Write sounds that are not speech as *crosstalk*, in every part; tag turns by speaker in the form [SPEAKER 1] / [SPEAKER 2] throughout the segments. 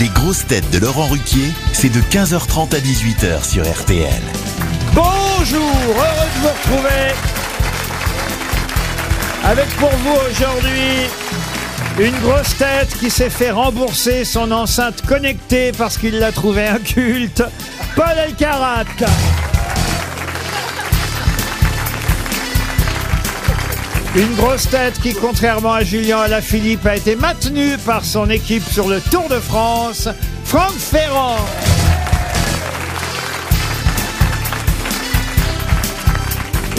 [SPEAKER 1] Les grosses têtes de Laurent Ruquier, c'est de 15h30 à 18h sur RTL.
[SPEAKER 2] Bonjour, heureux de vous retrouver. Avec pour vous aujourd'hui une grosse tête qui s'est fait rembourser son enceinte connectée parce qu'il l'a trouvée inculte, Paul Elkarat. Une grosse tête qui, contrairement à Julien Alaphilippe, a été maintenue par son équipe sur le Tour de France, Franck Ferrand.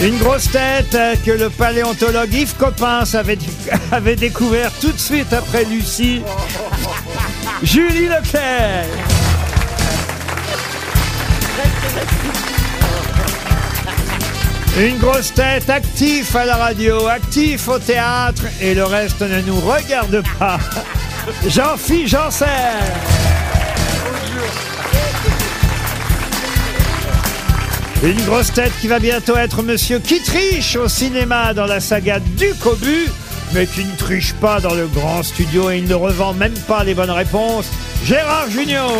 [SPEAKER 2] Une grosse tête euh, que le paléontologue Yves Coppens avait, *laughs* dé- avait découvert tout de suite après Lucie, Julie Leclerc. Une grosse tête actif à la radio, actif au théâtre et le reste ne nous regarde pas. *laughs* Jean-Philippe Janssen. Une grosse tête qui va bientôt être Monsieur qui triche au cinéma dans la saga du Cobu, mais qui ne triche pas dans le grand studio et il ne revend même pas les bonnes réponses, Gérard Junior.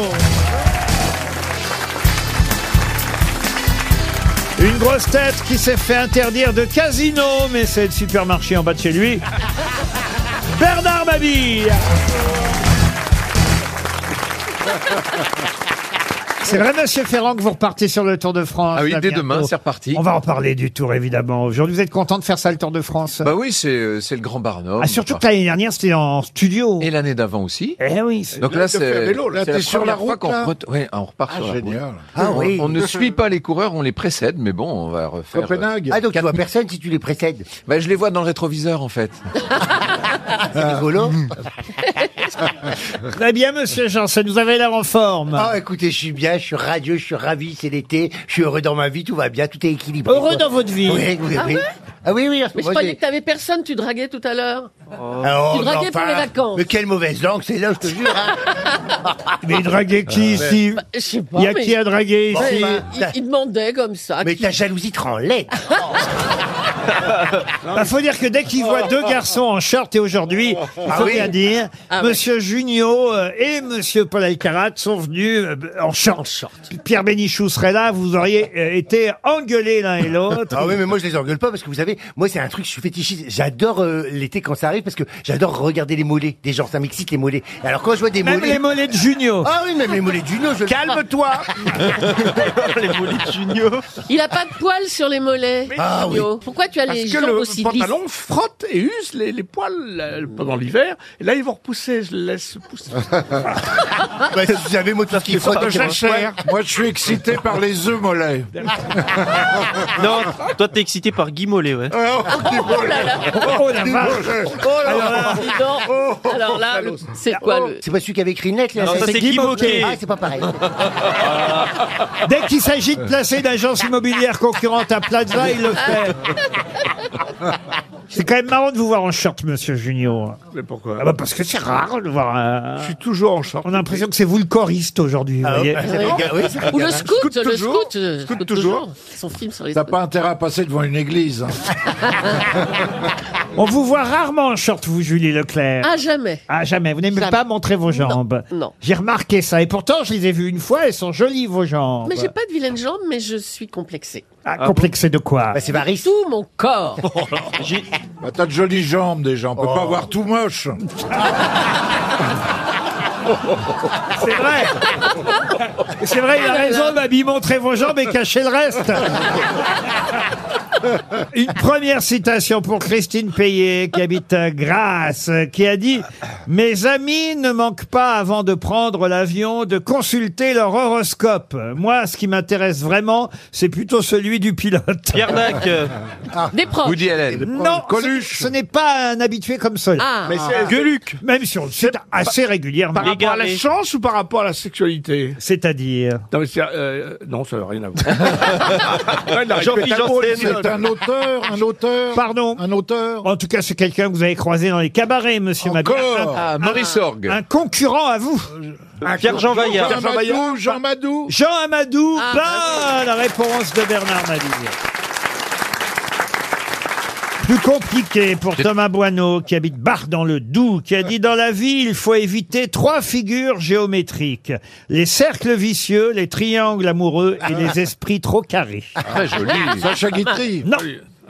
[SPEAKER 2] Une grosse tête qui s'est fait interdire de casino, mais c'est le supermarché en bas de chez
[SPEAKER 3] *laughs*
[SPEAKER 2] lui, Bernard Mabille. C'est vrai, Monsieur Ferrand, que vous repartez sur le Tour de France.
[SPEAKER 3] Ah oui,
[SPEAKER 2] là,
[SPEAKER 3] dès
[SPEAKER 2] bientôt.
[SPEAKER 3] demain, c'est reparti.
[SPEAKER 2] On va en parler du Tour, évidemment. Aujourd'hui, vous êtes content de faire ça, le Tour de France
[SPEAKER 3] Bah oui, c'est euh, c'est le Grand Barnum.
[SPEAKER 2] ah, Surtout que l'année dernière, c'était en studio.
[SPEAKER 3] Et l'année d'avant aussi.
[SPEAKER 2] Eh oui. c'est-
[SPEAKER 3] Donc
[SPEAKER 4] Là,
[SPEAKER 3] là,
[SPEAKER 4] t'as
[SPEAKER 3] c'est
[SPEAKER 4] fait à vélo, là,
[SPEAKER 3] c'est
[SPEAKER 4] t'es
[SPEAKER 3] la
[SPEAKER 4] sur la
[SPEAKER 3] première fois
[SPEAKER 4] route,
[SPEAKER 3] qu'on
[SPEAKER 4] là
[SPEAKER 3] repre- ouais, on repart sur la route.
[SPEAKER 4] génial.
[SPEAKER 5] Ah
[SPEAKER 3] On-
[SPEAKER 5] oui.
[SPEAKER 3] On ne suit pas les coureurs, on les précède, mais bon, on va refaire.
[SPEAKER 4] Copenhague.
[SPEAKER 5] Ah donc tu vois personne si tu les précèdes.
[SPEAKER 3] euh, bah, je les vois dans le rétroviseur en fait.
[SPEAKER 5] C'est Ah. rigolo.
[SPEAKER 2] *laughs* Très bien, Monsieur Janssen, vous avez l'air en forme.
[SPEAKER 5] Ah écoutez, je suis bien, je suis radieux, je suis ravi, c'est l'été, je suis heureux dans ma vie, tout va bien, tout est équilibré.
[SPEAKER 2] Heureux dans votre vie.
[SPEAKER 5] Oui, oui, oui. Ah oui, oui, en ce
[SPEAKER 6] Mais je
[SPEAKER 5] moment,
[SPEAKER 6] croyais
[SPEAKER 5] j'ai-
[SPEAKER 6] que t'avais personne, tu draguais tout à l'heure.
[SPEAKER 5] Ah, oh,
[SPEAKER 6] Tu draguais
[SPEAKER 5] mais
[SPEAKER 6] pour les vacances.
[SPEAKER 5] Mais quelle mauvaise langue, c'est là, je te jure. hein.
[SPEAKER 2] *laughs*
[SPEAKER 5] Ah,
[SPEAKER 2] Mais draguer qui ici
[SPEAKER 6] Bah, Je sais pas.
[SPEAKER 2] Il y a
[SPEAKER 6] mais
[SPEAKER 2] qui à draguer
[SPEAKER 5] Bon,
[SPEAKER 2] ici
[SPEAKER 5] bah,
[SPEAKER 6] il,
[SPEAKER 5] ta-
[SPEAKER 6] il demandait comme ça.
[SPEAKER 5] mais
[SPEAKER 6] qui-
[SPEAKER 5] ta jalousie te rend laide.
[SPEAKER 2] *laughs* Il Bah, faut dire que dès qu'il voit deux garçons en short, et aujourd'hui, il faut
[SPEAKER 5] oui.
[SPEAKER 2] bien dire,
[SPEAKER 6] Ah ouais.
[SPEAKER 2] Monsieur Junio euh, et Monsieur Paul Alcarat sont venus euh, en short. Pierre Bénichou serait là, vous auriez euh, été engueulés l'un et l'autre.
[SPEAKER 5] Ah oui, mais moi je les engueule pas parce que vous savez, moi c'est un truc, je suis fétichiste. J'adore euh, l'été quand ça arrive parce que j'adore regarder les mollets des gens, ça m'excite les mollets. Et Alors quand je vois des
[SPEAKER 2] Même
[SPEAKER 5] mollets...
[SPEAKER 2] les mollets de Junio.
[SPEAKER 5] Ah oui, même les mollets du nez,
[SPEAKER 6] *laughs*
[SPEAKER 5] je... Calme-toi
[SPEAKER 6] Il a pas de poils sur les mollets.
[SPEAKER 5] Ah oui.
[SPEAKER 6] Yo. Pourquoi tu as
[SPEAKER 4] Parce
[SPEAKER 6] les
[SPEAKER 4] que
[SPEAKER 6] jambes
[SPEAKER 4] le
[SPEAKER 6] aussi lisses
[SPEAKER 4] pantalon frotte et use les, les poils euh, pendant l'hiver. Et là, ils vont repousser. Je les laisse pousser.
[SPEAKER 5] Bah, si vous savez, moi, tout ce qui frotte, qui
[SPEAKER 4] jachère.
[SPEAKER 7] Moi, je suis excité par les œufs mollets.
[SPEAKER 8] *laughs* Non, toi t'es excité par Guy Mollet, ouais.
[SPEAKER 2] Oh la vache Alors là,
[SPEAKER 6] Dis donc. Alors là, le- c'est quoi le...
[SPEAKER 5] C'est pas celui qui avait écrit net, là.
[SPEAKER 8] Non, ça
[SPEAKER 2] c'est
[SPEAKER 8] c'est
[SPEAKER 2] Guy
[SPEAKER 8] Guy
[SPEAKER 2] Moquet.
[SPEAKER 8] Moquet.
[SPEAKER 5] Ah, c'est pas pareil.
[SPEAKER 2] Dès qu'il s'agit de placer une agence immobilière concurrente à Plaza, il le fait. C'est quand même marrant de vous voir en short, monsieur Junior.
[SPEAKER 4] Mais pourquoi
[SPEAKER 2] Ah bah parce que c'est rare de voir un...
[SPEAKER 4] Je suis toujours en short.
[SPEAKER 2] On a l'impression que c'est vous le choriste aujourd'hui, vous
[SPEAKER 5] Ah,
[SPEAKER 2] voyez.
[SPEAKER 5] bah, ça fait gaffe, oui, ça fait
[SPEAKER 6] Ou le
[SPEAKER 5] gaffe.
[SPEAKER 6] scout,
[SPEAKER 4] Scout
[SPEAKER 6] le
[SPEAKER 4] toujours.
[SPEAKER 6] scout, euh,
[SPEAKER 4] Scout toujours.
[SPEAKER 6] Son film sur les
[SPEAKER 7] T'as
[SPEAKER 6] scouts.
[SPEAKER 7] pas intérêt à passer devant une église. hein.
[SPEAKER 2] On vous voit rarement en short, vous, Julie Leclerc.
[SPEAKER 6] Ah jamais.
[SPEAKER 2] Ah, jamais. Vous n'aimez
[SPEAKER 6] Jamais.
[SPEAKER 2] pas montrer vos jambes.
[SPEAKER 6] non.
[SPEAKER 2] J'ai remarqué ça. Et pourtant, je les ai vues une fois. Elles sont jolies, vos jambes.
[SPEAKER 6] Mais j'ai pas de vilaines jambes, mais je suis complexée.
[SPEAKER 2] bah. Ah, complexé de quoi
[SPEAKER 5] Bah, c'est Paris.
[SPEAKER 6] Tout mon corps.
[SPEAKER 7] Oh. Bah, t'as de jolies jambes déjà, on peut
[SPEAKER 4] Oh.
[SPEAKER 7] pas voir tout
[SPEAKER 5] *laughs*
[SPEAKER 7] moche.
[SPEAKER 2] C'est vrai.
[SPEAKER 6] bah.
[SPEAKER 2] C'est vrai, il
[SPEAKER 6] Ah,
[SPEAKER 2] a raison, Mabi. Montrez vos jambes et cachez
[SPEAKER 6] *laughs*
[SPEAKER 2] le reste. Une première citation pour Christine Payet, qui habite à Grasse, qui a dit Mes amis ne manquent pas, avant de prendre l'avion, de consulter leur horoscope. Moi, ce qui m'intéresse vraiment, c'est plutôt celui du pilote.
[SPEAKER 8] Pierre Dac, euh,
[SPEAKER 6] Des
[SPEAKER 5] Ah.
[SPEAKER 6] proches.
[SPEAKER 3] Woody Allen.
[SPEAKER 2] Non, ce,
[SPEAKER 7] Coluche.
[SPEAKER 2] ce n'est pas un habitué comme cela.
[SPEAKER 6] Ah.
[SPEAKER 4] Mais c'est
[SPEAKER 8] Gueuluc,
[SPEAKER 2] Même si on le cite assez régulièrement.
[SPEAKER 4] par rapport à la
[SPEAKER 8] Égaré.
[SPEAKER 4] chance ou par rapport à la sexualité
[SPEAKER 2] C'est-à-dire.
[SPEAKER 4] Non, mais c'est, euh, non ça n'a rien à voir. Ouais, il a répété
[SPEAKER 8] Jean-Philippe
[SPEAKER 4] un mot,
[SPEAKER 8] Janssen.
[SPEAKER 4] il
[SPEAKER 7] C'est
[SPEAKER 4] dit,
[SPEAKER 7] un auteur, un auteur,
[SPEAKER 2] Pardon.
[SPEAKER 7] un auteur.
[SPEAKER 2] En tout cas, c'est quelqu'un que vous avez croisé dans les cabarets, monsieur Mabille.
[SPEAKER 7] Encore.
[SPEAKER 3] Ah, Maurice Orgue.
[SPEAKER 2] Un, un concurrent à vous.
[SPEAKER 8] Pierre-Jean Vaillard.
[SPEAKER 7] Jean Madou, Jean Madou.
[SPEAKER 2] Jean Amadou,
[SPEAKER 6] Ah,
[SPEAKER 2] bonne la réponse de Bernard Mabille. plus compliqué pour Thomas Boineau, qui habite Bar dans le Doubs, qui a dit dans la vie, il faut éviter trois figures géométriques. Les cercles vicieux, les triangles amoureux et les esprits trop carrés.
[SPEAKER 3] Très joli.
[SPEAKER 7] Sacha Guitry.
[SPEAKER 2] Non.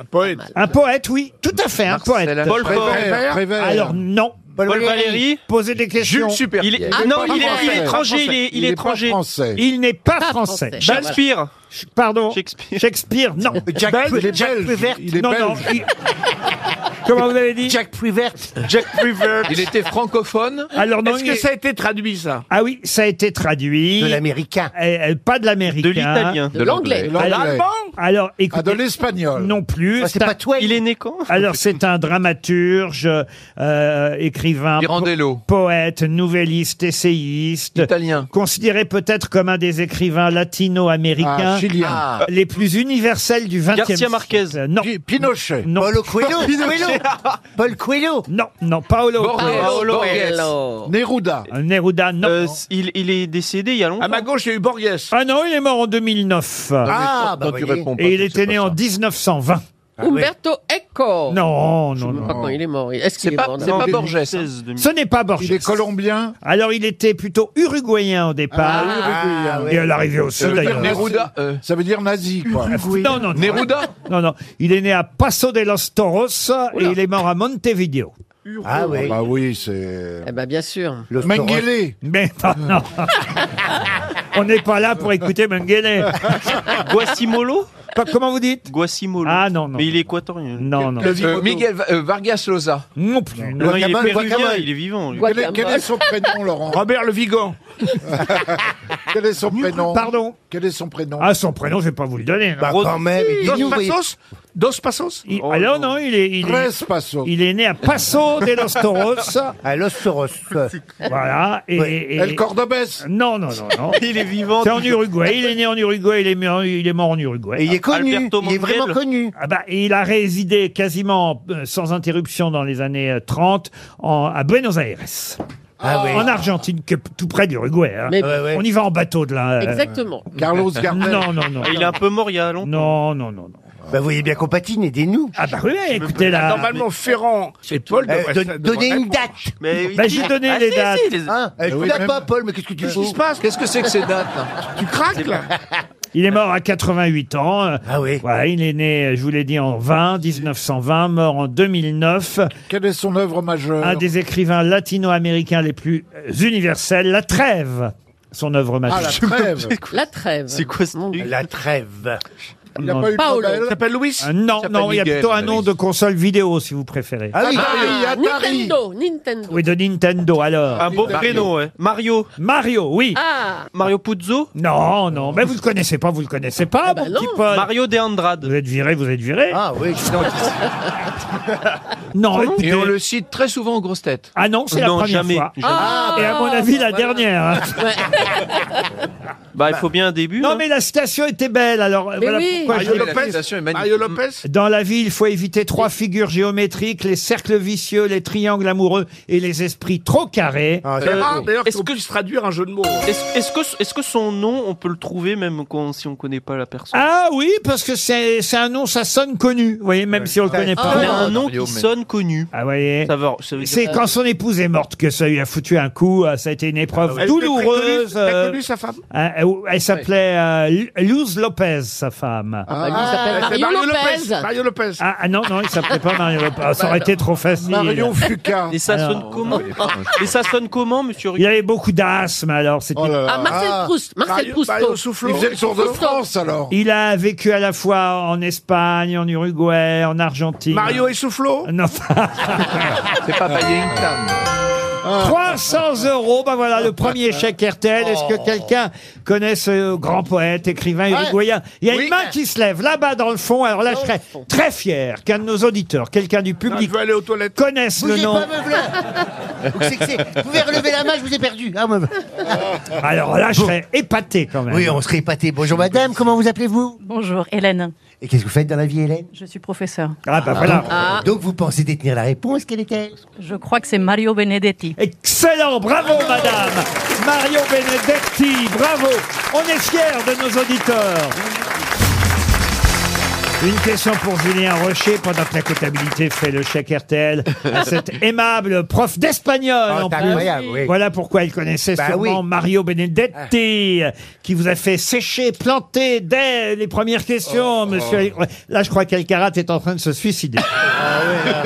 [SPEAKER 4] Un poète.
[SPEAKER 2] Un poète, oui, tout à fait, un poète.
[SPEAKER 3] Paul
[SPEAKER 7] Prévert. Prévert.
[SPEAKER 2] Alors non.
[SPEAKER 8] Paul Valéry
[SPEAKER 2] Posez des questions.
[SPEAKER 3] Jules Super.
[SPEAKER 8] il est,
[SPEAKER 6] Ah,
[SPEAKER 8] Non,
[SPEAKER 7] pas
[SPEAKER 8] il est, il est
[SPEAKER 7] français.
[SPEAKER 8] étranger, il est, il est
[SPEAKER 7] pas
[SPEAKER 8] étranger.
[SPEAKER 7] français.
[SPEAKER 2] Il n'est pas,
[SPEAKER 6] Pas
[SPEAKER 2] français.
[SPEAKER 6] français.
[SPEAKER 2] Bah,
[SPEAKER 8] Shakespeare.
[SPEAKER 2] ch- pardon.
[SPEAKER 8] Shakespeare.
[SPEAKER 2] Shakespeare, non.
[SPEAKER 5] Jack,
[SPEAKER 7] Belge,
[SPEAKER 5] Pru-
[SPEAKER 7] il est
[SPEAKER 5] Jack
[SPEAKER 7] belge.
[SPEAKER 5] Pruvert.
[SPEAKER 7] Il est
[SPEAKER 2] non, non.
[SPEAKER 7] belge.
[SPEAKER 2] il- Comment vous avez dit
[SPEAKER 5] Jack Pruvert.
[SPEAKER 4] Jack Rivers.
[SPEAKER 3] Il était francophone.
[SPEAKER 2] Alors non.
[SPEAKER 4] Est-ce
[SPEAKER 2] il
[SPEAKER 4] que
[SPEAKER 2] est-
[SPEAKER 4] ça a été traduit, ça
[SPEAKER 2] Ah oui, ça a été traduit.
[SPEAKER 5] De l'américain.
[SPEAKER 2] Eh, eh, pas de l'américain.
[SPEAKER 8] De l'italien.
[SPEAKER 6] De l'anglais.
[SPEAKER 7] L'anglais.
[SPEAKER 2] Alors,
[SPEAKER 7] Ah, de
[SPEAKER 2] écoutez,
[SPEAKER 7] l'espagnol.
[SPEAKER 2] non plus.
[SPEAKER 5] Oh, C'est pas toi.
[SPEAKER 8] Il est né quand
[SPEAKER 2] Alors, c'est un dramaturge, euh, écrivain,
[SPEAKER 3] Pirandello.
[SPEAKER 2] poète, nouvelliste, essayiste,
[SPEAKER 3] Italien.
[SPEAKER 2] considéré peut-être comme un des écrivains latino-américains
[SPEAKER 7] Ah, chilien.
[SPEAKER 3] Ah.
[SPEAKER 2] les plus universels du XXe
[SPEAKER 8] Garcia
[SPEAKER 2] siècle. Euh,
[SPEAKER 8] Marquez.
[SPEAKER 2] Non,
[SPEAKER 7] Pi- Pinochet.
[SPEAKER 2] non,
[SPEAKER 5] Paulo
[SPEAKER 2] *laughs*
[SPEAKER 5] Coelho. Coelho. Paul Coelho.
[SPEAKER 2] non, non, Paolo.
[SPEAKER 3] Borges.
[SPEAKER 6] Paolo
[SPEAKER 3] Borges.
[SPEAKER 6] Coelho.
[SPEAKER 7] Neruda.
[SPEAKER 2] Neruda, non.
[SPEAKER 8] Euh, il, il est décédé il y a longtemps.
[SPEAKER 4] À ma gauche, il y a eu Borges.
[SPEAKER 2] Ah non, il est mort en 2009.
[SPEAKER 5] Ah,
[SPEAKER 3] Quand
[SPEAKER 5] bah
[SPEAKER 3] tu
[SPEAKER 5] voyez.
[SPEAKER 3] réponds pas,
[SPEAKER 2] Et il
[SPEAKER 3] tu sais
[SPEAKER 2] était né
[SPEAKER 3] pas
[SPEAKER 2] en
[SPEAKER 3] ça. Ah
[SPEAKER 2] 1920.
[SPEAKER 6] Ah, Umberto Eco.
[SPEAKER 2] Non, non,
[SPEAKER 6] Je sais
[SPEAKER 2] non.
[SPEAKER 6] pas quand il est mort. Est-ce qu'il
[SPEAKER 3] C'est
[SPEAKER 6] est,
[SPEAKER 3] pas,
[SPEAKER 6] mort
[SPEAKER 3] c'est
[SPEAKER 6] d'abord
[SPEAKER 3] pas Borges. hein.
[SPEAKER 8] 2016, 2000.
[SPEAKER 2] Ce n'est pas Borges.
[SPEAKER 7] Il est colombien.
[SPEAKER 2] Alors, il était plutôt uruguayen au départ.
[SPEAKER 5] Ah,
[SPEAKER 2] Et
[SPEAKER 5] ouais.
[SPEAKER 2] à l'arrivée au
[SPEAKER 7] Ça
[SPEAKER 2] sud,
[SPEAKER 7] veut dire
[SPEAKER 2] d'ailleurs.
[SPEAKER 7] Neruda.
[SPEAKER 3] Euh,
[SPEAKER 7] Ça veut dire nazi,
[SPEAKER 2] *laughs*
[SPEAKER 7] quoi.
[SPEAKER 2] Non, non, non.
[SPEAKER 3] Neruda.
[SPEAKER 2] Non, non. Il est né à Paso de los Toros et il est mort à Montevideo.
[SPEAKER 5] Ah
[SPEAKER 7] Ah
[SPEAKER 5] ouais.
[SPEAKER 7] bah oui, c'est...
[SPEAKER 6] Eh ben, bien sûr.
[SPEAKER 5] Le Torres.
[SPEAKER 7] Mengele.
[SPEAKER 2] Mais non,
[SPEAKER 6] *laughs*
[SPEAKER 2] non. On n'est pas là pour écouter Mengele.
[SPEAKER 8] Guacimolo
[SPEAKER 2] Ah. Pas- Comment vous dites
[SPEAKER 8] Guacimolo.
[SPEAKER 2] Ah, non, non.
[SPEAKER 8] Mais il est équatorien.
[SPEAKER 2] Non, non.
[SPEAKER 7] Le-
[SPEAKER 3] Euh, Miguel Va- euh, Vargas Llosa.
[SPEAKER 2] Non plus.
[SPEAKER 8] Non, non, il est
[SPEAKER 5] Guacamole,
[SPEAKER 8] péruvien,
[SPEAKER 5] guacamole.
[SPEAKER 8] il est vivant. lui.
[SPEAKER 7] Quel est, quel est
[SPEAKER 6] Guacamole.
[SPEAKER 7] son prénom, Laurent
[SPEAKER 4] Robert Le Vigan.
[SPEAKER 7] *laughs* Quel est son prénom
[SPEAKER 2] Pardon
[SPEAKER 7] Quel est son prénom
[SPEAKER 2] Ah, son prénom, je vais pas vous le donner. hein. non.
[SPEAKER 5] Bah quand même.
[SPEAKER 4] Dos
[SPEAKER 5] dis-nous, voyez.
[SPEAKER 4] Passos Dos Passos
[SPEAKER 8] Oh,
[SPEAKER 2] Il- alors, non, il est, il, est,
[SPEAKER 7] Tres Passos.
[SPEAKER 2] il est né à Paso de los
[SPEAKER 5] *laughs*
[SPEAKER 2] Toros.
[SPEAKER 5] À Ah, Los Soros.
[SPEAKER 2] Voilà. Et,
[SPEAKER 5] Ouais.
[SPEAKER 2] et-
[SPEAKER 7] El Cordobés.
[SPEAKER 2] Non, non, non, non.
[SPEAKER 8] *laughs* Il est vivant.
[SPEAKER 2] C'est en Uruguay. Il est né en Uruguay. Il est, mort- il est mort en Uruguay.
[SPEAKER 5] Et il est connu.
[SPEAKER 8] Alberto
[SPEAKER 5] il est
[SPEAKER 8] Manguel.
[SPEAKER 5] vraiment connu.
[SPEAKER 2] Ah bah, il a résidé quasiment euh, sans interruption dans les années euh, 30 en- à Buenos Aires,
[SPEAKER 5] Ah ouais.
[SPEAKER 2] en Argentine, que, tout près de l'Uruguay. hein.
[SPEAKER 6] Mais-
[SPEAKER 5] Ouais, ouais.
[SPEAKER 2] On y va en bateau de là. euh,
[SPEAKER 6] Exactement.
[SPEAKER 7] Carlos Gardel.
[SPEAKER 2] Non, non, non.
[SPEAKER 8] Ah, Il est un peu mort il y a longtemps.
[SPEAKER 2] Non, non, non, non.
[SPEAKER 5] Bah vous voyez bien qu'on patine, aidez-nous.
[SPEAKER 2] Ah bah oui, écoutez là.
[SPEAKER 4] Normalement, Ferrand et Paul
[SPEAKER 5] Eh,
[SPEAKER 4] devraient-
[SPEAKER 5] don-
[SPEAKER 4] devraient-
[SPEAKER 5] donnez une date.
[SPEAKER 8] Mais Ah,
[SPEAKER 2] Bah, j'ai donné les dates.
[SPEAKER 5] Hein Eh, je vous
[SPEAKER 7] oui,
[SPEAKER 5] date
[SPEAKER 7] même.
[SPEAKER 5] pas, Paul, mais qu'est-ce que tu
[SPEAKER 7] Qu'est-ce qui
[SPEAKER 5] fous
[SPEAKER 7] se passe
[SPEAKER 3] Qu'est-ce que c'est que ces dates là
[SPEAKER 4] Tu craques, là
[SPEAKER 2] Il est mort à 88 ans. euh,
[SPEAKER 5] Ah oui.
[SPEAKER 2] Voilà, il est né, euh, je vous l'ai dit, en 20, 1920, mort en 2009.
[SPEAKER 7] Quelle est son œuvre majeure
[SPEAKER 2] Un des écrivains latino-américains les plus euh, universels, La Trêve, son œuvre
[SPEAKER 7] Ah, la
[SPEAKER 2] majeure. *laughs*
[SPEAKER 7] trêve.
[SPEAKER 6] La trêve.
[SPEAKER 8] C'est quoi ce truc
[SPEAKER 5] La trêve.
[SPEAKER 7] Il n'a
[SPEAKER 2] Non.
[SPEAKER 7] pas eu de
[SPEAKER 6] Paolo.
[SPEAKER 4] Il
[SPEAKER 7] Nobel.
[SPEAKER 4] s'appelle Louis.
[SPEAKER 2] Euh, non,
[SPEAKER 3] s'appelle
[SPEAKER 2] non, il y a
[SPEAKER 3] Miguel,
[SPEAKER 2] plutôt un nom
[SPEAKER 3] Alex.
[SPEAKER 2] de console vidéo, si vous préférez.
[SPEAKER 5] Ah oui.
[SPEAKER 7] Atari,
[SPEAKER 6] Ah,
[SPEAKER 7] Atari.
[SPEAKER 6] Nintendo, Nintendo.
[SPEAKER 2] Oui, de Nintendo, alors.
[SPEAKER 8] Un beau prénom, ouais. Mario.
[SPEAKER 2] Mario, oui.
[SPEAKER 6] Ah,
[SPEAKER 8] Mario Puzo
[SPEAKER 2] Non, non, mais vous le connaissez pas, vous le connaissez pas,
[SPEAKER 6] bah
[SPEAKER 2] mon
[SPEAKER 6] non.
[SPEAKER 2] petit Paul.
[SPEAKER 8] Mario De
[SPEAKER 2] Vous
[SPEAKER 8] Andrade.
[SPEAKER 2] êtes viré, vous êtes viré.
[SPEAKER 5] Ah oui.
[SPEAKER 2] *laughs* non, écoutez-
[SPEAKER 3] Et on le cite très souvent aux grosses têtes.
[SPEAKER 2] Ah non, c'est la
[SPEAKER 8] Non,
[SPEAKER 2] première
[SPEAKER 8] jamais.
[SPEAKER 2] fois. Ah,
[SPEAKER 8] Jamais.
[SPEAKER 2] Et à mon
[SPEAKER 6] Ah,
[SPEAKER 2] avis, la dernière. hein. *laughs*
[SPEAKER 8] Bah, il faut bien un début.
[SPEAKER 2] Non,
[SPEAKER 8] hein.
[SPEAKER 2] mais la citation était belle, alors euh,
[SPEAKER 6] Mais
[SPEAKER 2] voilà
[SPEAKER 6] oui.
[SPEAKER 2] pourquoi je
[SPEAKER 4] Mario
[SPEAKER 2] l'ai-
[SPEAKER 3] La
[SPEAKER 4] Lopez.
[SPEAKER 3] citation est magnifique.
[SPEAKER 4] Mario Lopez
[SPEAKER 2] Dans la vie, il faut éviter trois figures géométriques, les cercles vicieux, les triangles amoureux et les esprits trop carrés. Euh,
[SPEAKER 5] Ah,
[SPEAKER 4] C'est
[SPEAKER 5] ça-
[SPEAKER 4] rare, d'ailleurs,
[SPEAKER 8] est-ce
[SPEAKER 4] qu'on
[SPEAKER 8] que-
[SPEAKER 4] puisse traduire un jeu de mots.
[SPEAKER 8] Est-ce est-ce que, est que son nom, on peut le trouver même quand, si on connaît pas
[SPEAKER 4] *laughs*
[SPEAKER 8] la personne
[SPEAKER 2] Ah oui, parce que c'est c'est un nom, ça sonne connu, vous voyez, même si on le connaît
[SPEAKER 8] Il
[SPEAKER 2] pas.
[SPEAKER 8] a Ah, un nom
[SPEAKER 3] Mario,
[SPEAKER 8] qui
[SPEAKER 3] mais-
[SPEAKER 8] sonne connu.
[SPEAKER 2] Ah, voyez.
[SPEAKER 8] Ça veut, ça veut dire-
[SPEAKER 2] C'est quand son épouse est morte que ça lui a foutu un coup. euh, Ça a été une épreuve
[SPEAKER 4] Ah, Elle était très connue,
[SPEAKER 2] douloureuse.
[SPEAKER 4] T'as
[SPEAKER 2] euh,
[SPEAKER 4] connu sa femme
[SPEAKER 2] hein, elle- elle s'appelait euh, Lu- Luz Lopez, sa femme. Ah,
[SPEAKER 6] bah, lui, il s'appelle
[SPEAKER 4] Euh, C'est
[SPEAKER 6] Mario, Lopez.
[SPEAKER 4] Mario Lopez.
[SPEAKER 2] ah, non, non, il s'appelait pas Mario Lopez. Ah, ça aurait été trop facile.
[SPEAKER 7] Marion
[SPEAKER 8] *laughs*
[SPEAKER 7] Fuca.
[SPEAKER 8] Et ça
[SPEAKER 2] Alors-
[SPEAKER 8] sonne comment Et ça sonne comment, monsieur
[SPEAKER 2] Il
[SPEAKER 8] Rigaud
[SPEAKER 2] avait beaucoup d'asthme, alors. c'était-
[SPEAKER 7] Oh là là.
[SPEAKER 6] Ah, Marcel Proust. Marcel
[SPEAKER 4] Mario,
[SPEAKER 6] Proust.
[SPEAKER 4] Mario
[SPEAKER 7] Il
[SPEAKER 4] Soufflot.
[SPEAKER 7] faisait le tour de France, alors.
[SPEAKER 2] Il a vécu à la fois en Espagne, en Uruguay, en Argentine. Euh,
[SPEAKER 4] Mario et Soufflot.
[SPEAKER 2] Non,
[SPEAKER 3] C'est pas Paddington.
[SPEAKER 2] 300 euros, ben voilà le premier chèque RTL. Est-ce que quelqu'un connaît ce grand poète, écrivain uruguayen Il y a une
[SPEAKER 5] Oui.
[SPEAKER 2] main qui se lève là-bas dans le fond. Alors là, je serais très fier qu'un de nos auditeurs, quelqu'un du
[SPEAKER 4] Non, Je
[SPEAKER 2] public,
[SPEAKER 4] veux aller aux toilettes.
[SPEAKER 2] connaisse le
[SPEAKER 5] Bougez
[SPEAKER 2] nom.
[SPEAKER 5] pas, me voilà. Vous c'est que c'est- vous pouvez relever la main, je vous ai perdu. Ah, me-
[SPEAKER 2] Alors là, je serais épaté quand même.
[SPEAKER 5] Oui, on serait épaté. Bonjour madame, comment vous appelez-vous
[SPEAKER 9] Bonjour, Hélène.
[SPEAKER 5] Et qu'est-ce que vous faites dans la vie, Hélène
[SPEAKER 9] Je suis professeur.
[SPEAKER 2] Ah bah voilà.
[SPEAKER 6] Ah,
[SPEAKER 5] Donc vous pensez détenir la réponse, quelle est-elle
[SPEAKER 9] Je crois que c'est Mario Benedetti.
[SPEAKER 2] Excellent, bravo madame Mario Benedetti, bravo On est fiers de nos auditeurs Une question pour Julien Rocher pendant que la comptabilité fait le chèque RTL
[SPEAKER 5] *laughs*
[SPEAKER 2] à cet aimable prof d'espagnol.
[SPEAKER 5] Oh,
[SPEAKER 2] en
[SPEAKER 5] t'es
[SPEAKER 2] plus.
[SPEAKER 5] incroyable, oui.
[SPEAKER 2] Voilà pourquoi il connaissait
[SPEAKER 5] Bah
[SPEAKER 2] sûrement
[SPEAKER 5] oui. Ah.
[SPEAKER 2] Mario Benedetti, qui vous a fait sécher, planter dès les premières
[SPEAKER 5] Oh,
[SPEAKER 2] questions, monsieur. Là, je crois qu'Alcarat est en train de se suicider.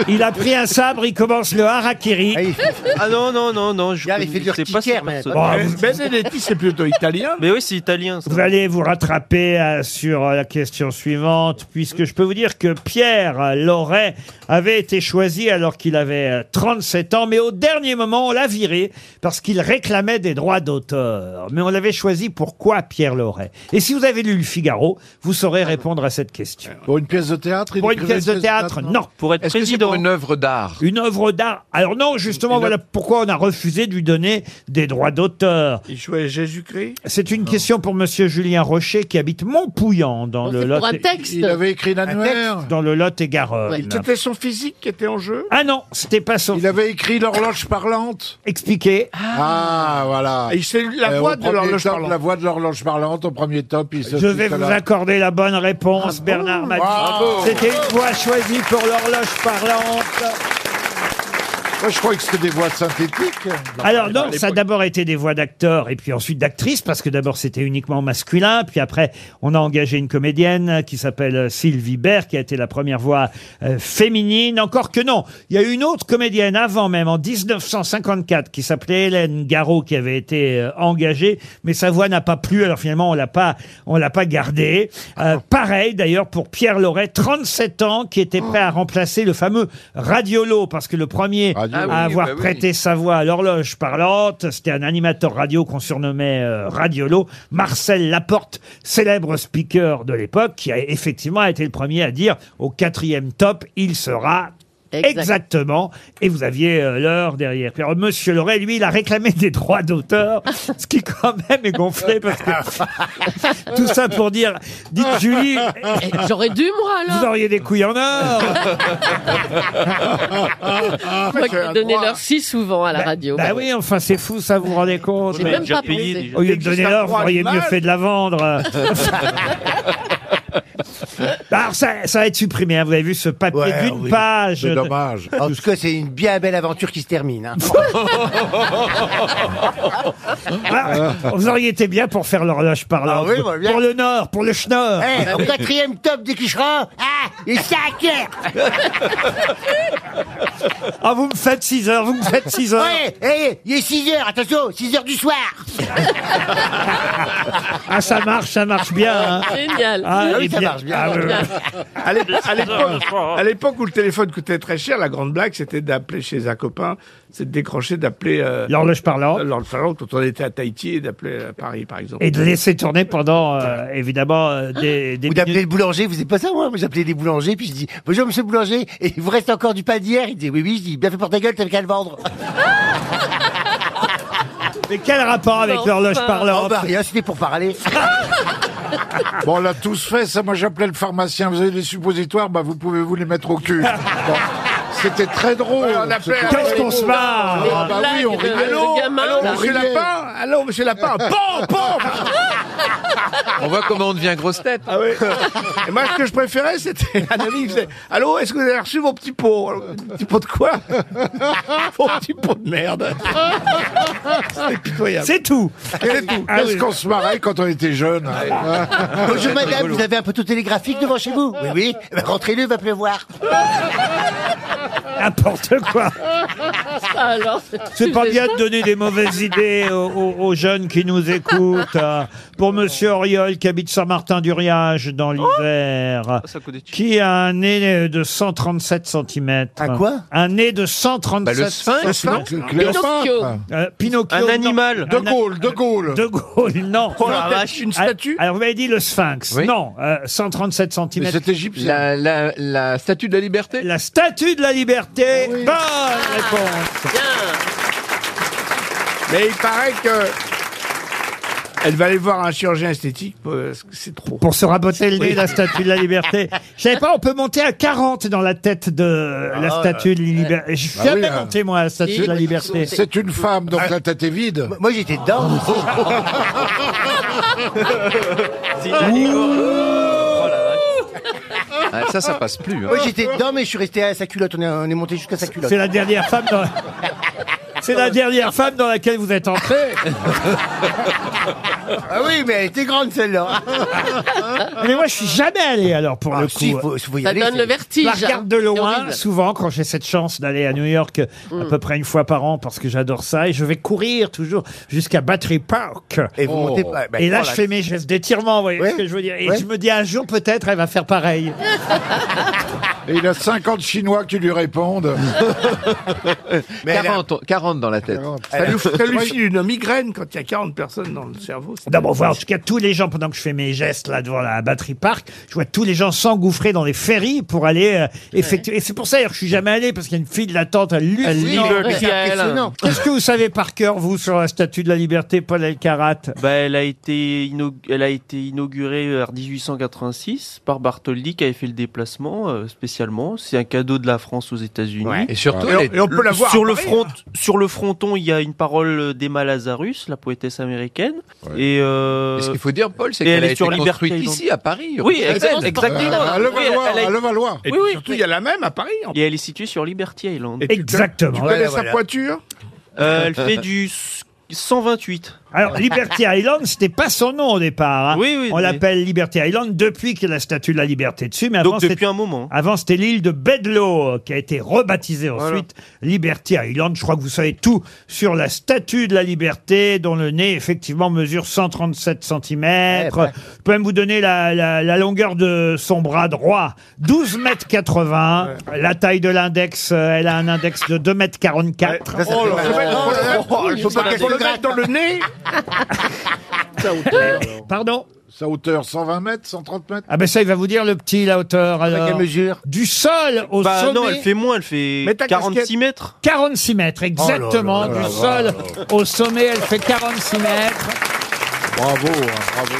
[SPEAKER 2] Il a pris un sabre, il commence le harakiri.
[SPEAKER 5] Ah, il fait-
[SPEAKER 8] Ah non, non, non, non, je
[SPEAKER 5] Regarde, il fait du
[SPEAKER 8] connaissais pas cette
[SPEAKER 5] urticaire, maintenant.
[SPEAKER 8] personne.
[SPEAKER 2] Bon,
[SPEAKER 4] Euh, Benedetti, c'est plutôt italien.
[SPEAKER 8] Mais oui, c'est italien. ça.
[SPEAKER 2] Vous allez vous rattraper euh, sur euh, la question suivante, puisque je peux vous dire que Pierre euh, Loret avait été choisi alors qu'il avait euh, 37 ans, mais au dernier moment, on l'a viré parce qu'il réclamait des droits d'auteur. Mais on l'avait choisi pourquoi Pierre Loret Et si vous avez lu Le Figaro, vous saurez répondre à cette question.
[SPEAKER 7] Pour une pièce de théâtre il
[SPEAKER 2] Pour une
[SPEAKER 7] écrivait
[SPEAKER 2] pièce de théâtre, non.
[SPEAKER 8] Pour être
[SPEAKER 3] Est-ce que c'est pour
[SPEAKER 8] président.
[SPEAKER 3] une œuvre d'art
[SPEAKER 2] Une œuvre d'art. Alors non, justement, voilà pourquoi on a refusé de lui donner des droits d'auteur.
[SPEAKER 4] Il jouait Jésus-Christ.
[SPEAKER 2] C'est une question pour Monsieur Julien Rocher qui habite Montpouillan dans
[SPEAKER 6] Non,
[SPEAKER 2] le
[SPEAKER 6] Oh, C'est pour
[SPEAKER 2] Lot.
[SPEAKER 6] un texte.
[SPEAKER 7] Il avait écrit l'annuaire.
[SPEAKER 2] Dans le Lot et Garonne.
[SPEAKER 6] Ouais.
[SPEAKER 4] C'était son physique qui était en jeu.
[SPEAKER 2] Ah non, c'était pas son.
[SPEAKER 7] Il avait écrit l'horloge parlante.
[SPEAKER 2] Expliqué.
[SPEAKER 7] Ah, voilà.
[SPEAKER 4] Et c'est la
[SPEAKER 7] Euh,
[SPEAKER 4] voix
[SPEAKER 7] au
[SPEAKER 4] de
[SPEAKER 7] premier
[SPEAKER 4] l'horloge
[SPEAKER 7] top, La
[SPEAKER 4] parlante.
[SPEAKER 7] voix de l'horloge parlante au premier top. Il se
[SPEAKER 2] Je vais
[SPEAKER 7] fout à
[SPEAKER 2] vous
[SPEAKER 7] la-
[SPEAKER 2] accorder la bonne
[SPEAKER 6] Ah
[SPEAKER 2] réponse, Bernard Madi.
[SPEAKER 7] Bravo.
[SPEAKER 2] C'était une voix choisie pour l'horloge parlante.
[SPEAKER 7] Moi, je crois que c'était des voix synthétiques.
[SPEAKER 2] Alors non, ça a d'abord été des voix d'acteurs et puis ensuite d'actrices, parce que d'abord c'était uniquement masculin, puis après on a engagé une comédienne qui s'appelle Sylvie Bert, qui a été la première voix euh, féminine. Encore que non, il y a eu une autre comédienne avant même, en 1954, qui s'appelait Hélène Garot, qui avait été euh, engagée, mais sa voix n'a pas plu, alors finalement on l'a pas, on l'a pas gardée. Euh, pareil d'ailleurs pour Pierre Loret, 37 ans, qui était prêt à remplacer le fameux Radiolo, parce que le premier
[SPEAKER 7] Radiolo.
[SPEAKER 2] à
[SPEAKER 3] Ah oui,
[SPEAKER 2] avoir
[SPEAKER 3] bah oui.
[SPEAKER 2] prêté sa voix à l'horloge parlante. C'était un animateur radio qu'on surnommait euh, Radiolo. Marcel Laporte, célèbre speaker de l'époque, qui a effectivement été le premier à dire au quatrième top, il sera
[SPEAKER 6] Exact.
[SPEAKER 2] exactement. Et vous aviez euh, l'heure derrière. Puis, alors, Monsieur Loret, lui, il a réclamé des droits d'auteur, *laughs* ce qui quand même est gonflé parce
[SPEAKER 3] *laughs*
[SPEAKER 2] que tout ça pour dire,
[SPEAKER 6] *laughs*
[SPEAKER 2] dites Julie,
[SPEAKER 6] Eh, J'aurais dû, moi,
[SPEAKER 2] vous
[SPEAKER 6] alors.
[SPEAKER 2] auriez des couilles en or.
[SPEAKER 6] Moi qui ai donné l'heure si souvent à *laughs* la radio.
[SPEAKER 2] Bah oui, enfin c'est fou, ça vous vous rendez compte.
[SPEAKER 6] J'ai
[SPEAKER 8] Mais
[SPEAKER 6] même
[SPEAKER 8] déjà
[SPEAKER 6] pas
[SPEAKER 8] payé,
[SPEAKER 6] pensé.
[SPEAKER 8] déjà.
[SPEAKER 2] Au lieu de
[SPEAKER 4] Existe
[SPEAKER 2] donner
[SPEAKER 4] un
[SPEAKER 2] l'or, vous
[SPEAKER 4] droit
[SPEAKER 2] auriez mieux
[SPEAKER 4] animal
[SPEAKER 2] fait de la
[SPEAKER 5] *laughs*
[SPEAKER 2] vendre. Bah, Alors ça, ça va être supprimé. hein. Vous avez vu ce papier
[SPEAKER 5] Ouais,
[SPEAKER 2] d'une
[SPEAKER 5] oui.
[SPEAKER 2] page.
[SPEAKER 7] C'est dommage.
[SPEAKER 5] En tout cas, c'est une bien belle aventure qui se
[SPEAKER 2] *laughs*
[SPEAKER 5] termine. hein.
[SPEAKER 2] Ah, vous auriez été bien pour faire l'horloge par là.
[SPEAKER 5] Ah oui, bah, bien.
[SPEAKER 2] pour le Nord, pour le Schnorr.
[SPEAKER 5] Eh, au quatrième top des Quicheras, ah, et ça à cœur.
[SPEAKER 2] Ah, vous me faites 6 heures, vous me faites 6 heures.
[SPEAKER 5] Ouais, eh, il est 6 heures, attention, 6 heures du soir.
[SPEAKER 2] Ah, ça marche, ça marche bien. hein.
[SPEAKER 6] Génial.
[SPEAKER 2] Ah,
[SPEAKER 5] oui,
[SPEAKER 2] et
[SPEAKER 5] ça marche bien.
[SPEAKER 2] ah, oui, oui.
[SPEAKER 4] À l'ép- à l'époque-
[SPEAKER 10] hein.
[SPEAKER 4] à l'époque où le téléphone coûtait très cher, la grande blague, c'était d'appeler chez un copain, c'est de décrocher, d'appeler euh,
[SPEAKER 2] L'horloge parlante.
[SPEAKER 4] Lord Farrell quand on était à Tahiti et d'appeler à Paris, par exemple.
[SPEAKER 2] Et de laisser tourner pendant, euh, évidemment, euh, des, des
[SPEAKER 5] Hein Vous
[SPEAKER 2] minutes.
[SPEAKER 5] appelez le boulanger, vous n'êtes pas ça, moi. Moi, j'appelais les boulangers, puis je dis, bonjour, monsieur le boulanger, et il vous reste encore du pain d'hier. Il dit, oui, oui, je dis, bien fait pour ta gueule, t'as qu'à le vendre.
[SPEAKER 2] *laughs* Mais quel rapport avec
[SPEAKER 6] Non,
[SPEAKER 2] l'horloge
[SPEAKER 6] enfin.
[SPEAKER 5] Oh,
[SPEAKER 2] parlante
[SPEAKER 5] bah, rien, c'était pour parler.
[SPEAKER 7] *laughs* Bon, on l'a tous fait, ça. Moi, j'appelais le pharmacien. Vous avez des suppositoires, bah, vous pouvez vous les mettre
[SPEAKER 2] *laughs*
[SPEAKER 7] au cul. Bon, C'était très drôle.
[SPEAKER 4] Ouais, on appelait-
[SPEAKER 7] C'était
[SPEAKER 2] Qu'est-ce
[SPEAKER 7] très
[SPEAKER 2] qu'on se
[SPEAKER 7] drôle.
[SPEAKER 2] marre
[SPEAKER 7] Ah, bah oui, on
[SPEAKER 6] Blague de-
[SPEAKER 7] rigole.
[SPEAKER 6] de gamin,
[SPEAKER 4] allô,
[SPEAKER 6] là.
[SPEAKER 4] monsieur
[SPEAKER 7] Riez.
[SPEAKER 4] Lapin Allô, monsieur *laughs* Lapin Bon, bon
[SPEAKER 3] On voit comment on devient grosse tête.
[SPEAKER 4] Ah oui. Et moi, ce que je préférais, c'était un ami qui faisait Allô, est-ce que vous avez reçu mon petit pot Alors, Petit pot de *laughs* quoi Mon petit pot de merde. C'était pitoyable.
[SPEAKER 2] C'est tout. Ah
[SPEAKER 7] Qu'est-ce
[SPEAKER 2] oui.
[SPEAKER 7] qu'on se marrait quand on était jeune *laughs*
[SPEAKER 5] Bonjour, madame, vous avez un poteau télégraphique devant chez vous? Oui, oui. Eh ben, rentrez-le, va pleuvoir.
[SPEAKER 2] N'importe quoi.
[SPEAKER 6] Ah, alors,
[SPEAKER 2] C'est
[SPEAKER 6] tu
[SPEAKER 2] pas
[SPEAKER 6] fais
[SPEAKER 2] bien
[SPEAKER 6] ça
[SPEAKER 2] de donner des mauvaises idées aux, aux- aux jeunes qui nous écoutent. hein. Pour Monsieur Auriol, qui habite Saint-Martin-du-Riage dans l'hiver,
[SPEAKER 8] Oh Ah, Ça coûte des
[SPEAKER 2] qui a un nez de 137 cm.
[SPEAKER 5] Un quoi
[SPEAKER 2] Un nez de 137
[SPEAKER 3] Bah, le sphinx,
[SPEAKER 2] centimètres.
[SPEAKER 6] Pinocchio.
[SPEAKER 7] Cléopâtre
[SPEAKER 2] Euh, Pinocchio.
[SPEAKER 8] Un
[SPEAKER 2] non.
[SPEAKER 8] animal.
[SPEAKER 7] De Gaulle, De Gaulle
[SPEAKER 2] De Gaulle, non.
[SPEAKER 4] Oh la vache, une statue
[SPEAKER 2] Ah, Alors, vous m'avez dit le sphinx.
[SPEAKER 3] Oui.
[SPEAKER 2] Non, euh, 137 cm.
[SPEAKER 7] Mais c'est égyptien.
[SPEAKER 3] La, la, la statue de la liberté
[SPEAKER 2] La statue de la liberté. Bonne réponse.
[SPEAKER 4] Mais il paraît que. Elle va aller voir un chirurgien esthétique parce que c'est trop.
[SPEAKER 2] pour se raboter le nez, la statue de la
[SPEAKER 5] *laughs*
[SPEAKER 2] liberté. Je savais pas, on peut monter à 40 dans la tête de
[SPEAKER 5] Ah
[SPEAKER 2] la statue de la liberté. Je suis
[SPEAKER 7] Bah oui,
[SPEAKER 2] jamais
[SPEAKER 7] hein.
[SPEAKER 2] monté, moi, à la statue
[SPEAKER 6] Si.
[SPEAKER 2] de la liberté. Ah.
[SPEAKER 7] C'est une femme, donc la tête est vide.
[SPEAKER 5] Moi, j'étais dedans.
[SPEAKER 8] petits. Ouh. Oh la vache.
[SPEAKER 3] Ça, ça passe plus. hein.
[SPEAKER 5] Moi j'étais dedans, mais je suis resté à sa culotte. On est, on est monté jusqu'à sa culotte.
[SPEAKER 2] C'est la dernière femme dans... C'est la dernière femme dans laquelle vous êtes
[SPEAKER 5] *laughs*
[SPEAKER 2] entré.
[SPEAKER 5] *laughs* Ah oui, mais elle était
[SPEAKER 2] *laughs*
[SPEAKER 5] grande celle-là.
[SPEAKER 2] Mais moi, je suis jamais allé alors pour le
[SPEAKER 5] Ah,
[SPEAKER 2] coup.
[SPEAKER 5] si, faut, faut y
[SPEAKER 6] Ça
[SPEAKER 5] aller,
[SPEAKER 6] donne
[SPEAKER 5] c'est-
[SPEAKER 6] le vertige.
[SPEAKER 2] Je la
[SPEAKER 6] hein.
[SPEAKER 2] regarde de
[SPEAKER 6] C'est
[SPEAKER 2] loin,
[SPEAKER 6] horrible. Mm.
[SPEAKER 2] souvent, quand j'ai cette chance d'aller à New York à peu près une fois par an, parce que j'adore ça, et je vais courir toujours jusqu'à Battery Park.
[SPEAKER 5] Et vous
[SPEAKER 3] Oh.
[SPEAKER 5] montez pas. bah,
[SPEAKER 2] et là,
[SPEAKER 5] voilà.
[SPEAKER 2] je fais mes gestes d'étirement, vous voyez
[SPEAKER 5] Ouais.
[SPEAKER 2] ce que je veux dire. Et
[SPEAKER 5] Ouais.
[SPEAKER 2] je me dis, *laughs* un jour, peut-être, elle va faire pareil.
[SPEAKER 7] Et il a 50 Chinois qui lui répondent.
[SPEAKER 5] Mais elle a-
[SPEAKER 3] 40, 40 Euh, dans la tête.
[SPEAKER 4] Ça lui, ça lui file une migraine quand il y a 40 personnes dans le cerveau. c'est-
[SPEAKER 2] D'abord, voir en tout cas tous les gens, pendant que je fais mes gestes là devant la batterie park, je vois tous les gens s'engouffrer dans les ferries pour aller euh, effectuer. Et c'est pour ça d'ailleurs, que je suis jamais allé, parce qu'il y a une file d'attente hallucinante.
[SPEAKER 8] Little
[SPEAKER 5] c'est
[SPEAKER 8] Michael.
[SPEAKER 5] impressionnant.
[SPEAKER 2] Qu'est-ce que vous savez par cœur, vous, sur la statue de la liberté, Paul Elkarat
[SPEAKER 8] Bah, elle, a été inaug- elle a été inaugurée euh, vers 1886 par Bartholdi qui avait fait le déplacement euh, spécialement. C'est un cadeau de la France aux États-Unis.
[SPEAKER 3] Et surtout,
[SPEAKER 4] Et on,
[SPEAKER 3] les-
[SPEAKER 4] et on peut la voir. hein.
[SPEAKER 8] sur
[SPEAKER 4] à
[SPEAKER 8] le
[SPEAKER 4] Paris,
[SPEAKER 8] front, sur le fronton, il y a une parole d'Emma Lazarus, la poétesse américaine. Et euh,
[SPEAKER 3] ce qu'il faut dire, Paul, c'est
[SPEAKER 8] Et
[SPEAKER 3] qu'elle
[SPEAKER 8] elle
[SPEAKER 3] a
[SPEAKER 8] est
[SPEAKER 3] été
[SPEAKER 8] sur Liberté
[SPEAKER 3] construite
[SPEAKER 8] Island.
[SPEAKER 3] ici, à Paris.
[SPEAKER 8] oui,
[SPEAKER 3] Rue
[SPEAKER 8] exact-
[SPEAKER 3] Eiffel.
[SPEAKER 8] exactement.
[SPEAKER 7] à
[SPEAKER 8] Oui,
[SPEAKER 7] Levallois,
[SPEAKER 8] elle,
[SPEAKER 7] à
[SPEAKER 8] elle a-
[SPEAKER 7] Levallois.
[SPEAKER 4] Et
[SPEAKER 8] Oui,
[SPEAKER 4] puis
[SPEAKER 8] oui.
[SPEAKER 4] surtout, il y a la même à Paris. en-
[SPEAKER 8] et elle est située sur Liberty Island.
[SPEAKER 4] Et tu- Tu
[SPEAKER 2] Exactement.
[SPEAKER 4] connais
[SPEAKER 5] Ouais,
[SPEAKER 4] sa
[SPEAKER 5] voilà.
[SPEAKER 4] poiture
[SPEAKER 8] Euh, elle fait du s- 128.
[SPEAKER 2] Alors,
[SPEAKER 8] *laughs*
[SPEAKER 2] Liberty Island, c'était pas son nom au départ. hein.
[SPEAKER 8] Oui, oui,
[SPEAKER 2] On
[SPEAKER 8] mais-
[SPEAKER 2] l'appelle Liberty Island depuis qu'il y a la statue de la liberté dessus, mais avant,
[SPEAKER 8] Donc depuis
[SPEAKER 2] c'était-
[SPEAKER 8] un moment.
[SPEAKER 2] avant, c'était l'île de Bedloe, euh, qui a été rebaptisée ensuite Liberty Island. Je crois que vous savez tout sur la statue de la liberté, dont le nez, effectivement, mesure 137 cm. Je peux même vous donner la, la- la longueur de son bras droit, 12 mètres 80. La taille de l'index, euh, elle a un index de 2 mètres 44.
[SPEAKER 5] Ça, ça
[SPEAKER 4] Oh
[SPEAKER 5] fait
[SPEAKER 4] là
[SPEAKER 5] mal.
[SPEAKER 4] là, oh là là,
[SPEAKER 5] Oh, il faut pas
[SPEAKER 4] faut
[SPEAKER 5] casser
[SPEAKER 4] le
[SPEAKER 5] le
[SPEAKER 4] mettre dans le nez
[SPEAKER 2] Pardon
[SPEAKER 7] Sa hauteur, 120 mètres, 130 mètres.
[SPEAKER 2] Ah ben ça, il va vous dire le petit, la hauteur.
[SPEAKER 5] À quelle
[SPEAKER 2] alors.
[SPEAKER 5] mesure
[SPEAKER 2] Du sol au
[SPEAKER 8] Bah
[SPEAKER 2] sommet.
[SPEAKER 8] non, elle fait moins, elle fait
[SPEAKER 4] Mets ta
[SPEAKER 8] 46
[SPEAKER 4] casquette.
[SPEAKER 8] mètres.
[SPEAKER 2] 46 mètres, exactement.
[SPEAKER 5] Oh là là là
[SPEAKER 2] du
[SPEAKER 5] là
[SPEAKER 2] sol au sommet, elle fait 46 mètres.
[SPEAKER 7] Bravo, hein, bravo.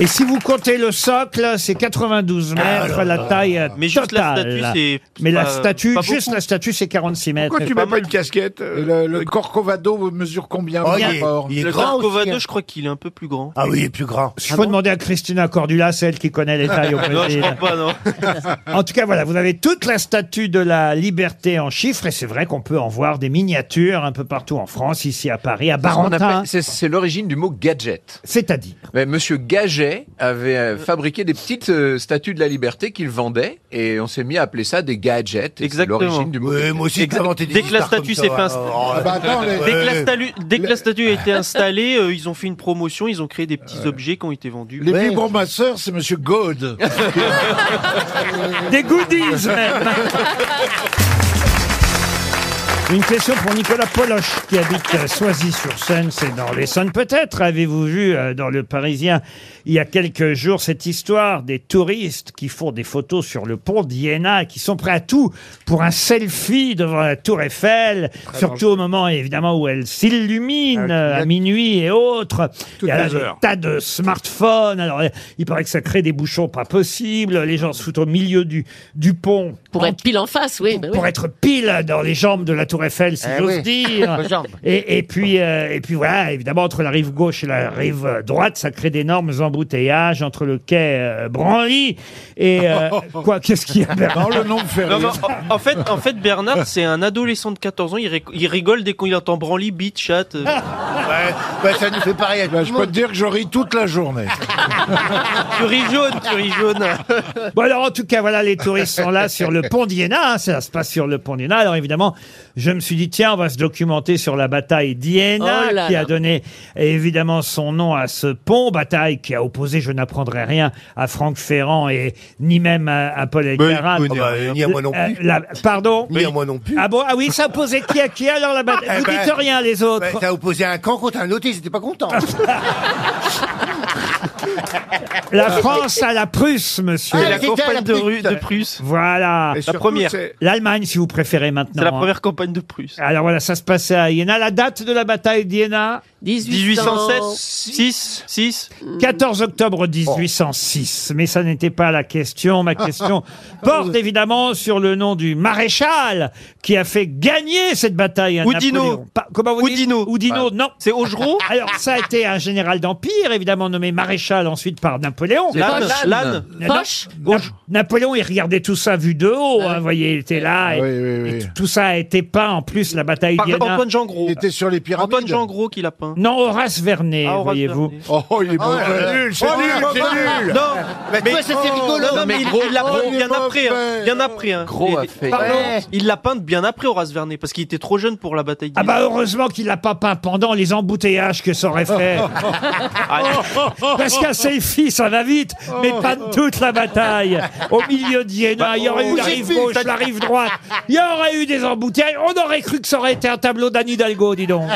[SPEAKER 2] Et si vous comptez le socle, c'est 92 mètres, la taille euh,
[SPEAKER 8] Mais juste la
[SPEAKER 2] totale.
[SPEAKER 8] statue, c'est.
[SPEAKER 2] Mais la
[SPEAKER 8] pas-
[SPEAKER 2] statue,
[SPEAKER 8] pas
[SPEAKER 2] juste
[SPEAKER 8] beaucoup.
[SPEAKER 2] la statue, c'est 46 mètres.
[SPEAKER 4] Pourquoi tu mets pas une casquette euh,
[SPEAKER 7] Et le, le Corcovado mesure combien
[SPEAKER 5] Oh,
[SPEAKER 7] par
[SPEAKER 5] il est-
[SPEAKER 7] rapport
[SPEAKER 5] il est
[SPEAKER 8] Le
[SPEAKER 5] grand aussi,
[SPEAKER 8] Corcovado,
[SPEAKER 5] hein.
[SPEAKER 8] je crois qu'il est un peu plus grand.
[SPEAKER 5] Ah oui, il est plus grand.
[SPEAKER 2] Il faut demander à Christina Cordula, celle qui connaît les tailles
[SPEAKER 8] *laughs*
[SPEAKER 2] au
[SPEAKER 8] Non, je
[SPEAKER 2] Brésil.
[SPEAKER 8] crois pas, non.
[SPEAKER 2] En tout cas, voilà, vous avez toute la statue de la liberté en chiffres, et c'est vrai qu'on peut en voir des miniatures un peu partout en France, ici à Paris, à
[SPEAKER 3] C'est ce qu'on
[SPEAKER 2] Barentin,
[SPEAKER 3] appelle- C'est c'est l'origine du mot gadget.
[SPEAKER 2] c'est-à-dire.
[SPEAKER 3] Mais Monsieur Gaget avait euh, fabriqué des petites euh, statues de la liberté qu'il vendait et on s'est mis à appeler ça des gadgets. Et C'est
[SPEAKER 8] Exactement.
[SPEAKER 3] l'origine du mot.
[SPEAKER 5] Ouais, moi aussi,
[SPEAKER 8] Exact- dès que la statue s'est fait
[SPEAKER 5] Oh,
[SPEAKER 8] insta-
[SPEAKER 3] Oh,
[SPEAKER 7] Ah bah attends, les-
[SPEAKER 8] Dès que, la
[SPEAKER 5] Euh,
[SPEAKER 8] statue, dès que la statue a été installée, euh, ils ont fait une promotion, ils ont créé des petits objets qui ont été vendus.
[SPEAKER 7] les
[SPEAKER 5] Ouais.
[SPEAKER 7] vibromasseurs, c'est Monsieur Gaud.
[SPEAKER 2] Des *laughs* goodies
[SPEAKER 10] *laughs*
[SPEAKER 2] même Une question pour Nicolas Poloche qui habite euh, Soisy-sur-Seine, c'est dans l'Essonne peut-être. Avez-vous vu euh, dans le Parisien il y a quelques jours cette histoire des touristes qui font des photos sur le pont d'Iéna et qui sont prêts à tout pour un selfie devant la tour Eiffel, surtout au moment évidemment où elle s'illumine euh, à minuit et autres. Il y a là
[SPEAKER 4] Ah, les
[SPEAKER 2] des
[SPEAKER 4] heures.
[SPEAKER 2] tas de smartphones, alors euh, il paraît que ça crée des bouchons pas possibles, les gens se foutent au milieu du, du pont
[SPEAKER 6] Pour être pile en face, oui. bah oui.
[SPEAKER 2] pour être pile dans les jambes de la Tour Eiffel, si
[SPEAKER 5] Eh
[SPEAKER 2] j'ose
[SPEAKER 5] oui. *laughs*
[SPEAKER 2] dire.
[SPEAKER 5] Aux jambes.
[SPEAKER 2] Et, et puis, euh, et puis voilà, évidemment, entre la rive gauche et la rive droite, ça crée d'énormes embouteillages entre le quai euh, Branly et
[SPEAKER 7] *laughs*
[SPEAKER 2] euh, quoi Qu'est-ce qu'il y a Bernard
[SPEAKER 7] Non, le nom me fait
[SPEAKER 8] Non, mais
[SPEAKER 7] rire.
[SPEAKER 8] en- en, fait, en fait, Bernard, c'est un adolescent de 14 ans, il, ré- il rigole dès qu'il entend Branly, beat, chat. euh.
[SPEAKER 5] Ouais, bah, ça nous fait pareil à tout
[SPEAKER 7] Bah,
[SPEAKER 5] le
[SPEAKER 7] je peux te
[SPEAKER 5] monde.
[SPEAKER 7] dire que je ris toute la journée.
[SPEAKER 8] *laughs* tu ris jaune, tu ris jaune.
[SPEAKER 2] Bon alors en tout cas voilà les touristes sont là sur le pont d'Iéna, hein, ça se passe sur le pont d'Iéna. Alors évidemment, je me suis dit tiens, on va se documenter sur la bataille d'Iéna
[SPEAKER 6] Oh là
[SPEAKER 2] qui a
[SPEAKER 6] là.
[SPEAKER 2] donné évidemment son nom à ce pont, bataille qui a opposé, je n'apprendrai rien à Franck Ferrand et ni même à, à Paul Elkarat.
[SPEAKER 5] Ah bah, euh, ni à moi non
[SPEAKER 2] Euh,
[SPEAKER 5] plus.
[SPEAKER 2] la- pardon
[SPEAKER 5] Ni à moi non plus.
[SPEAKER 2] Ah bon Ah oui, ça posait qui à qui alors la bataille
[SPEAKER 5] Eh
[SPEAKER 2] Vous
[SPEAKER 5] ben,
[SPEAKER 2] dites rien les autres.
[SPEAKER 5] Bah, T'as opposé un camp contre un autre, ils étaient pas contents.
[SPEAKER 2] *laughs* La France à la Prusse, monsieur.
[SPEAKER 8] C'est la
[SPEAKER 5] c'était à la
[SPEAKER 8] campagne de,
[SPEAKER 5] pute.
[SPEAKER 8] rue- de Prusse.
[SPEAKER 2] Voilà.
[SPEAKER 4] Et surtout,
[SPEAKER 8] première.
[SPEAKER 4] c'est-
[SPEAKER 2] L'Allemagne, si vous préférez maintenant.
[SPEAKER 8] C'est la
[SPEAKER 2] hein.
[SPEAKER 8] première campagne de Prusse.
[SPEAKER 2] Alors voilà, ça se passait à Iéna. La date de la bataille d'Iéna
[SPEAKER 8] 1807
[SPEAKER 6] 1807.
[SPEAKER 8] 6 6
[SPEAKER 2] 14 octobre 1806. Mais ça n'était pas la question. Ma question porte évidemment sur le nom du maréchal qui a fait gagner cette bataille à
[SPEAKER 8] Oudinot.
[SPEAKER 2] Napoléon. Pa- comment vous dites
[SPEAKER 8] Oudinot.
[SPEAKER 2] Oudinot, non.
[SPEAKER 8] C'est Augereau
[SPEAKER 2] *laughs* Alors, ça a été un général d'Empire, évidemment nommé maréchal ensuite par Napoléon.
[SPEAKER 8] Lannes
[SPEAKER 3] Lannes.
[SPEAKER 8] Lannes
[SPEAKER 2] Na-
[SPEAKER 6] Poche
[SPEAKER 2] Na- Napoléon, il regardait tout ça vu de haut. hein, Vous voyez, il était là.
[SPEAKER 7] Ah
[SPEAKER 2] et-
[SPEAKER 7] oui, oui,
[SPEAKER 2] et
[SPEAKER 7] oui.
[SPEAKER 2] t- tout ça a été peint, en plus, la bataille
[SPEAKER 8] Par
[SPEAKER 2] d'Iéna.
[SPEAKER 8] Antoine Jean Gros.
[SPEAKER 7] Il était sur les pyramides.
[SPEAKER 8] Antoine Jean Gros qui l'a peint.
[SPEAKER 2] Non, Horace Vernet,
[SPEAKER 8] Ah, Horace
[SPEAKER 2] voyez-vous.
[SPEAKER 8] Vernet.
[SPEAKER 7] Oh, il est
[SPEAKER 8] Ah
[SPEAKER 7] mauvais.
[SPEAKER 4] nul, c'est
[SPEAKER 7] Oh, il est
[SPEAKER 4] nul, c'est
[SPEAKER 7] mauvais.
[SPEAKER 4] nul.
[SPEAKER 8] Non, oh,
[SPEAKER 5] Bah, tu vois, ça
[SPEAKER 2] oh,
[SPEAKER 5] c'est rigolo.
[SPEAKER 8] non, non, mais il il l'a
[SPEAKER 7] gros,
[SPEAKER 8] peint
[SPEAKER 7] il est
[SPEAKER 8] bien après. hein.
[SPEAKER 7] mauvais.
[SPEAKER 8] Bien après. hein.
[SPEAKER 3] Gros
[SPEAKER 8] Il-
[SPEAKER 3] a fait.
[SPEAKER 2] Pardon
[SPEAKER 5] Ouais.
[SPEAKER 8] Il l'a peinte bien après Horace Vernet parce qu'il était trop jeune pour la bataille.
[SPEAKER 2] Ah bah heureusement qu'il n'a pas peint pendant les embouteillages que ça aurait fait. Ah, Parce qu'un selfie, ça va vite, mais pas de toute la bataille. Au milieu d'Iéna, il y aurait eu la rive gauche, la rive droite. Il y aurait eu des embouteillages. On aurait cru que ça aurait été un tableau d'Anne Hidalgo, dis donc.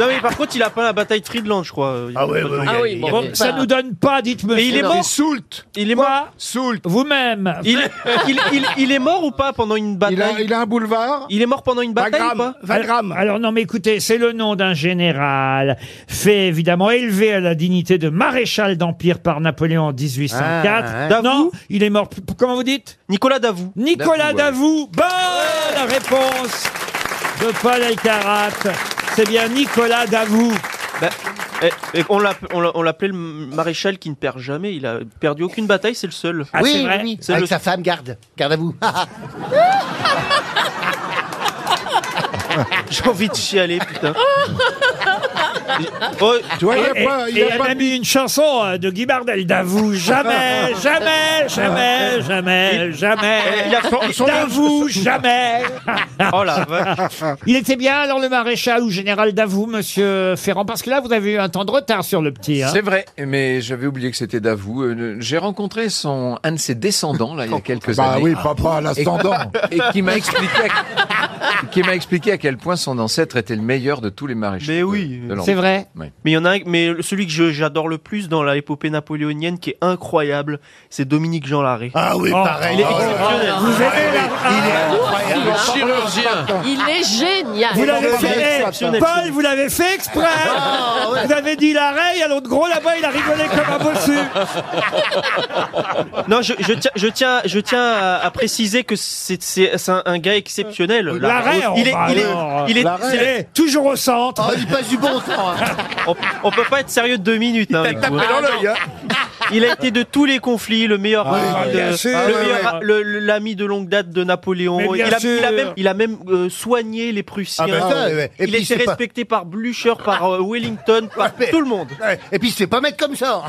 [SPEAKER 8] Non mais par contre il a peint la bataille de Friedland je crois. euh, il y a
[SPEAKER 5] Ah ouais,
[SPEAKER 8] pas de
[SPEAKER 5] ouais,
[SPEAKER 8] temps.
[SPEAKER 5] ouais.
[SPEAKER 6] Ah oui,
[SPEAKER 2] Bon,
[SPEAKER 6] bon.
[SPEAKER 2] ça nous donne pas, dites-moi.
[SPEAKER 8] Mais il est
[SPEAKER 2] Moi,
[SPEAKER 8] mort.
[SPEAKER 7] Soult.
[SPEAKER 8] Il est mort.
[SPEAKER 7] Soult.
[SPEAKER 2] Vous-même.
[SPEAKER 8] *laughs* Il est, il, il- il est mort ou pas pendant une
[SPEAKER 7] Il a,
[SPEAKER 8] bataille
[SPEAKER 7] il a un boulevard.
[SPEAKER 8] Il est mort pendant une bataille ou pas
[SPEAKER 2] Alors, alors non, mais écoutez, c'est le nom d'un général, fait évidemment élevé à la dignité de maréchal d'empire par Napoléon en 1804.
[SPEAKER 5] Ah, ouais.
[SPEAKER 2] Davout Non, il est mort. p- Comment vous dites
[SPEAKER 8] Nicolas Davout.
[SPEAKER 2] Nicolas
[SPEAKER 3] Davout,
[SPEAKER 2] Davout. Bonne réponse de Paul Elkarat. C'est bien Nicolas Davout.
[SPEAKER 8] Bah, et- et on l'a- on l'a- on l'appelait le maréchal qui ne perd jamais. Il a perdu aucune bataille, c'est le seul.
[SPEAKER 2] Ah, c'est
[SPEAKER 5] oui,
[SPEAKER 2] vrai
[SPEAKER 5] oui, oui.
[SPEAKER 8] C'est
[SPEAKER 5] Avec
[SPEAKER 8] le-
[SPEAKER 5] sa femme, garde. Garde à vous.
[SPEAKER 8] *laughs* J'ai envie de chialer, putain. Oh,
[SPEAKER 7] Tu vois, il
[SPEAKER 2] Et,
[SPEAKER 7] a pas.
[SPEAKER 2] et
[SPEAKER 7] Il a
[SPEAKER 2] elle
[SPEAKER 7] pas
[SPEAKER 2] a mis une chanson euh, de Guy Bardel, Davout. Jamais,
[SPEAKER 8] *laughs*
[SPEAKER 2] jamais, jamais, jamais, jamais.
[SPEAKER 8] il a son- son-
[SPEAKER 2] Davout, jamais.
[SPEAKER 8] oh la vache.
[SPEAKER 2] Il était bien alors le maréchal ou général d'avoue, monsieur Ferrand, parce que là vous avez eu un temps de retard sur le petit. hein.
[SPEAKER 3] C'est vrai, mais j'avais oublié que c'était Davout. Euh, le- J'ai rencontré son, un de ses descendants, là, il y a quelques
[SPEAKER 7] Bah
[SPEAKER 3] années.
[SPEAKER 7] oui, papa, l'ascendant.
[SPEAKER 3] *laughs* Et qui m'a expliqué, à- qui m'a expliqué à quel point son ancêtre était le meilleur de tous les maréchaux.
[SPEAKER 8] Mais
[SPEAKER 3] de-
[SPEAKER 8] oui.
[SPEAKER 3] de l'Empire.
[SPEAKER 2] C'est vrai.
[SPEAKER 8] Mais il y en a un, mais celui que je- j'adore le plus dans la épopée napoléonienne qui est incroyable, c'est Dominique Jean Larré.
[SPEAKER 5] Ah oui,
[SPEAKER 2] Oh,
[SPEAKER 5] pareil.
[SPEAKER 8] Il est
[SPEAKER 5] Ah ouais.
[SPEAKER 8] exceptionnel.
[SPEAKER 2] Vous aimez la- Ah,
[SPEAKER 3] Le chirurgien.
[SPEAKER 6] Il est génial.
[SPEAKER 2] vous l'avez
[SPEAKER 7] Vous
[SPEAKER 2] fait,
[SPEAKER 7] l'avez
[SPEAKER 2] eh,
[SPEAKER 8] exceptionnel. Ah,
[SPEAKER 2] Paul, vous l'avez fait exprès. Vous avez dit l'arrêt, à l'autre gros là-bas, il a rigolé comme
[SPEAKER 5] Ah,
[SPEAKER 2] un bossu.
[SPEAKER 8] Non, je, je tiens, je tiens, je tiens à, à préciser que c'est c'est- c'est un, un gars exceptionnel.
[SPEAKER 2] L'arrêt, oh,
[SPEAKER 8] il est,
[SPEAKER 2] bah
[SPEAKER 8] il est,
[SPEAKER 2] alors.
[SPEAKER 8] il est-
[SPEAKER 2] Il
[SPEAKER 8] c'est- Ah,
[SPEAKER 2] est toujours au centre.
[SPEAKER 5] Oh, il passe du bon temps. hein.
[SPEAKER 8] on, on peut pas être sérieux deux minutes. hein, avec vous.
[SPEAKER 2] *laughs*
[SPEAKER 8] Il a été de tous les conflits le meilleur, ami de-
[SPEAKER 2] bien sûr.
[SPEAKER 8] le
[SPEAKER 2] Ah, ouais,
[SPEAKER 8] meilleur-
[SPEAKER 2] ouais.
[SPEAKER 8] le- le- l'ami de longue date de Napoléon.
[SPEAKER 2] Mais
[SPEAKER 8] Il
[SPEAKER 2] bien
[SPEAKER 8] a, il a
[SPEAKER 2] sûr.
[SPEAKER 8] même, il a même, euh, soigné les Prussiens.
[SPEAKER 5] Ah, bah, ça, ouais, ouais. Et
[SPEAKER 8] il
[SPEAKER 5] puis,
[SPEAKER 8] était
[SPEAKER 5] c'est pas-
[SPEAKER 8] respecté par Blücher, par euh, Wellington, par
[SPEAKER 5] mais-
[SPEAKER 8] tout le monde.
[SPEAKER 5] Ouais. Et puis, il se fait pas mettre comme ça.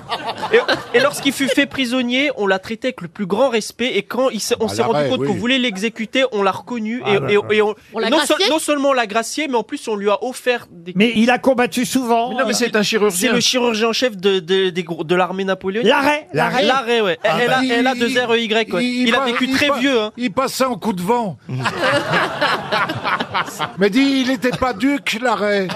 [SPEAKER 8] Et, et lorsqu'il fut fait prisonnier, on l'a traité avec le plus grand respect. Et quand il s'est- on
[SPEAKER 7] Ah,
[SPEAKER 8] s'est rendu
[SPEAKER 7] l'arrêt,
[SPEAKER 8] compte
[SPEAKER 7] oui.
[SPEAKER 8] qu'on voulait l'exécuter, on l'a reconnu.
[SPEAKER 5] Ah,
[SPEAKER 8] et, et- et on,
[SPEAKER 6] On l'a
[SPEAKER 8] non,
[SPEAKER 6] gracié
[SPEAKER 8] non seulement on l'a gracié, mais en plus on lui a offert des.
[SPEAKER 2] Mais il a combattu souvent.
[SPEAKER 3] Mais non, mais c'est un
[SPEAKER 8] C'est
[SPEAKER 3] chirurgien.
[SPEAKER 8] le chirurgien en chef de, de, des gros- de l'armée napoléonienne.
[SPEAKER 2] L'arrêt, l'arrêt.
[SPEAKER 8] L'arrêt, ouais.
[SPEAKER 7] Ah,
[SPEAKER 8] elle,
[SPEAKER 7] bah,
[SPEAKER 8] a, elle a
[SPEAKER 7] il-
[SPEAKER 8] deux R E Y. ouais. Il, a
[SPEAKER 7] pa-
[SPEAKER 8] vécu
[SPEAKER 7] il
[SPEAKER 8] très
[SPEAKER 7] pa-
[SPEAKER 8] vieux. Hein.
[SPEAKER 7] Il passait en coup de
[SPEAKER 8] *laughs*
[SPEAKER 7] vent. Mais dis, il n'était pas duc, l'arrêt.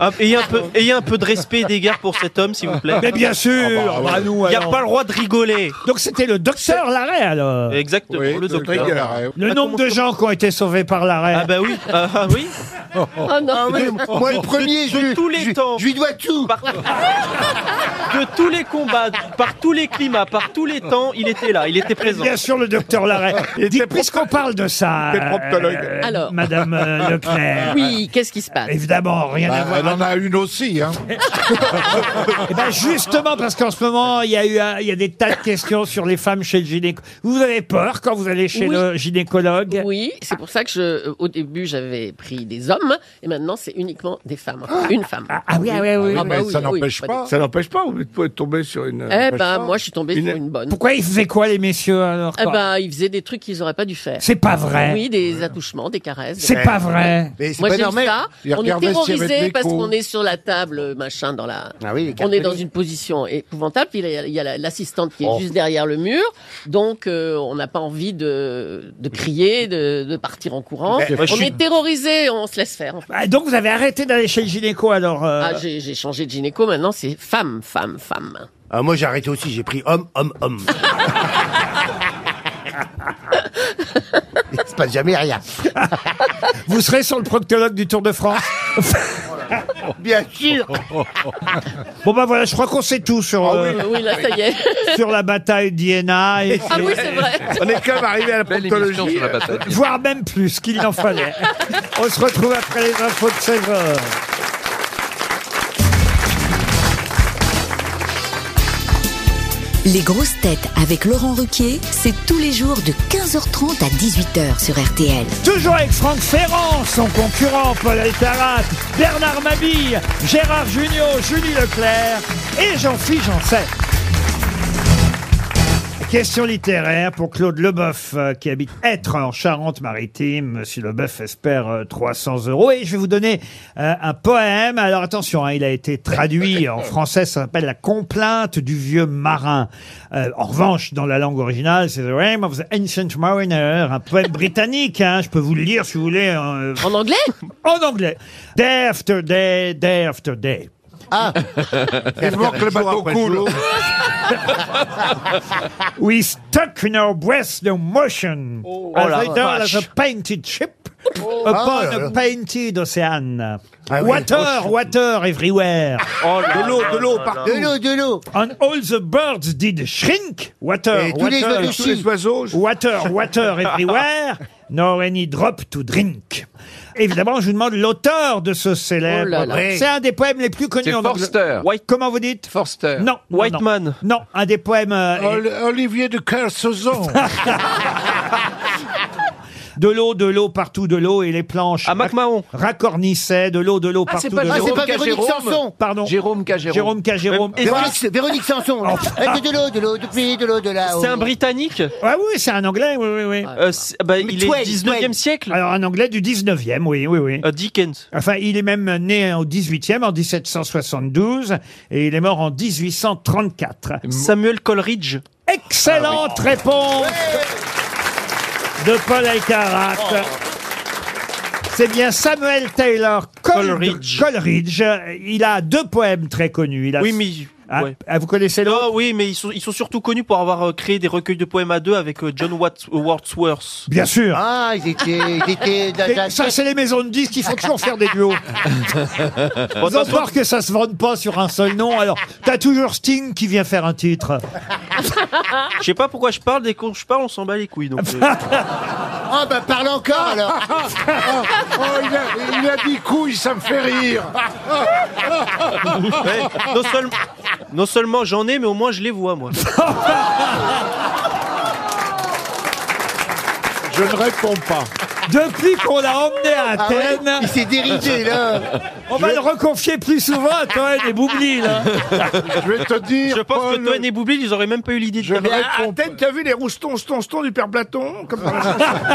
[SPEAKER 8] Ah, ayez, un peu, ayez un peu de respect et d'égard pour cet homme, s'il vous plaît.
[SPEAKER 2] Mais bien sûr.
[SPEAKER 7] Ah bah,
[SPEAKER 2] Ah, nous,
[SPEAKER 8] Il n'y a
[SPEAKER 2] alors.
[SPEAKER 8] pas le droit de rigoler.
[SPEAKER 2] Donc c'était le docteur l'arrêt alors.
[SPEAKER 8] Exactement,
[SPEAKER 7] Oui,
[SPEAKER 8] le
[SPEAKER 7] le
[SPEAKER 8] docteur.
[SPEAKER 7] docteur Larrey.
[SPEAKER 2] Le hein.
[SPEAKER 8] Ah,
[SPEAKER 2] nombre
[SPEAKER 8] comment-
[SPEAKER 2] de gens qui ont été sauvés par l'arrêt.
[SPEAKER 8] Ah bah oui, ah, ah oui.
[SPEAKER 6] Oh non.
[SPEAKER 5] Ah, Moi, le premier, je,
[SPEAKER 8] de tous les
[SPEAKER 5] je-
[SPEAKER 8] temps.
[SPEAKER 5] je lui dois tout.
[SPEAKER 8] Par- *laughs* De tous les combats, par tous les climats, par tous les temps, il était là, il était présent.
[SPEAKER 2] *laughs* Bien sûr, le
[SPEAKER 8] *laughs*
[SPEAKER 2] docteur Larrey. Dites, Puisqu'on parle de ça,
[SPEAKER 7] était proctologue.
[SPEAKER 2] euh,
[SPEAKER 6] Alors.
[SPEAKER 2] Madame
[SPEAKER 6] *laughs*
[SPEAKER 2] euh, Leclerc.
[SPEAKER 6] Oui, qu'est-ce qui se passe
[SPEAKER 2] Évidemment, rien à
[SPEAKER 7] Bah,
[SPEAKER 2] voir.
[SPEAKER 7] elle en a une aussi. Hein.
[SPEAKER 2] *laughs* Eh ben, justement, parce qu'en ce moment, il y a eu, un- il y a des tas de questions sur les femmes chez le gynécologue. Vous avez peur quand vous allez chez
[SPEAKER 6] Oui.
[SPEAKER 2] le gynécologue
[SPEAKER 6] Oui, c'est pour ça que je, euh, au début, j'avais pris des hommes et maintenant, c'est uniquement des femmes. Une femme.
[SPEAKER 2] ah, ah oui, ah oui, oui.
[SPEAKER 6] Ah
[SPEAKER 7] Mais
[SPEAKER 6] bah oui,
[SPEAKER 7] ça
[SPEAKER 6] oui,
[SPEAKER 7] n'empêche
[SPEAKER 6] pas
[SPEAKER 7] pas.
[SPEAKER 4] Ça n'empêche pas, vous pouvez tomber sur une.
[SPEAKER 6] Eh
[SPEAKER 4] n'empêche
[SPEAKER 6] ben,
[SPEAKER 4] pas.
[SPEAKER 6] moi, je suis tombée
[SPEAKER 4] Une-
[SPEAKER 6] sur une bonne.
[SPEAKER 2] Pourquoi ils faisaient quoi, les messieurs alors
[SPEAKER 6] Eh
[SPEAKER 2] quand-
[SPEAKER 6] ben, ils faisaient des trucs qu'ils auraient pas dû faire.
[SPEAKER 2] C'est pas vrai.
[SPEAKER 6] Oui, des attouchements, des caresses. des-
[SPEAKER 2] C'est pas vrai.
[SPEAKER 5] Mais c'est
[SPEAKER 6] Moi,
[SPEAKER 5] pas
[SPEAKER 6] j'ai vu
[SPEAKER 5] normal.
[SPEAKER 6] ça.
[SPEAKER 7] Il
[SPEAKER 6] On est
[SPEAKER 7] regardait s'il y avait de
[SPEAKER 6] terrorisé parce
[SPEAKER 7] l'écho.
[SPEAKER 6] qu'on est sur la table, euh, machin, dans la.
[SPEAKER 5] Ah oui, les
[SPEAKER 6] on est
[SPEAKER 5] carteliers.
[SPEAKER 6] dans une position épouvantable. Puis il y a- il y a la- l'assistante qui est juste derrière le mur, donc euh, on n'a pas envie de, de crier, de, de partir en courant.
[SPEAKER 5] Eh,
[SPEAKER 6] Hein on
[SPEAKER 8] moi, je suis-
[SPEAKER 6] est terrorisé, on se laisse faire. en fait.
[SPEAKER 2] Ah, donc vous avez
[SPEAKER 7] *laughs*
[SPEAKER 2] arrêté d'aller chez le gynéco alors euh,
[SPEAKER 6] Ah, j'ai j'ai changé de gynéco, maintenant c'est femme, femme, femme.
[SPEAKER 5] Ah, moi, j'ai arrêté aussi. J'ai pris homme, homme, homme. Il se passe jamais rien.
[SPEAKER 2] *laughs* Vous serez sur le proctologue du Tour de France
[SPEAKER 5] Bien sûr.
[SPEAKER 2] *laughs* Bon bah voilà, je crois qu'on sait tout sur, euh,
[SPEAKER 6] Ah Oui, là, ça y est.
[SPEAKER 2] *laughs* sur la bataille d'Iéna, et,
[SPEAKER 6] Ah oui, c'est vrai.
[SPEAKER 4] On est quand même arrivé à la
[SPEAKER 3] Belle émission
[SPEAKER 4] proctologie.
[SPEAKER 3] sur la bataille.
[SPEAKER 2] voire même plus qu'il
[SPEAKER 4] *laughs*
[SPEAKER 2] n'en fallait. On se retrouve après les infos de 16 heures.
[SPEAKER 11] Les grosses têtes avec Laurent Ruquier, c'est tous les jours de 15h30 à 18h sur RTL.
[SPEAKER 2] Toujours avec Franck Ferrand, son concurrent Paul Altarat, Bernard Mabille, Gérard Junior, Julie Leclerc et Jean-Philippe Janssen. Question littéraire pour Claude Leboeuf, euh, qui habite Être en Charente-Maritime. Monsieur Leboeuf espère euh, 300 euros. Et je vais vous donner euh, un poème. Alors attention, hein, il a été traduit en français, ça s'appelle La complainte du vieux marin. Euh, en revanche, dans la langue originale, c'est The Rime of the Ancient Mariner, un poème britannique. hein. je peux vous le lire si vous voulez euh,
[SPEAKER 6] En anglais
[SPEAKER 2] en anglais. Day after day, day after day.
[SPEAKER 6] Ah.
[SPEAKER 7] Tellement que le
[SPEAKER 6] *laughs*
[SPEAKER 7] bateau coule.
[SPEAKER 2] We stuck in our breath no motion,
[SPEAKER 4] Oh.
[SPEAKER 5] Oh,
[SPEAKER 2] as
[SPEAKER 8] la
[SPEAKER 2] idle as a painted ship upon
[SPEAKER 5] Ah,
[SPEAKER 2] a painted ocean.
[SPEAKER 5] Ah oui. Oh
[SPEAKER 2] water, water everywhere,
[SPEAKER 4] De l'eau, de l'eau, partout.
[SPEAKER 5] De l'eau, de l'eau.
[SPEAKER 2] and all the birds did shrink. Water,
[SPEAKER 5] Et tous les
[SPEAKER 2] water,
[SPEAKER 5] oiseaux
[SPEAKER 4] Tous les
[SPEAKER 5] chient.
[SPEAKER 4] oiseaux. je- *laughs*
[SPEAKER 2] water, water everywhere, nor any drop to drink. Évidemment, je vous demande l'auteur de ce célèbre.
[SPEAKER 6] Oh là là.
[SPEAKER 5] Oui.
[SPEAKER 2] C'est un des poèmes les plus
[SPEAKER 3] C'est
[SPEAKER 2] connus en Angleterre.
[SPEAKER 3] Forster.
[SPEAKER 8] White,
[SPEAKER 2] Comment vous dites
[SPEAKER 3] Forster.
[SPEAKER 2] Non. non,
[SPEAKER 8] White
[SPEAKER 2] non.
[SPEAKER 8] Man.
[SPEAKER 2] Non, un des poèmes euh,
[SPEAKER 5] Oh,
[SPEAKER 7] Ol- Olivier de Kersauzon.
[SPEAKER 2] *laughs* De l'eau, de l'eau, partout de l'eau et les planches
[SPEAKER 8] À MacMahon.
[SPEAKER 2] raccornissaient, de l'eau, de l'eau,
[SPEAKER 3] Ah, c'est
[SPEAKER 2] partout
[SPEAKER 3] pas
[SPEAKER 2] de
[SPEAKER 5] Ah,
[SPEAKER 2] l'eau.
[SPEAKER 5] c'est pas
[SPEAKER 3] Jérôme
[SPEAKER 5] Véronique
[SPEAKER 3] Cagérôme.
[SPEAKER 5] Sanson.
[SPEAKER 2] Pardon.
[SPEAKER 3] Jérôme Cagéron.
[SPEAKER 2] Jérôme K. Jérôme.
[SPEAKER 8] Et-
[SPEAKER 5] Véronique, Véronique Sanson. là. Avec Eh, de l'eau, de l'eau, de pluie, de l'eau, de là.
[SPEAKER 8] C'est un Britannique
[SPEAKER 2] Ah oui, c'est un anglais, oui, oui, oui.
[SPEAKER 8] Euh, c'est- bah,
[SPEAKER 5] Mais
[SPEAKER 8] Il est
[SPEAKER 5] Twain,
[SPEAKER 8] 19e
[SPEAKER 5] Twain.
[SPEAKER 8] siècle
[SPEAKER 2] Alors un anglais du 19e, oui, oui, oui.
[SPEAKER 8] Euh, Dickens.
[SPEAKER 2] Enfin, il est même né au 18e, en 1772, et il est mort en 1834.
[SPEAKER 8] Samuel Coleridge.
[SPEAKER 2] Excellente réponse de Paul Aycarat. C'est bien Samuel Taylor Col-
[SPEAKER 8] Coleridge.
[SPEAKER 2] Coleridge. Il a deux poèmes très connus. Il a-
[SPEAKER 8] Oui, mais.
[SPEAKER 2] Ah,
[SPEAKER 8] ouais.
[SPEAKER 2] ah, vous connaissez l'autre
[SPEAKER 8] Non, oui, mais ils sont, ils sont surtout connus pour avoir euh, créé des recueils de poèmes à deux avec euh, John Wat- Wordsworth.
[SPEAKER 2] Bien sûr.
[SPEAKER 5] Ah, ils étaient, ils
[SPEAKER 2] *laughs*
[SPEAKER 5] étaient dans
[SPEAKER 2] Et
[SPEAKER 5] la
[SPEAKER 2] ça, c'est les maisons de disques, il faut toujours faire des
[SPEAKER 5] *laughs*
[SPEAKER 2] duos. Ils
[SPEAKER 6] *laughs*
[SPEAKER 2] ont peur que ça se vende pas sur un seul nom, alors t'as toujours Sting qui vient faire un titre.
[SPEAKER 8] Je sais pas pourquoi je parle, dès qu'on je parle, on s'en bat les
[SPEAKER 2] *laughs*
[SPEAKER 8] couilles. Donc, euh,
[SPEAKER 5] Ah, bah parle encore
[SPEAKER 6] *laughs*
[SPEAKER 5] alors.
[SPEAKER 7] Oh, il a, il a dit couille, ça me fait rire.
[SPEAKER 8] ouais, non, seul- non seulement j'en ai, mais au moins je les vois, moi.
[SPEAKER 7] Je ne réponds pas.
[SPEAKER 2] Depuis qu'on l'a emmené à
[SPEAKER 5] Ah ouais,
[SPEAKER 2] Athènes,
[SPEAKER 5] il s'est dérivé là.
[SPEAKER 2] on va le reconfier plus souvent à Toen et hein. Boubli, là.
[SPEAKER 7] Je vais te dire.
[SPEAKER 8] Je
[SPEAKER 4] Oh,
[SPEAKER 8] pense
[SPEAKER 7] Paul,
[SPEAKER 8] que Toen et Boublil, ils auraient même pas eu l'idée de
[SPEAKER 7] Je
[SPEAKER 8] faire
[SPEAKER 7] vais-
[SPEAKER 4] Mais à Athènes, Ah, t'as vu les roustons, stons, stons du père Platon comme par hasard.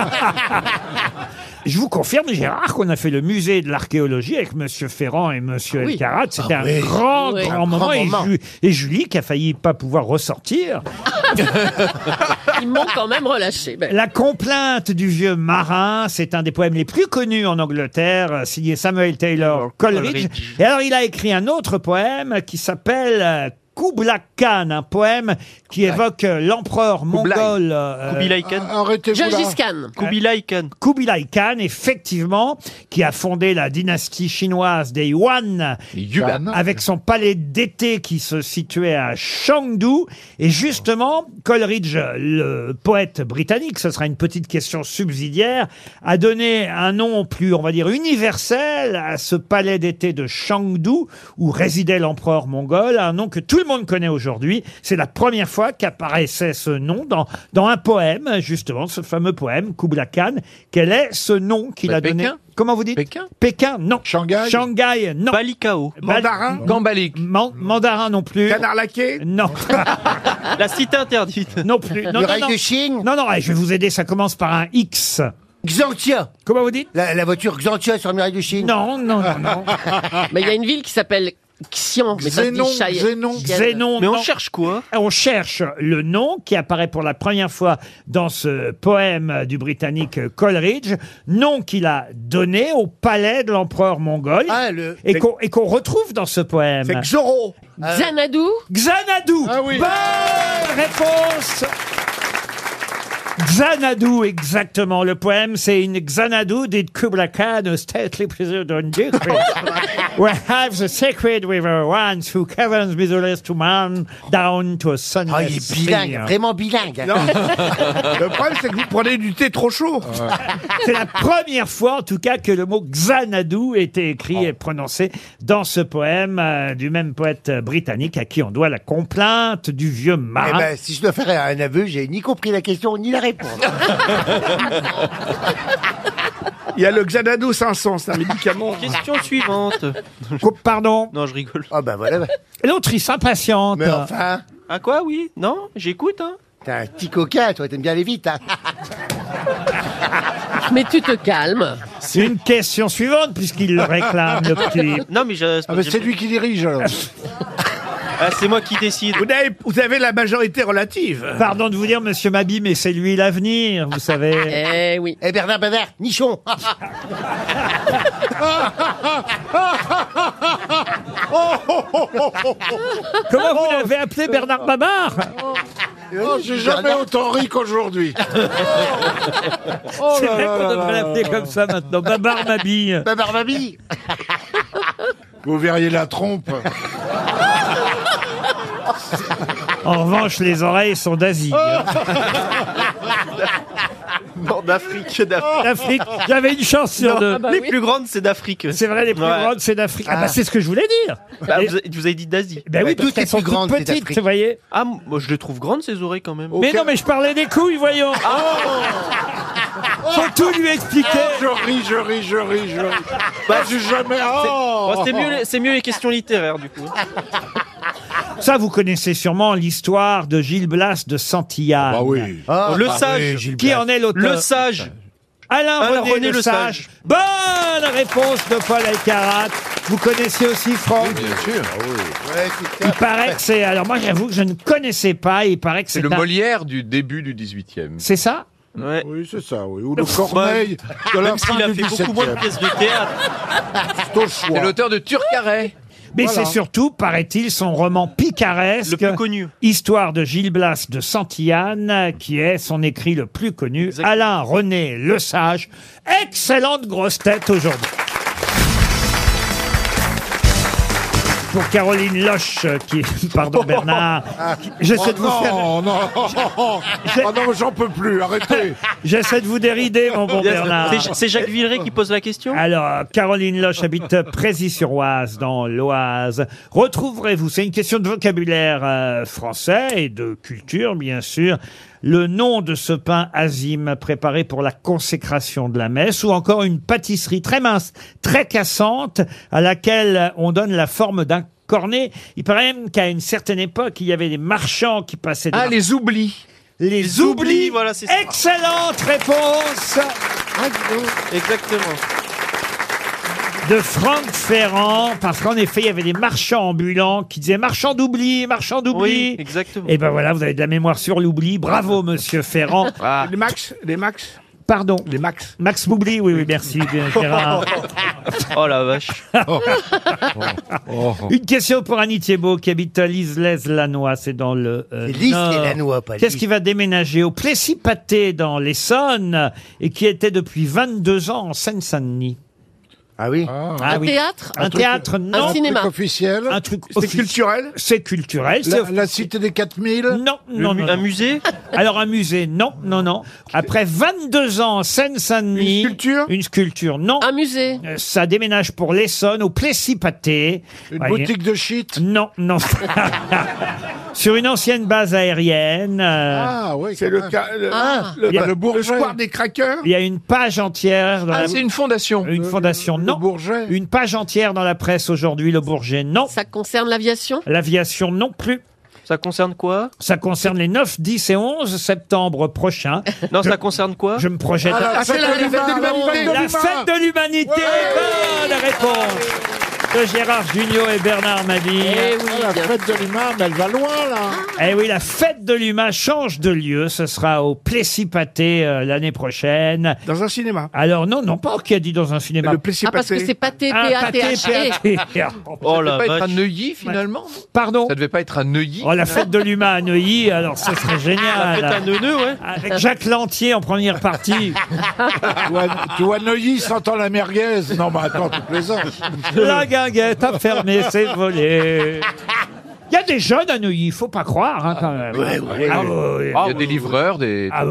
[SPEAKER 2] Je vous confirme, Gérard, qu'on a fait le musée de l'archéologie avec Monsieur Ferrand et Monsieur
[SPEAKER 6] Ah oui.
[SPEAKER 2] Elkarat. C'était un
[SPEAKER 5] oui.
[SPEAKER 2] grand,
[SPEAKER 6] Oui.
[SPEAKER 2] grand
[SPEAKER 5] Un
[SPEAKER 2] moment.
[SPEAKER 5] grand
[SPEAKER 2] et,
[SPEAKER 5] moment.
[SPEAKER 2] Ju- et Julie, qui a failli pas pouvoir ressortir.
[SPEAKER 6] Ils m'ont quand même relâché. Ben,
[SPEAKER 2] La complainte du vieux marin, c'est un des poèmes les plus connus en Angleterre, euh, signé Samuel Taylor Coleridge.
[SPEAKER 8] Coleridge.
[SPEAKER 2] Et alors, il a écrit un autre poème qui s'appelle euh, Kublai Khan, un poème qui évoque euh, l'empereur
[SPEAKER 3] Kublai.
[SPEAKER 2] mongol euh,
[SPEAKER 8] Kubilai Khan.
[SPEAKER 7] Ah, Arrêtez-vous là.
[SPEAKER 6] Gengis Khan.
[SPEAKER 8] Kubilai Khan.
[SPEAKER 2] Kublai Khan, effectivement, qui a fondé la dynastie chinoise des Yuan,
[SPEAKER 3] Yuban.
[SPEAKER 2] avec son palais d'été qui se situait à Chengdu. Et justement, Coleridge, le poète britannique, ce sera une petite question subsidiaire, a donné un nom plus, on va dire, universel à ce palais d'été de Chengdu où résidait l'empereur mongol, un nom que tout le monde connaît aujourd'hui. C'est la première fois qu'apparaissait ce nom dans, dans un poème, justement, ce fameux poème Kublai Khan. Quel est ce nom qu'il
[SPEAKER 3] Bah,
[SPEAKER 2] a donné
[SPEAKER 3] Pékin.
[SPEAKER 2] Comment vous dites
[SPEAKER 3] Pékin.
[SPEAKER 2] Pékin, non.
[SPEAKER 7] Shanghai.
[SPEAKER 2] Shanghai, non.
[SPEAKER 8] Balikao.
[SPEAKER 4] Mandarin,
[SPEAKER 3] Gambalic.
[SPEAKER 2] Man- mandarin non plus.
[SPEAKER 4] canard laqué.
[SPEAKER 2] Non,
[SPEAKER 8] La cité interdite.
[SPEAKER 2] non plus. Non,
[SPEAKER 5] le
[SPEAKER 2] non,
[SPEAKER 5] rail
[SPEAKER 2] non.
[SPEAKER 5] de Chine.
[SPEAKER 2] non, non, allez, je vais vous aider, ça commence par un X.
[SPEAKER 5] Xantia.
[SPEAKER 2] Comment vous dites
[SPEAKER 5] La, la voiture Xantia sur le rail de Chine.
[SPEAKER 2] Non, non, non,
[SPEAKER 5] *laughs*
[SPEAKER 2] non.
[SPEAKER 6] Mais il y a une ville qui s'appelle Xian. Mais Oh, ça se dit
[SPEAKER 7] Xénon,
[SPEAKER 6] Chai-
[SPEAKER 7] Xénon.
[SPEAKER 6] Xian.
[SPEAKER 2] Xénon,
[SPEAKER 8] Mais on
[SPEAKER 2] non.
[SPEAKER 8] cherche quoi
[SPEAKER 2] On cherche le nom qui apparaît pour la première fois dans ce poème du Britannique Coleridge, nom qu'il a donné au palais de l'empereur mongol
[SPEAKER 5] Ah, le.
[SPEAKER 2] et qu'on et qu'on retrouve dans ce poème.
[SPEAKER 4] C'est Xoro.
[SPEAKER 7] Euh.
[SPEAKER 6] Xanadu.
[SPEAKER 2] Xanadu
[SPEAKER 7] Ah oui.
[SPEAKER 2] Bonne réponse Xanadu, exactement. Le poème, c'est une Xanadu did Kubla Khan, a stately preserved on
[SPEAKER 5] *laughs*
[SPEAKER 2] Jeffrey. Where have the sacred river runs through caverns measureless to man, down to a sunless
[SPEAKER 5] Ah, il est bilingue,
[SPEAKER 2] sea.
[SPEAKER 5] vraiment bilingue. *laughs*
[SPEAKER 2] Non.
[SPEAKER 4] *laughs* Le problème, c'est que vous prenez du thé trop chaud.
[SPEAKER 7] *laughs*
[SPEAKER 2] C'est la première fois, en tout cas, que le mot Xanadu était écrit et prononcé dans ce poème euh, du même poète euh, britannique à qui on doit la complainte du vieux
[SPEAKER 5] Eh
[SPEAKER 2] marin.
[SPEAKER 5] ben, si je dois faire un aveu, j'ai ni compris la question ni la réponse.
[SPEAKER 4] Il y a le Xanado 500, c'est un médicament.
[SPEAKER 8] *laughs* Question suivante.
[SPEAKER 2] Coupe, Pardon.
[SPEAKER 8] Non, je rigole.
[SPEAKER 5] Ah bah voilà.
[SPEAKER 2] L'autre, il s'impatiente.
[SPEAKER 5] Mais enfin,
[SPEAKER 8] À Ah, quoi, oui Non, j'écoute, hein.
[SPEAKER 5] t'es un petit coquin, toi, t'aimes bien aller vite. Hein.
[SPEAKER 6] Mais tu te calmes.
[SPEAKER 2] C'est une question suivante,
[SPEAKER 5] *laughs*
[SPEAKER 2] puisqu'il le réclame, le petit.
[SPEAKER 8] Ah, Non, mais je-
[SPEAKER 7] Ah, mais c'est lui qui dirige, alors.
[SPEAKER 8] Ah, c'est moi qui décide.
[SPEAKER 4] Vous avez, vous avez la majorité relative.
[SPEAKER 2] Pardon de vous dire, monsieur Mabi, mais c'est lui l'avenir, vous savez.
[SPEAKER 6] Eh oui.
[SPEAKER 5] Eh Bernard Bavard, nichon.
[SPEAKER 7] Oh, oh,
[SPEAKER 2] Comment *laughs* vous l'avez appelé Bernard Babar
[SPEAKER 7] Oh, j'ai jamais autant ri
[SPEAKER 8] *laughs*
[SPEAKER 7] qu'aujourd'hui. Oh
[SPEAKER 2] C'est
[SPEAKER 7] là
[SPEAKER 2] vrai
[SPEAKER 7] là
[SPEAKER 2] qu'on
[SPEAKER 7] là
[SPEAKER 2] devrait
[SPEAKER 7] là
[SPEAKER 2] l'appeler
[SPEAKER 7] là
[SPEAKER 2] comme ça maintenant. Babar Mabi.
[SPEAKER 5] Bavard Mabie.
[SPEAKER 7] Vous verriez la trompe.
[SPEAKER 2] En revanche, les oreilles sont d'Asie.
[SPEAKER 8] Non, d'Afrique. d'Afrique.
[SPEAKER 2] D'Afrique. J'avais une chance euh, sur deux.
[SPEAKER 8] les plus grandes, Ah, bah c'est d'afrique.
[SPEAKER 2] C'est vrai, les plus
[SPEAKER 8] Ouais.
[SPEAKER 2] grandes, c'est d'Afrique. Ah, bah, c'est ce que je voulais dire.
[SPEAKER 8] Bah,
[SPEAKER 2] Et-
[SPEAKER 8] vous, avez- vous avez dit d'Asie.
[SPEAKER 2] Ben oui,
[SPEAKER 5] Ouais,
[SPEAKER 2] parce
[SPEAKER 5] toutes
[SPEAKER 2] qu'elles
[SPEAKER 5] les
[SPEAKER 2] sont
[SPEAKER 5] plus
[SPEAKER 2] toutes
[SPEAKER 5] grandes, c'est
[SPEAKER 2] petites,
[SPEAKER 5] d'Afrique.
[SPEAKER 2] vous voyez.
[SPEAKER 8] Ah, moi, je les trouve grandes, ces oreilles, quand même. Ah.
[SPEAKER 2] Mais non, mais je parlais des couilles, voyons. Faut tout lui expliquer.
[SPEAKER 7] Je ris, je ris, je ris, je ris. Bah, j'ai jamais. Oh
[SPEAKER 8] Bon, c'est mieux, les- c'est mieux les questions littéraires, du coup.
[SPEAKER 2] Ça, vous connaissez sûrement l'histoire de Gilles Blas de Santillane.
[SPEAKER 7] Bah oui.
[SPEAKER 5] Ah,
[SPEAKER 8] Le
[SPEAKER 5] bah
[SPEAKER 8] sage.
[SPEAKER 5] oui, Gilles
[SPEAKER 2] Qui
[SPEAKER 5] Blas.
[SPEAKER 2] en est l'auteur
[SPEAKER 8] Le sage.
[SPEAKER 2] Alain,
[SPEAKER 8] Alain
[SPEAKER 2] René, le sage. Bonne réponse de Paul Alcarat. Vous connaissez aussi Franck
[SPEAKER 3] Bien sûr.
[SPEAKER 5] Ouais, c'est
[SPEAKER 2] Il
[SPEAKER 5] ça.
[SPEAKER 2] paraît que c'est... Alors moi, j'avoue que je ne connaissais pas. Il paraît que c'est
[SPEAKER 3] C'est le
[SPEAKER 2] un-
[SPEAKER 3] Molière du début du 18e.
[SPEAKER 2] C'est ça
[SPEAKER 8] Ouais.
[SPEAKER 7] Oui, c'est ça, oui. Ou le Corneille de la
[SPEAKER 8] Même
[SPEAKER 7] fin
[SPEAKER 8] s'il a
[SPEAKER 7] du
[SPEAKER 8] fait beaucoup moins de
[SPEAKER 7] 17e.
[SPEAKER 8] pièces de théâtre.
[SPEAKER 7] C'est au choix.
[SPEAKER 3] C'est l'auteur de Turcaret.
[SPEAKER 2] Mais
[SPEAKER 7] Voilà.
[SPEAKER 2] c'est surtout, paraît-il, son roman picaresque.
[SPEAKER 8] Le plus connu.
[SPEAKER 2] Histoire de Gilles Blas de Santillane, qui est son écrit le plus connu.
[SPEAKER 8] Exactement.
[SPEAKER 2] Alain René Le Sage. Excellente grosse tête aujourd'hui. Pour Caroline Loche, euh, qui,
[SPEAKER 8] *laughs*
[SPEAKER 2] *laughs* pardon Bernard, qui- j'essaie
[SPEAKER 7] Oh
[SPEAKER 2] de vous faire,
[SPEAKER 7] non, non, oh non, j'en peux plus, arrêtez.
[SPEAKER 2] j'essaie de vous dérider, mon bon Bernard. Ah,
[SPEAKER 8] C'est- C'est Jacques Villeray qui pose la question
[SPEAKER 2] Alors, Caroline Loche habite Prézy-sur-Oise, dans l'Oise. Retrouverez-vous, c'est une question de vocabulaire euh, français et de culture, bien sûr, le nom de ce pain azime préparé pour la consécration de la messe ou encore une pâtisserie très mince, très cassante, à laquelle on donne la forme d'un cornet. Il paraît même qu'à une certaine époque, il y avait des marchands qui passaient des
[SPEAKER 3] Ah, les oublis.
[SPEAKER 2] les
[SPEAKER 8] les oublis, voilà, c'est ça.
[SPEAKER 2] Excellente réponse
[SPEAKER 8] Exactement.
[SPEAKER 2] de Franck Ferrand, parce qu'en effet, il y avait des marchands ambulants qui disaient marchand d'oubli, marchand
[SPEAKER 8] Oui,
[SPEAKER 2] d'oubli.
[SPEAKER 8] exactement.
[SPEAKER 2] et ben voilà, vous avez de la mémoire sur l'oubli.
[SPEAKER 8] *laughs*
[SPEAKER 2] Bravo, monsieur Ferrand.
[SPEAKER 3] Ah.
[SPEAKER 4] Les Max, les Max,
[SPEAKER 2] Pardon.
[SPEAKER 4] les Max.
[SPEAKER 2] Max Boubli, oui, oui, merci,
[SPEAKER 8] *laughs*
[SPEAKER 2] bien, Gérard.
[SPEAKER 8] Oh la vache.
[SPEAKER 2] Une question pour Annie Thiebaud, qui habite à Lislaise-Lannoy, c'est dans le. euh,
[SPEAKER 5] C'est Lys
[SPEAKER 2] Nord.
[SPEAKER 5] et Lannoy, pas
[SPEAKER 2] Qu'est-ce
[SPEAKER 5] Lys.
[SPEAKER 2] qui va déménager au Plessis-Pâté, dans l'Essonne, et qui était depuis 22 ans en Seine-Saint-Denis
[SPEAKER 5] Ah oui.
[SPEAKER 2] Ah
[SPEAKER 6] un
[SPEAKER 2] oui.
[SPEAKER 6] théâtre
[SPEAKER 2] Un,
[SPEAKER 7] truc-
[SPEAKER 2] théâtre, non.
[SPEAKER 6] ciné- cinéma.
[SPEAKER 7] officiel.
[SPEAKER 2] Un truc
[SPEAKER 4] C'est
[SPEAKER 2] offici-
[SPEAKER 4] culturel.
[SPEAKER 2] C'est culturel. c'est
[SPEAKER 7] La, la cité des 4000.
[SPEAKER 2] Non,
[SPEAKER 8] Le
[SPEAKER 2] non,
[SPEAKER 8] mu-
[SPEAKER 2] non,
[SPEAKER 8] un
[SPEAKER 2] non.
[SPEAKER 8] musée
[SPEAKER 2] *laughs* Alors un musée, non, non, non. Après 22 ans en Seine-Saint-Denis.
[SPEAKER 7] Une sculpture
[SPEAKER 2] Une sculpture, non.
[SPEAKER 6] Un musée.
[SPEAKER 2] Euh, Ça déménage pour l'Essonne, au Plessis-Pâté.
[SPEAKER 7] Une
[SPEAKER 2] Voyez.
[SPEAKER 7] boutique de shit.
[SPEAKER 2] Non,
[SPEAKER 7] *laughs*
[SPEAKER 2] non. Sur une ancienne base aérienne, euh,
[SPEAKER 7] Ah oui,
[SPEAKER 4] C'est le, ca- le,
[SPEAKER 3] Ah.
[SPEAKER 4] le,
[SPEAKER 2] Il y a-
[SPEAKER 4] le
[SPEAKER 7] Bourget.
[SPEAKER 4] square des craqueurs.
[SPEAKER 2] il y a une page entière dans
[SPEAKER 3] Ah,
[SPEAKER 2] la-
[SPEAKER 3] c'est une fondation.
[SPEAKER 2] une fondation,
[SPEAKER 7] le
[SPEAKER 2] non.
[SPEAKER 7] Bourget.
[SPEAKER 2] Une page entière dans la presse aujourd'hui, le Bourget, non.
[SPEAKER 6] Ça concerne l'aviation.
[SPEAKER 2] L'aviation, non plus.
[SPEAKER 8] Ça concerne quoi
[SPEAKER 2] Ça concerne les 9, 10 et 11 septembre prochains.
[SPEAKER 8] Non, ça concerne quoi
[SPEAKER 2] Je me projette.
[SPEAKER 7] Ah,
[SPEAKER 4] c'est la- la fête de l'humanité.
[SPEAKER 2] La fête de l'humanité, bonne réponse de Gérard Junior et Bernard Mabille.
[SPEAKER 7] Eh oui, Ah, la bien fête de l'humain, elle va loin, là.
[SPEAKER 3] Ah.
[SPEAKER 2] Eh oui, la fête de l'humain change de lieu. Ce sera au Plessis Pâté euh, l'année prochaine. Dans un cinéma. Alors, non, non, pas qui a dit dans un cinéma. Ah, Le Plessis
[SPEAKER 6] Ah, parce que c'est pâté, P-A-T-H-E.
[SPEAKER 2] *laughs* Oh
[SPEAKER 3] Ça devait pas Eh. être à Neuilly, finalement
[SPEAKER 2] Pardon
[SPEAKER 3] Oh, Ça devait pas être à Neuilly
[SPEAKER 2] Oh, la fête de l'humain à Neuilly, alors ce serait génial.
[SPEAKER 3] Ah, La fête à Neuneu, ouais.
[SPEAKER 2] Avec Jacques Lantier en première
[SPEAKER 7] *laughs*
[SPEAKER 2] partie.
[SPEAKER 7] tu, vois, tu vois Neuilly sentant la merguez. Non, mais attends, tu plaisantes.
[SPEAKER 2] *laughs* La guinguette a fermé ses volets. Il y a des jeunes à Neuilly, faut pas croire, hein, quand même. Ah, ouais, ouais.
[SPEAKER 3] Il y a des livreurs, des.
[SPEAKER 2] Ah,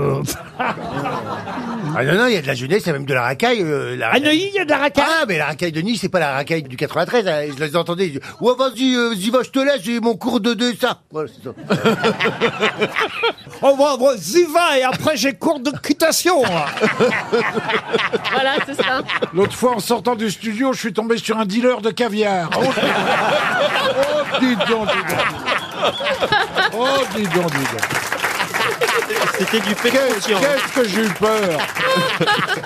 [SPEAKER 5] Ah non, non, il y a de la jeunesse, il y a même de la racaille. euh, la...
[SPEAKER 2] À Neuilly, il y a de la racaille
[SPEAKER 5] Ah, mais la racaille de Nice, c'est pas la racaille du 93. hein, Je les entendais, ils disaient, ouais, vas-y, euh, vas-y, va, je te laisse, j'ai mon cours de deux, ça. Voilà, c'est ça.
[SPEAKER 2] *laughs* On va, on va- y va, et après j'ai cours de cutation. hein.
[SPEAKER 6] Voilà, c'est ça.
[SPEAKER 7] *laughs* L'autre fois, en sortant du studio, je suis tombé sur un dealer de caviar. Oh, *laughs* oh, dis donc, dis donc. Oh, dis donc, dis donc.
[SPEAKER 8] C'était du
[SPEAKER 7] Qu'est-ce qu'est-ce que j'ai eu peur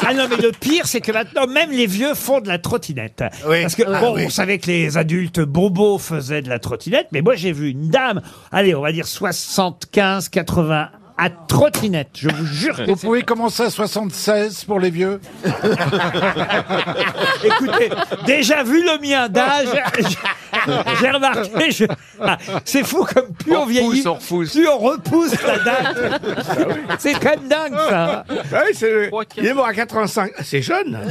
[SPEAKER 2] Ah non, mais le pire, c'est que maintenant, même les vieux font de la trottinette. Parce que,
[SPEAKER 7] Ah
[SPEAKER 2] bon,
[SPEAKER 7] oui.
[SPEAKER 2] on savait que les adultes bobos faisaient de la trottinette, mais moi, j'ai vu une dame, allez, on va dire 75, 80, à trottinette, je vous jure. que
[SPEAKER 7] Vous pouvez commencer à 76 pour les vieux
[SPEAKER 2] Écoutez, déjà vu le mien
[SPEAKER 10] *laughs*
[SPEAKER 2] d'âge, j'ai remarqué, je- ah, c'est fou comme plus on, vieillit, plus on repousse la date. *laughs* C'est quand même dingue ça.
[SPEAKER 4] Ah oui, c'est- Il est mort à 85. C'est jeune. hein.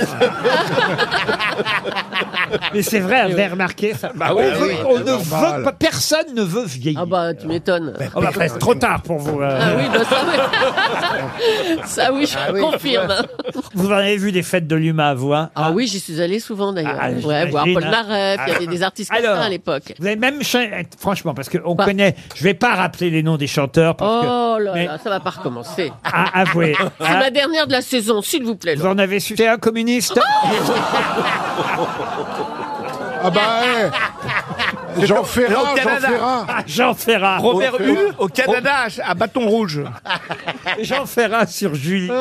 [SPEAKER 2] *laughs* Mais c'est vrai, vous avez remarqué ça.
[SPEAKER 4] Bah ouais,
[SPEAKER 2] on veut-
[SPEAKER 4] oui,
[SPEAKER 2] Ah on
[SPEAKER 4] c'est
[SPEAKER 2] ne
[SPEAKER 4] normal.
[SPEAKER 2] veut pas, personne ne veut vieillir.
[SPEAKER 6] Ah bah, tu m'étonnes.
[SPEAKER 2] Oh bah, après, c'est trop tard pour vous. euh.
[SPEAKER 6] Ah oui, bah ça, oui. ça oui, je
[SPEAKER 2] Ah oui.
[SPEAKER 6] confirme.
[SPEAKER 2] Vous en avez vu des fêtes de l'humain, vous hein
[SPEAKER 6] Ah oui, j'y suis allée souvent d'ailleurs.
[SPEAKER 2] Ah,
[SPEAKER 6] ouais, voir
[SPEAKER 2] j'imagine,
[SPEAKER 6] Paul
[SPEAKER 2] hein.
[SPEAKER 6] Naref, il y avait
[SPEAKER 2] Ah.
[SPEAKER 6] des artistes comme
[SPEAKER 2] Alors,
[SPEAKER 6] ça à l'époque. Bah.
[SPEAKER 2] Vous avez même cha- eh, franchement parce que on connaît. Je vais pas rappeler les noms des chanteurs parce que
[SPEAKER 6] Oh là là, ça va pas recommencer.
[SPEAKER 2] ah, avouez.
[SPEAKER 6] *laughs* C'est
[SPEAKER 2] hein.
[SPEAKER 6] ma dernière de la saison, s'il vous plaît.
[SPEAKER 2] vous en avez sucé un communiste
[SPEAKER 6] Oh
[SPEAKER 2] *laughs*
[SPEAKER 7] Ah bah, eh. Jean Ferrat,
[SPEAKER 4] au
[SPEAKER 7] Jean
[SPEAKER 4] Canada.
[SPEAKER 7] Ferrat.
[SPEAKER 2] Ah, Jean Ferrat.
[SPEAKER 4] Robert Hue au Canada à bâton rouge.
[SPEAKER 2] Jean Ferrat sur Julie.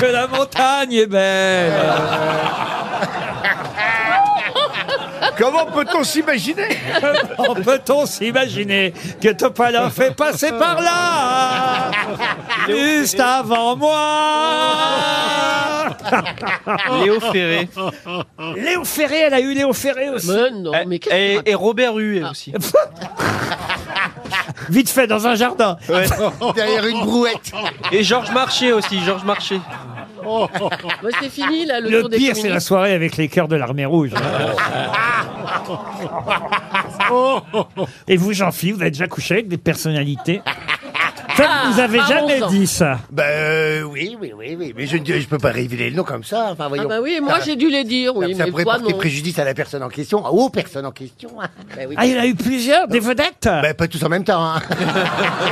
[SPEAKER 2] que la montagne est belle.
[SPEAKER 4] *laughs* Comment peut-on s'imaginer
[SPEAKER 2] *laughs* Comment peut-on s'imaginer que Topalov est passé par là Juste avant
[SPEAKER 6] *laughs*
[SPEAKER 2] moi Ah.
[SPEAKER 8] Léo Ferré.
[SPEAKER 2] Léo Ferré, elle a eu Léo Ferré aussi.
[SPEAKER 6] Mais non, mais qu'est-ce que tu Ah.
[SPEAKER 8] Et, et Robert Hue
[SPEAKER 2] *laughs*
[SPEAKER 8] aussi.
[SPEAKER 2] *laughs* Vite fait, dans un jardin.
[SPEAKER 7] *laughs*
[SPEAKER 5] Derrière une brouette.
[SPEAKER 8] Et Georges Marché aussi, Georges Marché.
[SPEAKER 6] racontes Bah, C'est fini
[SPEAKER 10] *laughs*
[SPEAKER 6] là, le,
[SPEAKER 2] Le
[SPEAKER 6] tour des
[SPEAKER 2] pire, c'est la
[SPEAKER 6] communistes.
[SPEAKER 2] soirée avec les cœurs de
[SPEAKER 6] *laughs*
[SPEAKER 2] l'armée rouge. Et vous, Jean-Philippe, vous avez déjà couché avec
[SPEAKER 6] *laughs*
[SPEAKER 2] des personnalités hein. Ça,
[SPEAKER 6] Ah,
[SPEAKER 2] vous avez jamais
[SPEAKER 6] parlons-en.
[SPEAKER 2] dit ça.
[SPEAKER 5] Ben euh, oui, oui, oui, oui. Mais je ne je peux pas révéler le nom comme ça. Enfin, voyons.
[SPEAKER 6] Ah bah oui, moi
[SPEAKER 5] Ça-
[SPEAKER 6] j'ai dû les dire, oui,
[SPEAKER 5] ça
[SPEAKER 6] mais
[SPEAKER 5] pourrait
[SPEAKER 6] toi
[SPEAKER 5] porter
[SPEAKER 6] non.
[SPEAKER 5] préjudice à la personne en question, aux personnes en question.
[SPEAKER 6] *laughs* Bah oui.
[SPEAKER 2] Ah, il y en a eu plusieurs, des vedettes
[SPEAKER 5] Ben, pas tous en même temps. hein.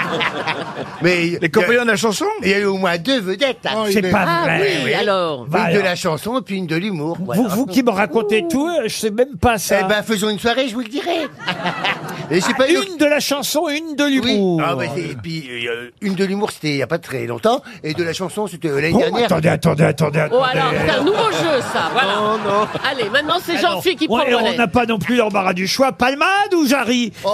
[SPEAKER 6] *laughs*
[SPEAKER 5] Mais
[SPEAKER 4] Les compagnons de la chanson
[SPEAKER 5] il y a eu au moins deux vedettes. là.
[SPEAKER 2] C'est pas
[SPEAKER 6] Ah
[SPEAKER 2] vrai.
[SPEAKER 6] oui, alors.
[SPEAKER 5] Une
[SPEAKER 2] Bah,
[SPEAKER 5] de
[SPEAKER 2] alors.
[SPEAKER 5] la chanson, puis une de l'humour. voilà.
[SPEAKER 2] Vous, vous qui me racontez tout, euh, je sais même pas ça.
[SPEAKER 5] Eh ben, faisons une soirée, je vous
[SPEAKER 2] *laughs*
[SPEAKER 5] le dirai. Et c'est pas eu-
[SPEAKER 2] une de la chanson, une de
[SPEAKER 5] Oui.
[SPEAKER 2] l'humour.
[SPEAKER 5] Ah, ben, c'est- et puis, euh, une de l'humour, c'était il n'y a pas très longtemps. Et de la chanson, c'était euh, l'année
[SPEAKER 2] Oh,
[SPEAKER 5] dernière.
[SPEAKER 2] attendez, attendez, attendez, attendez.
[SPEAKER 6] Oh alors, c'est un nouveau jeu ça, voilà. Allez, maintenant c'est
[SPEAKER 2] Alors,
[SPEAKER 6] Jean-Philippe qui prend
[SPEAKER 2] ouais,
[SPEAKER 6] le
[SPEAKER 2] on
[SPEAKER 6] relais.
[SPEAKER 2] n'a pas non plus l'embarras du choix. Palmade ou Jarry
[SPEAKER 5] Oh,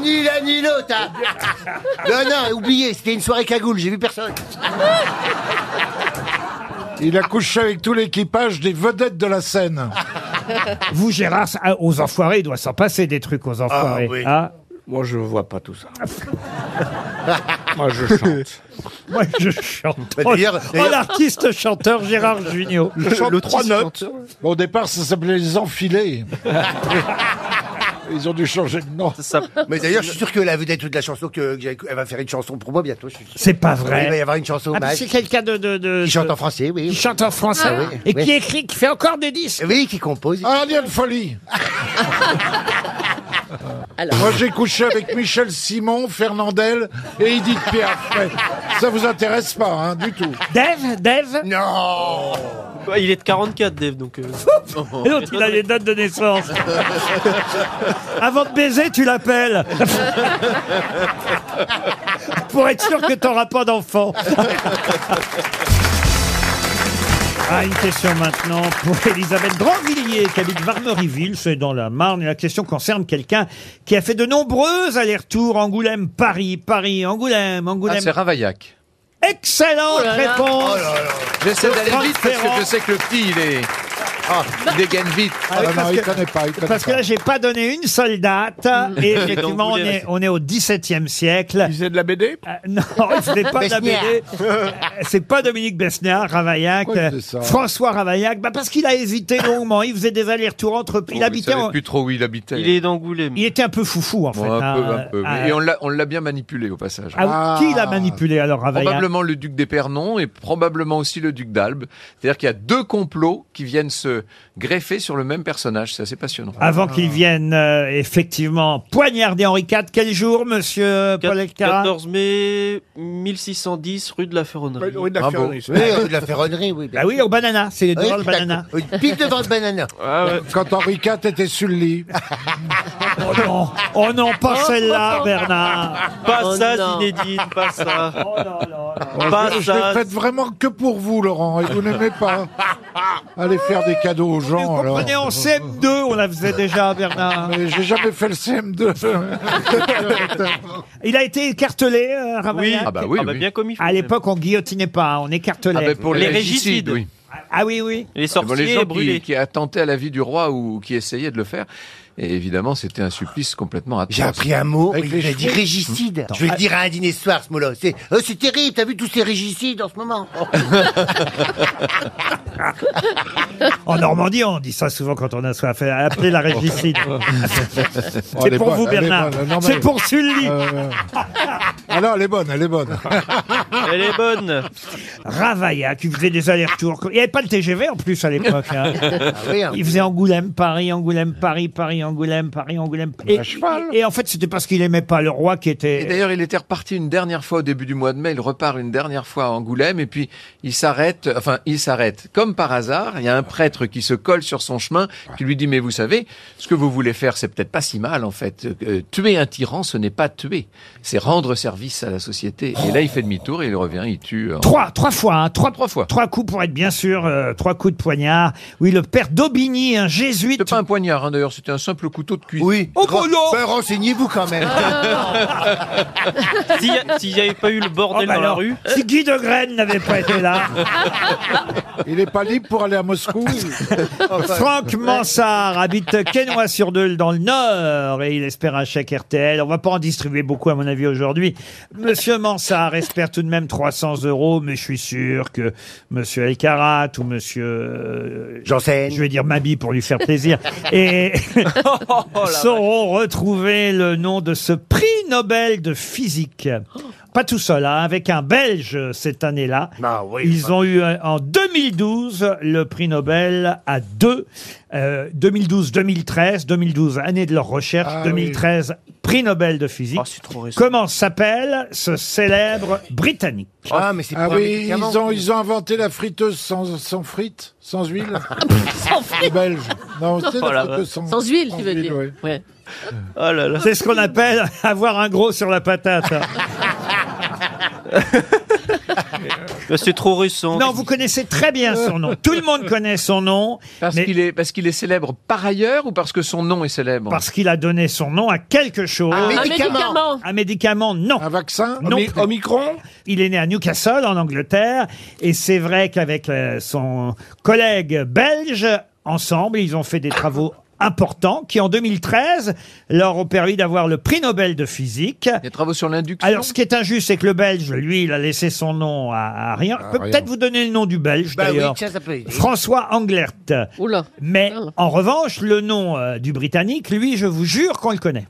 [SPEAKER 5] ni l'un ni l'autre.
[SPEAKER 6] *laughs*
[SPEAKER 5] hein. non, non, oubliez, c'était une soirée cagoule, j'ai vu personne.
[SPEAKER 7] Il a couché avec tout l'équipage des vedettes de la scène.
[SPEAKER 2] Vous, Gérard, ça- ah, aux enfoirés, il doit s'en passer des trucs aux enfoirés.
[SPEAKER 5] Ah, oui.
[SPEAKER 4] Ah,
[SPEAKER 2] hein.
[SPEAKER 4] Moi, je vois pas tout ça. Moi, je chante.
[SPEAKER 2] Moi, je chante.
[SPEAKER 5] Bah,
[SPEAKER 2] Oh,
[SPEAKER 5] d'ailleurs-
[SPEAKER 2] oh, l'artiste chanteur Gérard Jugnot.
[SPEAKER 7] Je chante trois notes. Au départ, ça s'appelait les enfilés. Ils ont dû changer de nom.
[SPEAKER 8] Ça,
[SPEAKER 5] Mais d'ailleurs, je suis sûr que la vedette de la chanson, que, que j'ai- elle va faire une chanson pour moi bientôt. Je suis sûr.
[SPEAKER 2] C'est pas
[SPEAKER 5] Il va y
[SPEAKER 2] vrai.
[SPEAKER 5] avoir une chanson
[SPEAKER 2] Ah,
[SPEAKER 5] hommage.
[SPEAKER 2] c'est quelqu'un de, de, de-
[SPEAKER 5] qui chante
[SPEAKER 2] de-
[SPEAKER 5] en français, oui.
[SPEAKER 2] qui
[SPEAKER 5] oui.
[SPEAKER 2] chante en français
[SPEAKER 5] Ah, oui,
[SPEAKER 2] et
[SPEAKER 5] oui.
[SPEAKER 2] qui écrit, qui fait encore des disques.
[SPEAKER 5] Oui, qui compose.
[SPEAKER 7] Ah, il y a une folie.
[SPEAKER 6] Alors.
[SPEAKER 7] Moi, j'ai couché avec Michel Simon, Fernandel et Edith Piaf. Ouais. Ça vous intéresse pas, hein, du tout.
[SPEAKER 2] Dave, Dave.
[SPEAKER 5] Non
[SPEAKER 8] Ouais, il est de 44, Dave, donc. euh,
[SPEAKER 2] *laughs* *laughs* Et l'autre, il a les dates de
[SPEAKER 5] *laughs*
[SPEAKER 2] naissance. Avant de baiser, tu
[SPEAKER 5] *laughs*
[SPEAKER 2] l'appelles. Pour être sûr que t'auras pas d'enfant. Ah, une question maintenant pour Elisabeth Grandvilliers, qui habite Varmeriville, c'est dans la Marne. Et La question concerne quelqu'un qui a fait de nombreux allers-retours Angoulême-Paris, Paris-Angoulême, Angoulême.
[SPEAKER 3] Ah, c'est Ravaillac.
[SPEAKER 8] Oh
[SPEAKER 3] Oh
[SPEAKER 2] Excellente réponse.
[SPEAKER 3] J'essaie
[SPEAKER 2] de Franck
[SPEAKER 3] d'aller vite parce
[SPEAKER 2] Ferrand.
[SPEAKER 3] que je sais que le petit, il est. Ah,
[SPEAKER 8] Bah,
[SPEAKER 3] il dégaine vite.
[SPEAKER 2] Ah oui, parce que- Parce que là, j'ai pas donné une
[SPEAKER 3] *laughs*
[SPEAKER 2] seule date. Et
[SPEAKER 3] Donc,
[SPEAKER 2] effectivement, on
[SPEAKER 3] vous
[SPEAKER 2] est,
[SPEAKER 3] l'avez-
[SPEAKER 2] on est au XVIIe siècle.
[SPEAKER 4] C'est de la BD
[SPEAKER 2] Euh, Non, ce n'est pas de la
[SPEAKER 4] Besniard.
[SPEAKER 2] BD. Euh, C'est pas Dominique Besnard, Ravaillac.
[SPEAKER 4] Pourquoi il
[SPEAKER 2] euh,
[SPEAKER 4] faisait ça
[SPEAKER 2] François Ravaillac. Bah, parce qu'il a hésité longuement. Il faisait des allers-retours
[SPEAKER 3] Oh,
[SPEAKER 2] entre. Il habitait.
[SPEAKER 3] savait
[SPEAKER 2] en-
[SPEAKER 3] plus trop où il habitait.
[SPEAKER 2] Il
[SPEAKER 8] est d'Angoulême.
[SPEAKER 2] Il était un peu foufou, en fait.
[SPEAKER 3] Bon, un peu,
[SPEAKER 2] hein.
[SPEAKER 3] un peu.
[SPEAKER 2] Ah,
[SPEAKER 3] Et on l'a- on l'a bien manipulé au passage.
[SPEAKER 2] ah, Qui l'a manipulé alors, Ravaillac
[SPEAKER 3] Probablement le duc d'Épernon et probablement aussi le duc d'Albe. C'est-à-dire qu'il y a deux complots qui viennent se greffer sur le même personnage. C'est assez passionnant.
[SPEAKER 2] Avant qu'il vienne euh, effectivement poignarder Henri IV, quel jour, monsieur Paul Elkarat
[SPEAKER 8] 14 mai 1610, rue de la Ferronnerie.
[SPEAKER 5] Rue de la Bravo. Ferronnerie, c'est Ah Oui, vrai. rue de la Ferronnerie, oui.
[SPEAKER 2] Ah oui, au banana, c'est devant le banana.
[SPEAKER 5] Pile devant le banana.
[SPEAKER 8] Ah,
[SPEAKER 7] Quand Henri IV était sur le lit.
[SPEAKER 2] *laughs* oh non, oh non, pas celle-là, Bernard.
[SPEAKER 8] Pas
[SPEAKER 2] Oh
[SPEAKER 8] ça,
[SPEAKER 2] non.
[SPEAKER 8] Zinedine, pas ça.
[SPEAKER 6] Oh
[SPEAKER 8] Pas
[SPEAKER 7] Oh, je je
[SPEAKER 8] ça.
[SPEAKER 7] le faites vraiment que pour vous, Laurent, et vous n'aimez pas. Allez faire des cadeaux aux gens, alors.
[SPEAKER 2] On est en CM2, on la faisait déjà, Bernard.
[SPEAKER 7] Mais j'ai jamais fait le CM2.
[SPEAKER 2] Il a été écartelé, euh,
[SPEAKER 8] Oui.
[SPEAKER 2] Ravaillac
[SPEAKER 8] Ah bah oui, Ah bah oui. bien comme il faut,
[SPEAKER 2] À
[SPEAKER 8] même.
[SPEAKER 2] l'époque, on guillotinait pas, on écartelait.
[SPEAKER 3] Ah bah pour les Les régicides, régicides. oui.
[SPEAKER 2] Ah oui, oui.
[SPEAKER 3] Bon, les gens qui, qui attentaient à la vie du roi ou qui essayaient de le faire. Et évidemment, c'était un supplice complètement atroce.
[SPEAKER 5] J'ai appris un mot,
[SPEAKER 3] Avec les
[SPEAKER 5] il a dit
[SPEAKER 3] chevaux.
[SPEAKER 5] régicide.
[SPEAKER 3] Attends.
[SPEAKER 5] Je vais le dire à un dîner ce soir, ce mot-là. C'est oh, c'est terrible, t'as vu tous ces régicides en ce moment
[SPEAKER 2] *laughs* En
[SPEAKER 5] Bah
[SPEAKER 2] Normandie, on dit ça souvent quand on a soif. Appelez la
[SPEAKER 7] *laughs*
[SPEAKER 2] régicide.
[SPEAKER 7] Oh, elle
[SPEAKER 2] C'est
[SPEAKER 7] est
[SPEAKER 2] pour
[SPEAKER 7] bonne,
[SPEAKER 2] vous,
[SPEAKER 7] elle est
[SPEAKER 2] Bernard.
[SPEAKER 7] bonne, non, mais-
[SPEAKER 2] C'est pour Sully.
[SPEAKER 7] Euh, Ah non, elle est bonne, elle est bonne.
[SPEAKER 8] *laughs* Elle est bonne.
[SPEAKER 2] Ravaillac, il faisait des allers-retours. Il n'y avait pas le TGV en plus à l'époque. hein.
[SPEAKER 8] *laughs* Ah oui, hein.
[SPEAKER 2] Il faisait Angoulême, Paris, Angoulême, Paris, Paris, Angoulême, Paris, Angoulême. Et, et en fait, c'était parce qu'il aimait pas le roi qui
[SPEAKER 3] Et
[SPEAKER 2] était.
[SPEAKER 3] d'ailleurs, il était reparti une dernière fois au début du mois de mai. Il repart une dernière fois à Angoulême et puis il s'arrête. Enfin, il s'arrête. Comme par hasard, il y a un prêtre qui se colle sur son chemin, qui lui dit "Mais vous savez, ce que vous voulez faire, c'est peut-être pas si mal en fait. Euh, tuer un tyran, ce n'est pas tuer, c'est rendre service à la société." Et là, il fait demi-tour et il revient. Il tue. euh,
[SPEAKER 2] Trois, trois fois, hein, trois, trois fois, trois coups pour être bien sûr, euh, trois coups de poignard. Oui, le père d'Aubigny, un jésuite.
[SPEAKER 3] C'était pas un poignard, hein, d'ailleurs, c'était un simple couteau de cuisine.
[SPEAKER 5] Oui.
[SPEAKER 2] Oh,
[SPEAKER 5] Ren-
[SPEAKER 2] Polo
[SPEAKER 5] Ben, Renseignez-vous quand même.
[SPEAKER 8] S'il n'y avait pas eu le bordel
[SPEAKER 2] Oh, bah
[SPEAKER 8] dans la
[SPEAKER 2] alors,
[SPEAKER 8] rue.
[SPEAKER 2] Si Guy de Graine n'avait pas été là.
[SPEAKER 7] Il n'est pas libre pour aller à Moscou.
[SPEAKER 2] Franck Mansart habite Quesnoy-sur-Deule dans le Nord et il espère un chèque RTL. On va pas en distribuer beaucoup à mon avis aujourd'hui. Monsieur Mansart espère tout de même 300 euros, mais je suis sûr que Monsieur Elkarat ou Monsieur euh, je vais dire Mabi pour lui faire plaisir, et
[SPEAKER 5] *laughs* Oh,
[SPEAKER 2] sauront retrouver le nom de ce prix Nobel de physique. Pas tout seul, hein, avec un Belge cette année-là.
[SPEAKER 5] Bah
[SPEAKER 2] Ils ont eu euh, en 2012 le prix Nobel à deux. Euh, 2012-2013, 2012 année de leur recherche,
[SPEAKER 8] Ah oui.
[SPEAKER 2] 2013 prix Nobel de
[SPEAKER 5] Oh,
[SPEAKER 2] physique. Comment s'appelle ce célèbre britannique
[SPEAKER 5] Ah, mais c'est
[SPEAKER 7] Ah oui, ils ont, ils ont inventé la friteuse sans, sans frites, sans huile.
[SPEAKER 6] sans frites
[SPEAKER 7] Belge. Non,
[SPEAKER 6] Sans-
[SPEAKER 7] c'est
[SPEAKER 6] Oh
[SPEAKER 7] la
[SPEAKER 6] la
[SPEAKER 7] friteuse
[SPEAKER 6] vache.
[SPEAKER 7] sans,
[SPEAKER 6] Sans huile, tu veux
[SPEAKER 7] huile,
[SPEAKER 6] dire.
[SPEAKER 7] ouais.
[SPEAKER 6] Ouais.
[SPEAKER 2] C'est ce qu'on appelle avoir un gros sur la patate. hein.
[SPEAKER 8] Bah, C'est trop récent.
[SPEAKER 2] Non, vous connaissez très bien son nom. Tout le monde connaît son nom.
[SPEAKER 3] Parce qu'il est, parce qu'il est célèbre par ailleurs ou parce que son nom est célèbre
[SPEAKER 2] Parce qu'il a donné son nom à quelque chose.
[SPEAKER 3] Un Un médicament. médicament.
[SPEAKER 2] Un médicament, non.
[SPEAKER 7] Un vaccin
[SPEAKER 2] Non. Omicron Il est né à Newcastle, en Angleterre. Et c'est vrai qu'avec euh, son collègue belge, ensemble, ils ont fait des travaux importants qui, en 2013, leur ont permis d'avoir le prix Nobel de physique.
[SPEAKER 3] Des travaux sur l'induction.
[SPEAKER 2] Alors, ce qui est injuste, c'est que le Belge, lui, il a laissé son nom à, à rien. Je peux
[SPEAKER 3] rien.
[SPEAKER 2] peut-être vous donner le nom du Belge,
[SPEAKER 5] Bah oui,
[SPEAKER 2] d'ailleurs.
[SPEAKER 5] tiens, ça peut aider.
[SPEAKER 2] François Anglert. Mais en revanche, le nom euh, du Britannique, lui, je vous jure qu'on le connaît.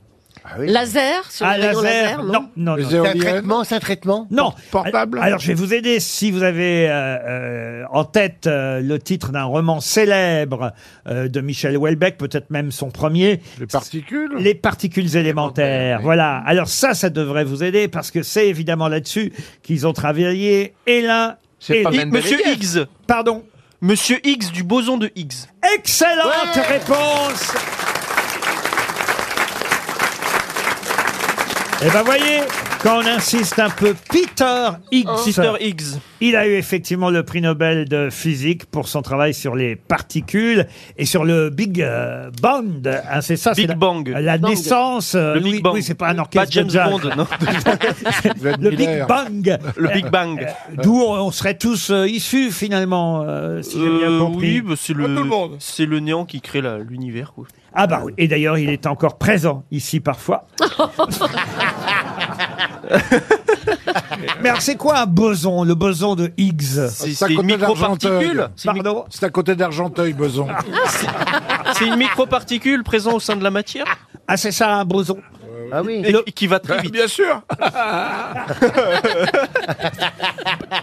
[SPEAKER 6] Laser sur
[SPEAKER 2] Ah,
[SPEAKER 6] les rayons
[SPEAKER 2] laser,
[SPEAKER 6] laser, non,
[SPEAKER 2] non, non, non.
[SPEAKER 5] C'est un traitement, c'est un traitement
[SPEAKER 2] Non.
[SPEAKER 5] Portable
[SPEAKER 2] Alors, je vais vous aider si vous avez euh, euh, en tête euh, le titre d'un roman célèbre euh, de Michel Houellebecq, peut-être même son premier. Les
[SPEAKER 7] particules
[SPEAKER 2] Les particules élémentaires, voilà. Alors ça, ça devrait vous aider parce que c'est évidemment là-dessus qu'ils ont travaillé et l'un
[SPEAKER 8] C'est
[SPEAKER 2] et
[SPEAKER 8] pas
[SPEAKER 2] l'autre.
[SPEAKER 8] Monsieur Higgs.
[SPEAKER 2] Pardon
[SPEAKER 8] Monsieur Higgs du boson de Higgs.
[SPEAKER 2] Excellente réponse Eh ben voyez, Quand on insiste un peu, Peter Higgs.
[SPEAKER 8] Oh. Peter Higgs.
[SPEAKER 2] Il a eu effectivement le prix Nobel de physique pour son travail sur les particules et sur le Big euh, Bang. Hein, c'est ça,
[SPEAKER 8] Big
[SPEAKER 2] c'est la-
[SPEAKER 8] Bang.
[SPEAKER 2] La,
[SPEAKER 8] Bang.
[SPEAKER 2] naissance. euh,
[SPEAKER 8] Le Big
[SPEAKER 2] oui,
[SPEAKER 8] Bang.
[SPEAKER 2] oui, c'est pas un
[SPEAKER 8] Pas
[SPEAKER 2] orchestre. de
[SPEAKER 8] James
[SPEAKER 2] jazz.
[SPEAKER 8] Bond, non.
[SPEAKER 2] *laughs* Le Big Bang.
[SPEAKER 8] Le Big Bang.
[SPEAKER 2] Euh, D'où on serait tous euh, issus finalement, euh, si j'ai bien
[SPEAKER 8] Euh, oui,
[SPEAKER 2] compris.
[SPEAKER 8] bah, c'est le, c'est le néant qui crée la- l'univers. quoi.
[SPEAKER 2] Ah bah oui, et d'ailleurs il est encore présent ici parfois. Mais alors c'est quoi un boson, le boson de Higgs
[SPEAKER 7] C'est à côté d'Argenteuil.
[SPEAKER 2] Pardon
[SPEAKER 7] C'est à côté d'Argenteuil, Beson.
[SPEAKER 8] C'est une microparticule présente au sein de la matière
[SPEAKER 2] Ah c'est ça un boson
[SPEAKER 5] Ah oui.
[SPEAKER 8] et qui- qui va très vite.
[SPEAKER 4] Bien
[SPEAKER 8] *laughs*
[SPEAKER 4] sûr.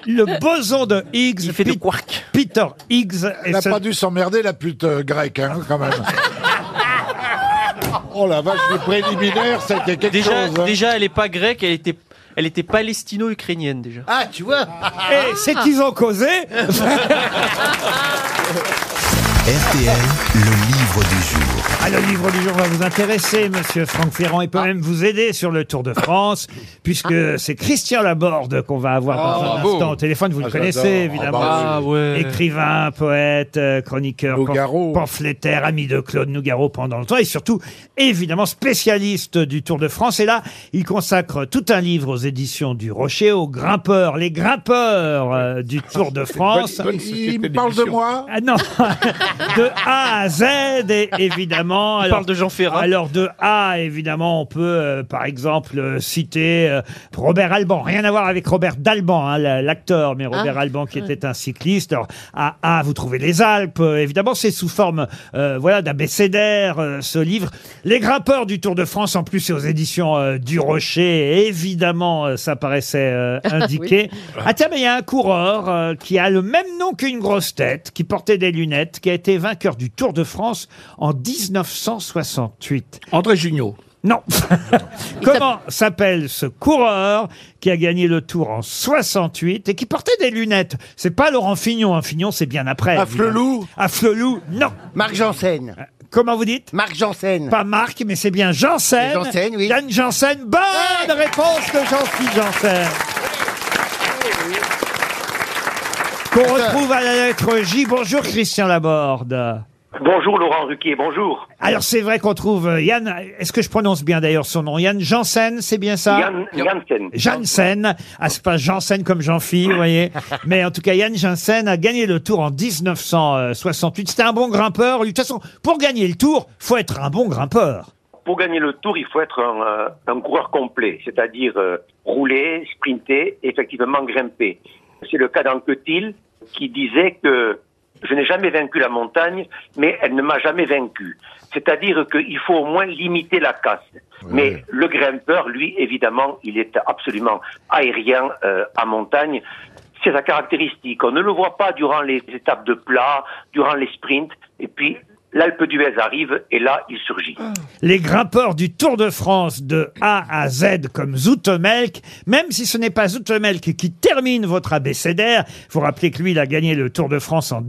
[SPEAKER 2] Le boson de Higgs,
[SPEAKER 8] Il fait des
[SPEAKER 2] Pi-
[SPEAKER 8] quarks.
[SPEAKER 2] Peter Higgs. et
[SPEAKER 7] Elle n'a
[SPEAKER 2] ce-
[SPEAKER 7] pas dû s'emmerder, la pute euh, grecque, hein, quand même. Oh la vache, les préliminaires, ça a été quelque
[SPEAKER 8] Déjà,
[SPEAKER 7] chose. hein.
[SPEAKER 8] déjà, elle n'est pas grecque, elle était, elle était palestino-ukrainienne déjà.
[SPEAKER 5] Ah, tu vois
[SPEAKER 2] Eh, c'est qu'ils ont causé
[SPEAKER 1] RTL, le livre du jour.
[SPEAKER 2] Ah, le livre du jour va vous intéresser, monsieur Franck Ferrand, et peut
[SPEAKER 3] Ah.
[SPEAKER 2] même vous aider sur le Tour de France, puisque c'est Christian Laborde qu'on va avoir dans
[SPEAKER 3] Ah, bah,
[SPEAKER 2] un
[SPEAKER 3] bravo.
[SPEAKER 2] instant au téléphone. Vous le connaissez, évidemment.
[SPEAKER 7] Ah,
[SPEAKER 8] ouais.
[SPEAKER 2] Écrivain, poète, euh, chroniqueur, pam-
[SPEAKER 7] Nougaro.
[SPEAKER 2] pamphlétaire, ami de Claude Nougaro pendant le temps et surtout, évidemment, spécialiste du Tour de France. Et là, il consacre tout un livre aux éditions du Rocher, aux grimpeurs, les grimpeurs euh, du Tour de France.
[SPEAKER 7] Il me parle de moi
[SPEAKER 3] *laughs*
[SPEAKER 2] Ah non, de A à Z, et- évidemment.
[SPEAKER 8] On
[SPEAKER 2] Alors,
[SPEAKER 8] parle de Jean Ferrat.
[SPEAKER 2] alors de A, évidemment, on peut, euh, par exemple, euh, citer euh, Robert Alban. Rien à voir avec Robert Dalban, hein, la- l'acteur, mais Robert
[SPEAKER 6] Ah,
[SPEAKER 2] Alban qui était un cycliste. Alors, à A, vous trouvez les Alpes. Euh, évidemment, c'est sous forme euh, voilà, d'abécédaire, euh, ce livre. Les grimpeurs du Tour de France, en plus, c'est aux éditions euh, du Rocher. Évidemment, euh, ça paraissait euh, indiqué. Ah tiens, mais il y a un coureur euh, qui a le même nom qu'une grosse tête, qui portait des lunettes, qui a été vainqueur du Tour de France en 1968.
[SPEAKER 4] André Jugnot.
[SPEAKER 2] Non. *laughs* Comment s'appelle ce coureur qui a gagné le Tour en 68 et qui portait des lunettes C'est pas Laurent Fignon. Hein. Fignon, c'est bien après.
[SPEAKER 7] À
[SPEAKER 2] évidemment.
[SPEAKER 7] Flelou
[SPEAKER 2] À Flelou, non.
[SPEAKER 5] Ah,
[SPEAKER 2] Euh,
[SPEAKER 5] Marc Janssen.
[SPEAKER 2] Comment vous dites
[SPEAKER 5] Marc Janssen.
[SPEAKER 2] Pas Marc, mais c'est bien Janssen.
[SPEAKER 5] Janssen, oui.
[SPEAKER 2] Yann Janssen. Bonne réponse de Jean-Philippe Janssen. Qu'on retrouve à la lettre J. Bonjour Christian Laborde.
[SPEAKER 12] Bonjour Laurent Ruquier, bonjour.
[SPEAKER 2] Alors c'est vrai qu'on trouve euh, Yann, est-ce que je prononce bien d'ailleurs son nom Yann Janssen, c'est bien ça
[SPEAKER 12] Yann Janssen.
[SPEAKER 2] Janssen, ah c'est pas Janssen comme Jean-Phil, vous voyez. Mais en tout cas, Yann Janssen a gagné le Tour en 1968. C'était un bon grimpeur. De toute façon, pour gagner le Tour, faut être un bon grimpeur.
[SPEAKER 12] Pour gagner le tour, il faut être un, euh, un coureur complet, c'est-à-dire euh, rouler, sprinter, effectivement grimper. C'est le cas d'Anquetil qui disait que je n'ai jamais vaincu la montagne, mais elle ne m'a jamais vaincu. C'est-à-dire qu'il faut au moins limiter la casse. Mais le grimpeur, lui, évidemment, il est absolument aérien euh, à montagne. C'est sa caractéristique. On ne le voit pas durant les étapes de plat, durant les sprints. Et puis, l'Alpe d'Huez arrive et là, il surgit.
[SPEAKER 2] les grimpeurs du Tour de France de A à Z comme Zoutemelk, même si ce n'est pas Zoutemelk qui termine votre abécédaire, vous rappelez que lui, il a gagné le Tour de France en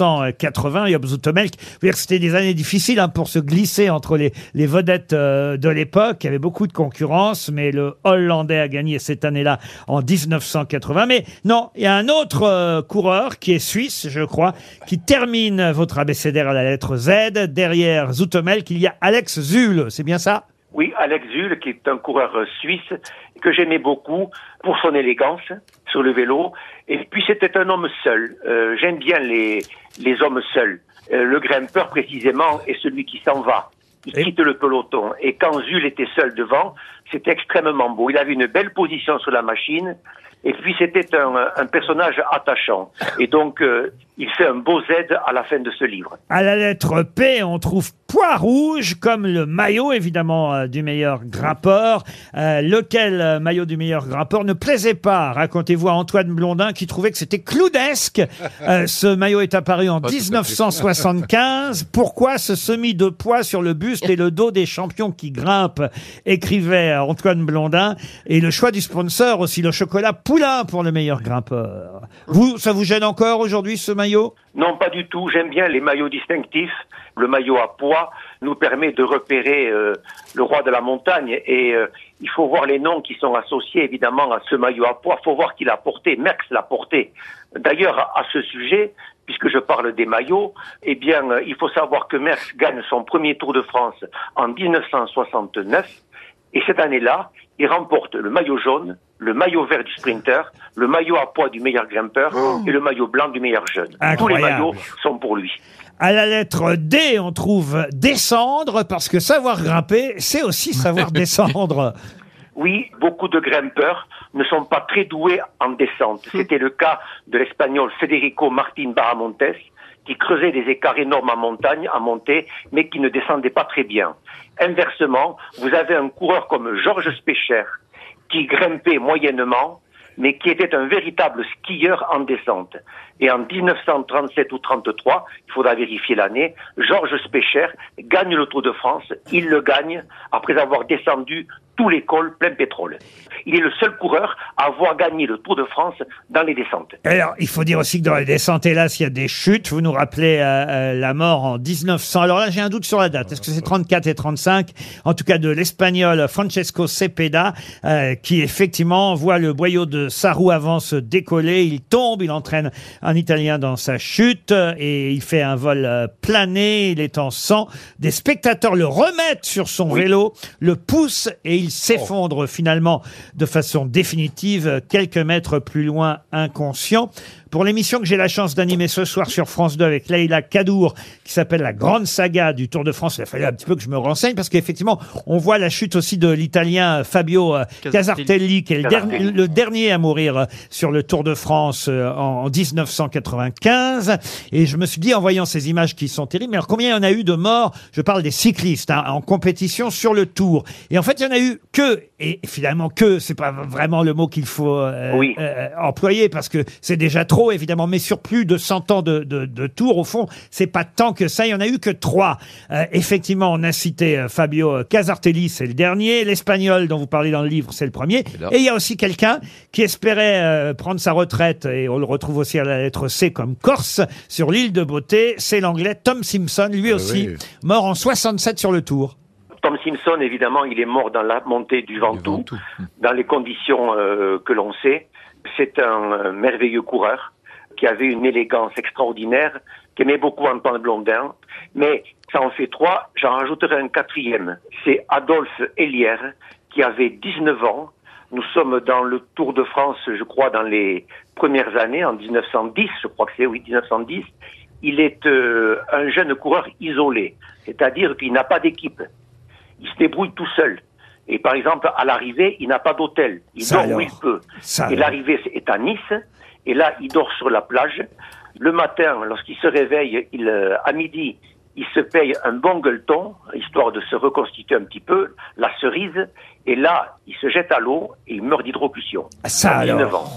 [SPEAKER 2] 1980, Job Zoutemelk, Vous dire que c'était des années difficiles hein, pour se glisser entre les, les vedettes euh, de l'époque, il y avait beaucoup de concurrence, mais le Hollandais a gagné cette année-là en 1980. Mais non, il y a un autre euh, coureur qui est suisse, je crois, qui termine votre abécédaire à la lettre Z. Derrière Zoutemel, qu'il y a Alex Zul, c'est bien ça
[SPEAKER 12] Oui, Alex Zul, qui est un coureur euh, suisse que j'aimais beaucoup pour son élégance sur le vélo. Et puis c'était un homme seul. Euh, J'aime bien les, les hommes seuls. Euh, le grimpeur précisément est celui qui s'en va. Il
[SPEAKER 2] Et-
[SPEAKER 12] quitte le peloton. Et quand Zul était seul devant, c'était extrêmement beau. Il avait une belle position sur la machine. Et puis c'était un, euh, un personnage attachant. Et donc euh, il fait un beau Z à la fin de ce livre.
[SPEAKER 2] À la lettre P, on trouve Poids Rouge, comme le maillot évidemment euh, du meilleur grimpeur. Euh, lequel euh, maillot du meilleur grimpeur ne plaisait pas, racontez-vous à Antoine Blondin, qui trouvait que c'était cloudesque. Euh, ce maillot est apparu en 1975. Pourquoi ce semi de poids sur le buste et le dos des champions qui grimpent écrivait euh, Antoine Blondin. Et le choix du sponsor aussi, le chocolat Poulain pour le meilleur grimpeur. Vous, ça vous gêne encore aujourd'hui ce maillot
[SPEAKER 12] Non, pas du tout. J'aime bien les maillots distinctifs. Le maillot à poids nous permet de repérer euh, le roi de la montagne et euh, il faut voir les noms qui sont associés évidemment à ce maillot à poids. Il faut voir qu'il a porté, Merckx l'a porté. D'ailleurs, à ce sujet, puisque je parle des maillots, eh bien, euh, il faut savoir que Merckx gagne son premier Tour de France en 1969. Et cette année-là, il remporte le maillot jaune, le maillot vert du sprinter, le maillot à poids du meilleur grimpeur et le maillot blanc du meilleur jeune. Tous les
[SPEAKER 2] Incroyable.
[SPEAKER 12] maillots sont pour lui.
[SPEAKER 2] À la lettre D, on trouve descendre, parce que savoir grimper, c'est aussi savoir descendre.
[SPEAKER 12] Oui, beaucoup de grimpeurs ne sont pas très doués en descente. C'était le cas de l'espagnol Federico Martín Barramontes, qui creusait des écarts énormes en montagne, en montée, mais qui ne descendait pas très bien. Inversement, vous avez un coureur comme Georges Spécher, qui grimpait moyennement, mais qui était un véritable skieur en descente. Et en 1937 ou 33, il faudra vérifier l'année, Georges Spécher gagne le Tour de France. Il le gagne après avoir descendu tous les cols plein pétrole. Il est le seul coureur à avoir gagné le Tour de France dans les descentes.
[SPEAKER 2] Et Alors, il faut dire aussi que dans les descentes, hélas, il y a des chutes. Vous nous rappelez euh, euh, la mort en 1900. Alors là, j'ai un doute sur la date. Est-ce que c'est 34 et 35 En tout cas, de l'Espagnol Francesco Cepeda, euh, qui effectivement voit le boyau de Sarou avant se décoller. Il tombe, il entraîne un Italien dans sa chute euh, et il fait un vol euh, plané. Il est en sang. Des spectateurs le remettent sur son vélo, le poussent et il s'effondre finalement de façon définitive euh, quelques mètres plus loin inconscient. Pour l'émission que j'ai la chance d'animer ce soir sur France 2 avec Leïla Kadour, qui s'appelle La Grande Saga du Tour de France, il a fallu un petit peu que je me renseigne parce qu'effectivement, on voit la chute aussi de l'Italien euh, Fabio euh, Casartelli, qui est le,
[SPEAKER 12] Casartelli.
[SPEAKER 2] dernier- le dernier à mourir euh, sur le Tour de France euh, en 1995. Et je me suis dit, en voyant ces images qui sont terribles, mais alors combien il y en a eu de morts Je parle des cyclistes hein, en compétition sur le Tour. Et en fait, il y en a eu que, et finalement que, c'est pas vraiment le mot qu'il faut euh,
[SPEAKER 12] Oui.
[SPEAKER 2] euh, employer parce que c'est déjà trop, évidemment, mais sur plus de 100 ans de, de, de Tours, au fond, c'est pas tant que ça. Il y en a eu que trois. Euh, effectivement, on a cité euh, Fabio Casartelli, c'est le dernier. L'Espagnol dont vous parlez dans le livre, c'est le premier. Et il y a aussi quelqu'un qui espérait euh, prendre sa retraite, et on le retrouve aussi à la lettre C comme Corse, sur l'île de Beauté, c'est l'anglais Tom Simpson, lui aussi, mort en 67 sur le Tour.
[SPEAKER 12] Tom Simpson, évidemment, il est mort dans la montée du Ventoux, dans les conditions euh, que l'on sait. C'est un euh, merveilleux coureur qui avait une élégance extraordinaire, qui aimait beaucoup Antoine Blondin. Mais ça en fait trois, j'en rajouterai un quatrième. C'est Adolphe Hélière, qui avait 19 ans. Nous sommes dans le Tour de France, je crois, dans les premières années, en 1910, je crois que c'est, oui, 1910. Il est euh, un jeune coureur isolé, c'est-à-dire qu'il n'a pas d'équipe il se débrouille tout seul. Et par exemple, à l'arrivée, il n'a pas d'hôtel. Il
[SPEAKER 2] Ça
[SPEAKER 12] dort où
[SPEAKER 2] alors.
[SPEAKER 12] il peut.
[SPEAKER 2] Ça
[SPEAKER 12] et
[SPEAKER 2] alors.
[SPEAKER 12] l'arrivée est à Nice. Et là, il dort sur la plage. Le matin, lorsqu'il se réveille, il, euh, à midi, il se paye un bon gueuleton, histoire de se reconstituer un petit peu, la cerise. Et là, il se jette à l'eau et il meurt d'hydrocution.
[SPEAKER 2] Ah, ça
[SPEAKER 12] À
[SPEAKER 2] alors.
[SPEAKER 12] 19 ans.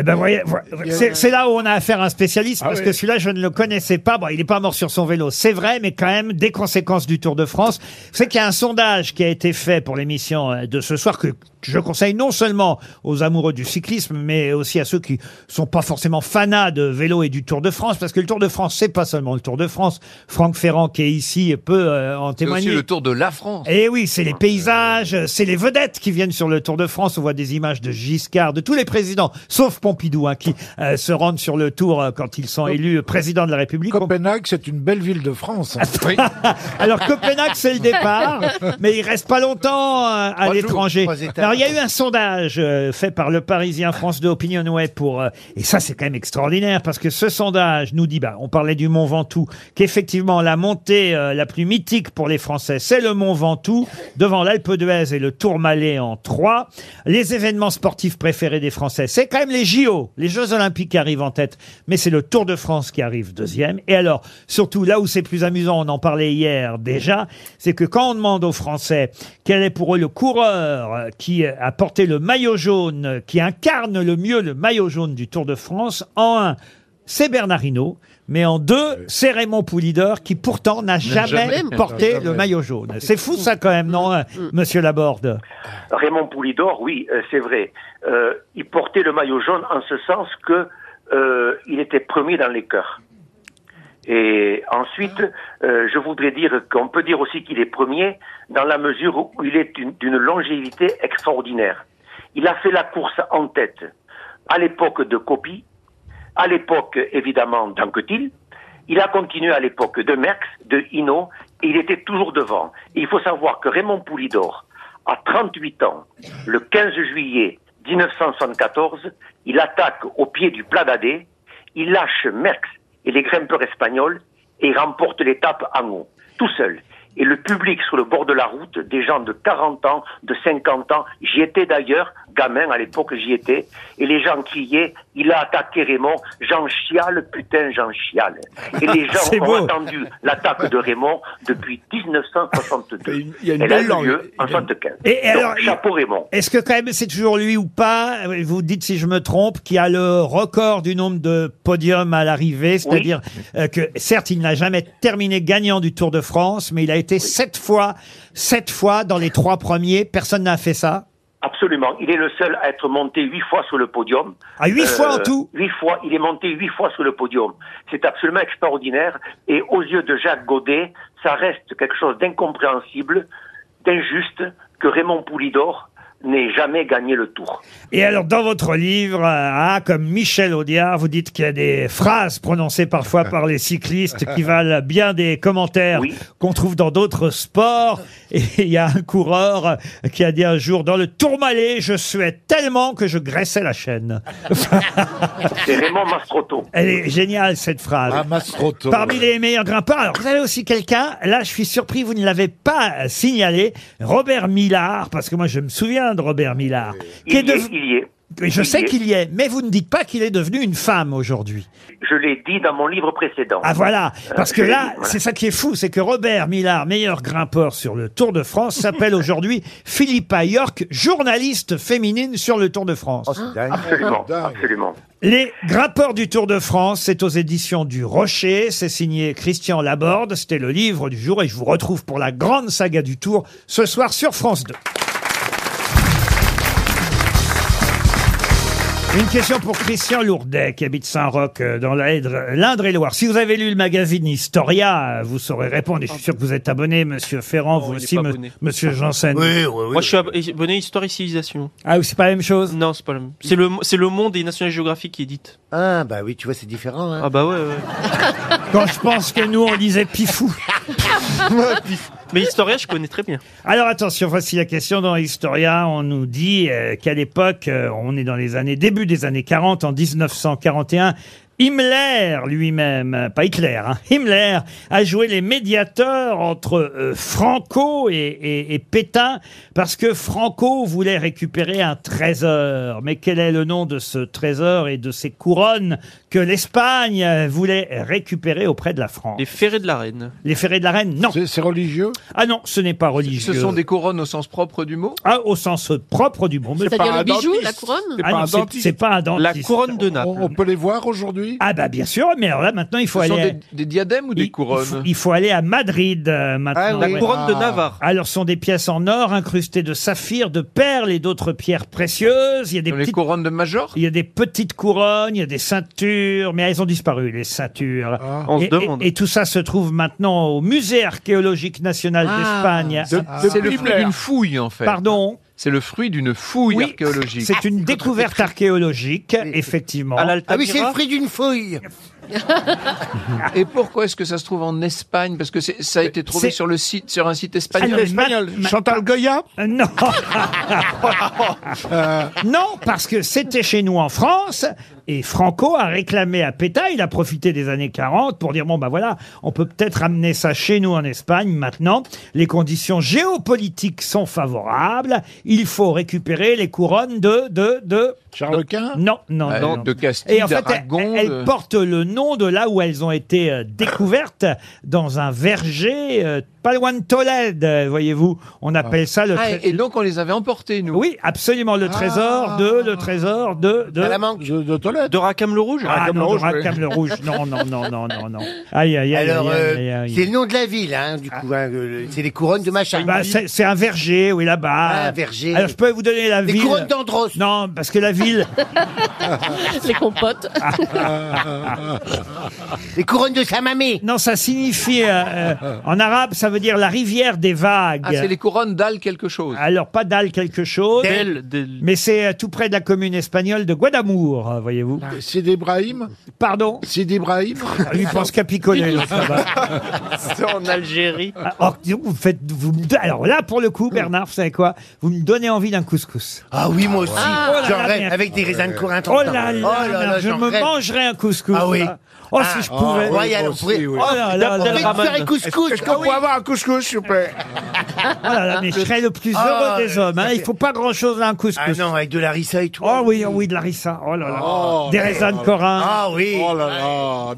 [SPEAKER 2] Eh ben, voyez, vo- c'est c'est là où on a affaire à un spécialiste, parce que celui-là, je ne le connaissais pas. Bon, il n'est pas mort sur son vélo, c'est vrai, mais quand même, des conséquences du Tour de France. C'est qu'il y a un sondage qui a été fait pour l'émission euh, de ce soir que je conseille non seulement aux amoureux du cyclisme, mais aussi à ceux qui sont pas forcément fanas de vélo et du Tour de France, parce que le Tour de France, c'est pas seulement le Tour de France. Franck Ferrand, qui est ici, peut euh, en
[SPEAKER 3] C'est
[SPEAKER 2] témoigner.
[SPEAKER 3] aussi le tour de la France.
[SPEAKER 2] Et Eh oui, c'est les paysages, c'est les vedettes qui viennent sur le Tour de France. On voit des images de Giscard, de tous les présidents, sauf Pompidou, hein, qui euh, se rendent sur le Tour euh, quand ils sont élus président de la République.
[SPEAKER 7] Copenhague, c'est une belle ville de France. hein.
[SPEAKER 2] *laughs* Alors Copenhague, c'est le départ, *laughs* mais il reste pas longtemps euh, à l'étranger. Alors il y a eu un sondage euh, fait par le Parisien France de Opinionway pour euh, et ça c'est quand même extraordinaire parce que ce sondage nous dit bah on parlait du Mont Ventoux qu'effectivement la montée euh, la plus mythique pour les Français c'est le Mont Ventoux devant l'Alpe d'Huez et le Tourmalet en 3. Les événements sportifs préférés des Français c'est quand même les JO, les Jeux Olympiques qui arrivent en tête, mais c'est le Tour de France qui arrive deuxième. Et alors, surtout là où c'est plus amusant, on en parlait hier déjà, c'est que quand on demande aux Français quel est pour eux le coureur euh, qui euh, a porté le maillot jaune, euh, qui incarne le mieux le maillot jaune du Tour de France, en un, c'est Bernard Hinault, mais en deux, c'est Raymond Poulidor qui pourtant n'a jamais,
[SPEAKER 12] jamais.
[SPEAKER 2] porté
[SPEAKER 12] Jamais.
[SPEAKER 2] le maillot jaune. C'est fou ça quand même, non, euh, monsieur Laborde
[SPEAKER 12] Raymond Poulidor, oui, euh, c'est vrai. Euh, il portait le maillot jaune en ce sens que euh, il était premier dans les cœurs. Et ensuite, euh, je voudrais dire qu'on peut dire aussi qu'il est premier dans la mesure où il est d'une- d'une longévité extraordinaire. Il a fait la course en tête à l'époque de Copy, à l'époque évidemment d'Anquetil, il a continué à l'époque de Merckx, de Hinault, et il était toujours devant. Et il faut savoir que Raymond Poulidor, à 38 ans, le 15 juillet 1974, il attaque au pied du plat d'Adé, il lâche Merckx et les grimpeurs espagnols et il remporte l'étape en haut, tout seul. Et le public sur le bord de la route, des gens de 40 ans, de 50 ans, j'y étais d'ailleurs, gamin à l'époque, j'y étais, et les gens criaient, il a attaqué Raymond, Jean Chial, putain Jean Chial.
[SPEAKER 4] *laughs*
[SPEAKER 12] Et les gens
[SPEAKER 4] C'est
[SPEAKER 12] ont
[SPEAKER 4] beau.
[SPEAKER 12] attendu l'attaque de Raymond depuis 1962.
[SPEAKER 4] il y a une
[SPEAKER 12] Elle a
[SPEAKER 4] belle
[SPEAKER 12] eu
[SPEAKER 4] langue.
[SPEAKER 12] lieu en 75.
[SPEAKER 2] Et- et
[SPEAKER 12] Donc,
[SPEAKER 2] alors, il-
[SPEAKER 12] chapeau Raymond.
[SPEAKER 2] Est-ce que quand même c'est toujours lui ou pas euh, Vous dites si je me trompe qui a le record du nombre de podiums à l'arrivée, c'est-à-dire euh, que certes il n'a jamais terminé gagnant du Tour de France, mais il a été sept fois, sept fois dans les trois premiers. Personne n'a fait ça.
[SPEAKER 12] Absolument. Il est le seul à être monté huit fois sur le podium. Euh,
[SPEAKER 2] Ah, huit fois en tout
[SPEAKER 12] Huit fois. Il est monté huit fois sur le podium. C'est absolument extraordinaire. Et aux yeux de Jacques Godet, ça reste quelque chose d'incompréhensible, d'injuste, que Raymond Poulidor n'ait jamais gagné le tour.
[SPEAKER 2] Et alors, dans votre livre, euh, ah, comme Michel Audiard, vous dites qu'il y a des phrases prononcées parfois par les cyclistes qui valent bien des commentaires qu'on trouve dans d'autres sports. Et *laughs* il y a un coureur qui a dit un jour, dans le Tourmalet, je suais tellement que je graissais la chaîne.
[SPEAKER 12] *laughs* C'est Raymond Mastrotto.
[SPEAKER 2] Elle est géniale, cette phrase. Parmi les meilleurs grimpeurs. Alors, vous avez aussi quelqu'un, là, je suis surpris, vous ne l'avez pas euh, signalé, Robert Millard, parce que moi, je me souviens de Robert Millard.
[SPEAKER 12] Il y, est,
[SPEAKER 2] dev-
[SPEAKER 12] il y est.
[SPEAKER 2] Mais je
[SPEAKER 12] Il
[SPEAKER 2] sais
[SPEAKER 12] y est.
[SPEAKER 2] qu'il y est, mais vous ne dites pas qu'il est devenu une femme aujourd'hui.
[SPEAKER 12] Je l'ai dit dans mon livre précédent.
[SPEAKER 2] Ah voilà,
[SPEAKER 12] Euh,
[SPEAKER 2] parce
[SPEAKER 12] je
[SPEAKER 2] que
[SPEAKER 12] l'ai
[SPEAKER 2] là,
[SPEAKER 12] dit, voilà.
[SPEAKER 2] c'est ça qui est fou, c'est que Robert Millard, meilleur grimpeur sur le Tour de France,
[SPEAKER 12] *laughs*
[SPEAKER 2] s'appelle aujourd'hui Philippa York, journaliste féminine sur le Tour de France.
[SPEAKER 12] Absolument, absolument.
[SPEAKER 2] Les grimpeurs du Tour de France, c'est aux éditions du Rocher, c'est signé Christian Laborde, c'était le livre du jour et je vous retrouve pour la grande saga du Tour ce soir sur France 2. Une question pour Christian Lourdet, qui habite Saint-Roch, euh, dans l'Indre- l'Indre-et-Loire. Si vous avez lu le magazine Historia, euh, vous saurez répondre. Et je suis sûr que vous êtes abonné, Monsieur Ferrand, vous
[SPEAKER 8] il est
[SPEAKER 2] aussi,
[SPEAKER 8] pas
[SPEAKER 2] me-
[SPEAKER 8] abonné.
[SPEAKER 2] Monsieur Janssen.
[SPEAKER 8] Moi, je suis ab- abonné à Histoire et Civilisation.
[SPEAKER 2] Ah, oui, c'est pas la même chose
[SPEAKER 8] Non, c'est pas la même. C'est le, c'est le monde et National Geographic qui édite.
[SPEAKER 5] Ah, bah oui, tu vois, c'est différent. hein.
[SPEAKER 8] Ah bah ouais, ouais.
[SPEAKER 2] *laughs* Quand je pense que nous, on disait pifou.
[SPEAKER 8] Mais Historia, je connais très bien.
[SPEAKER 2] Alors attention, voici la question dans Historia. On nous dit euh, qu'à l'époque, euh, on est dans les années, début des années 40, en 1941, Himmler lui-même, euh, pas Hitler, hein, Himmler a joué les médiateurs entre euh, Franco et, et- et Pétain parce que Franco voulait récupérer un trésor. Mais quel est le nom de ce trésor et de ces couronnes que l'Espagne euh, voulait récupérer auprès de la France
[SPEAKER 8] Les ferrés de la reine.
[SPEAKER 2] les ferrets de la reine, non. C'est religieux Ah non, ce n'est pas religieux.
[SPEAKER 3] Ce sont des couronnes au sens propre du mot
[SPEAKER 2] Ah, au sens propre du mot. mais
[SPEAKER 3] C'est-à-dire
[SPEAKER 2] pas
[SPEAKER 3] le
[SPEAKER 2] un
[SPEAKER 3] bijou,
[SPEAKER 2] dentiste.
[SPEAKER 3] la couronne
[SPEAKER 2] Ah
[SPEAKER 3] C'est pas
[SPEAKER 2] non,
[SPEAKER 3] un
[SPEAKER 2] c'est-
[SPEAKER 3] dentiste.
[SPEAKER 2] C'est pas un dentiste.
[SPEAKER 3] La couronne de Naples. On- on
[SPEAKER 2] peut les voir aujourd'hui Ah bah bien sûr, mais alors là maintenant il faut
[SPEAKER 3] Ce sont
[SPEAKER 2] aller...
[SPEAKER 3] des, des diadèmes ou des
[SPEAKER 2] Il faut,
[SPEAKER 3] couronnes
[SPEAKER 2] il faut aller à Madrid euh, maintenant.
[SPEAKER 3] Ah oui. La couronne de Ah. Navarre.
[SPEAKER 2] Alors, ce sont des pièces en or incrustées de saphir, de perles et d'autres pierres précieuses. Il y a des petites... couronnes de Major Il y a des petites couronnes, il y a des ceintures, mais elles ont disparu, les ceintures.
[SPEAKER 3] Ah.
[SPEAKER 8] On se
[SPEAKER 2] et, et-
[SPEAKER 8] demande.
[SPEAKER 2] et tout ça se trouve maintenant au Musée archéologique national
[SPEAKER 3] Ah.
[SPEAKER 2] d'Espagne.
[SPEAKER 3] C'est c'est le fruit d'une fouille en fait. Ah,
[SPEAKER 2] Pardon
[SPEAKER 3] C'est le fruit d'une fouille
[SPEAKER 2] Oui,
[SPEAKER 3] archéologique.
[SPEAKER 2] C'est une découverte archéologique, effectivement.
[SPEAKER 5] Ah oui, c'est le fruit d'une fouille.
[SPEAKER 3] *laughs* Et pourquoi est-ce que ça se trouve en Espagne Parce que c'est- ça a été trouvé
[SPEAKER 2] C'est-
[SPEAKER 3] sur le site, sur un site
[SPEAKER 2] Ah non,
[SPEAKER 3] espagnol. *laughs*
[SPEAKER 2] mais ma- ma-
[SPEAKER 3] Chantal Goya *laughs*
[SPEAKER 2] Euh, Non.
[SPEAKER 3] Ah,
[SPEAKER 2] Euh, non, parce que c'était chez nous en France et Franco a réclamé à Pétain, il a profité des années 40 pour dire bon bah voilà, on peut peut-être amener ça chez nous en Espagne maintenant. Les conditions géopolitiques sont favorables, il faut récupérer les couronnes de de de Charles Quint Non, non,
[SPEAKER 3] Euh,
[SPEAKER 2] non, non.
[SPEAKER 3] de Castille,
[SPEAKER 2] Et en fait,
[SPEAKER 3] d'Aragon,
[SPEAKER 2] elles,
[SPEAKER 3] de-
[SPEAKER 2] elles portent le nom de là où elles ont été euh, découvertes dans un verger euh, pas loin de Tolède, euh, voyez-vous. On appelle ça le
[SPEAKER 3] Ah,
[SPEAKER 2] trésor.
[SPEAKER 3] et, et donc on les avait emportés, nous.
[SPEAKER 2] Oui, absolument. Le trésor de, le trésor de, de.
[SPEAKER 7] De, de Tolède.
[SPEAKER 8] De Rackham le Rouge
[SPEAKER 2] Ah, non, de
[SPEAKER 8] oui.
[SPEAKER 2] Rackham le Rouge. Non, non, non, non, non, non. Aïe, aïe, aï,
[SPEAKER 5] Alors,
[SPEAKER 2] aïe,
[SPEAKER 5] euh,
[SPEAKER 2] aïe, aïe.
[SPEAKER 5] c'est le nom de la ville, hein, du coup. hein, euh, c'est les couronnes de machin. Ah,
[SPEAKER 2] Bah, c'est c'est un verger, oui, là-bas.
[SPEAKER 5] un verger.
[SPEAKER 2] Alors, je peux vous donner la
[SPEAKER 5] Des
[SPEAKER 2] ville.
[SPEAKER 5] couronnes d'Andros.
[SPEAKER 2] Non, parce que la ville.
[SPEAKER 6] Les compotes.
[SPEAKER 5] les couronnes de Samamé.
[SPEAKER 2] Non, ça signifie. euh, euh, en arabe, ça veut dire la rivière des vagues.
[SPEAKER 3] Ah, c'est les couronnes d'Al quelque chose.
[SPEAKER 2] Alors, pas d'Al quelque chose.
[SPEAKER 8] Del,
[SPEAKER 7] *laughs*
[SPEAKER 8] del-
[SPEAKER 2] Mais c'est euh, tout près de la commune espagnole de Guadamour, euh, voyez-vous.
[SPEAKER 7] C'est d'Ibrahim
[SPEAKER 2] Pardon
[SPEAKER 7] C'est d'Ibrahim
[SPEAKER 2] Lui, il pense qu'à picoler, l'autre, là-bas.
[SPEAKER 8] *laughs* C'est en Algérie.
[SPEAKER 2] Ah, oh, dis donc, vous me faites, vous me- alors là, pour le coup, Bernard, vous savez quoi Vous me donnez envie d'un couscous.
[SPEAKER 5] Hmm. Ah oui, moi aussi.
[SPEAKER 2] Ah,
[SPEAKER 5] J'en
[SPEAKER 2] ouais.
[SPEAKER 5] rêve, avec des raisins de Corinthe.
[SPEAKER 2] Oh là là, je
[SPEAKER 5] j'en
[SPEAKER 2] me
[SPEAKER 5] rêve.
[SPEAKER 2] mangerai un couscous.
[SPEAKER 5] Ah oui.
[SPEAKER 2] là. Oh,
[SPEAKER 5] Ah,
[SPEAKER 2] si je pouvais.
[SPEAKER 5] oh, royal, on pourrait-
[SPEAKER 2] Oh là là,
[SPEAKER 5] on
[SPEAKER 2] là,
[SPEAKER 5] pourrait
[SPEAKER 2] là,
[SPEAKER 5] faire un couscous.
[SPEAKER 4] Est-ce qu'on
[SPEAKER 5] Ah oui.
[SPEAKER 4] pourrait avoir un couscous, s'il vous plaît
[SPEAKER 2] oh là là, mais je serais le plus
[SPEAKER 5] Ah,
[SPEAKER 2] heureux des hommes. hein. Il faut pas grand-chose d'un couscous.
[SPEAKER 5] Ah non, avec de la rissa et tout.
[SPEAKER 2] Oh oui, oh oui, de la rissa. Oh là là. des raisins de Corinne.
[SPEAKER 5] Ah oui.
[SPEAKER 7] Oh là là.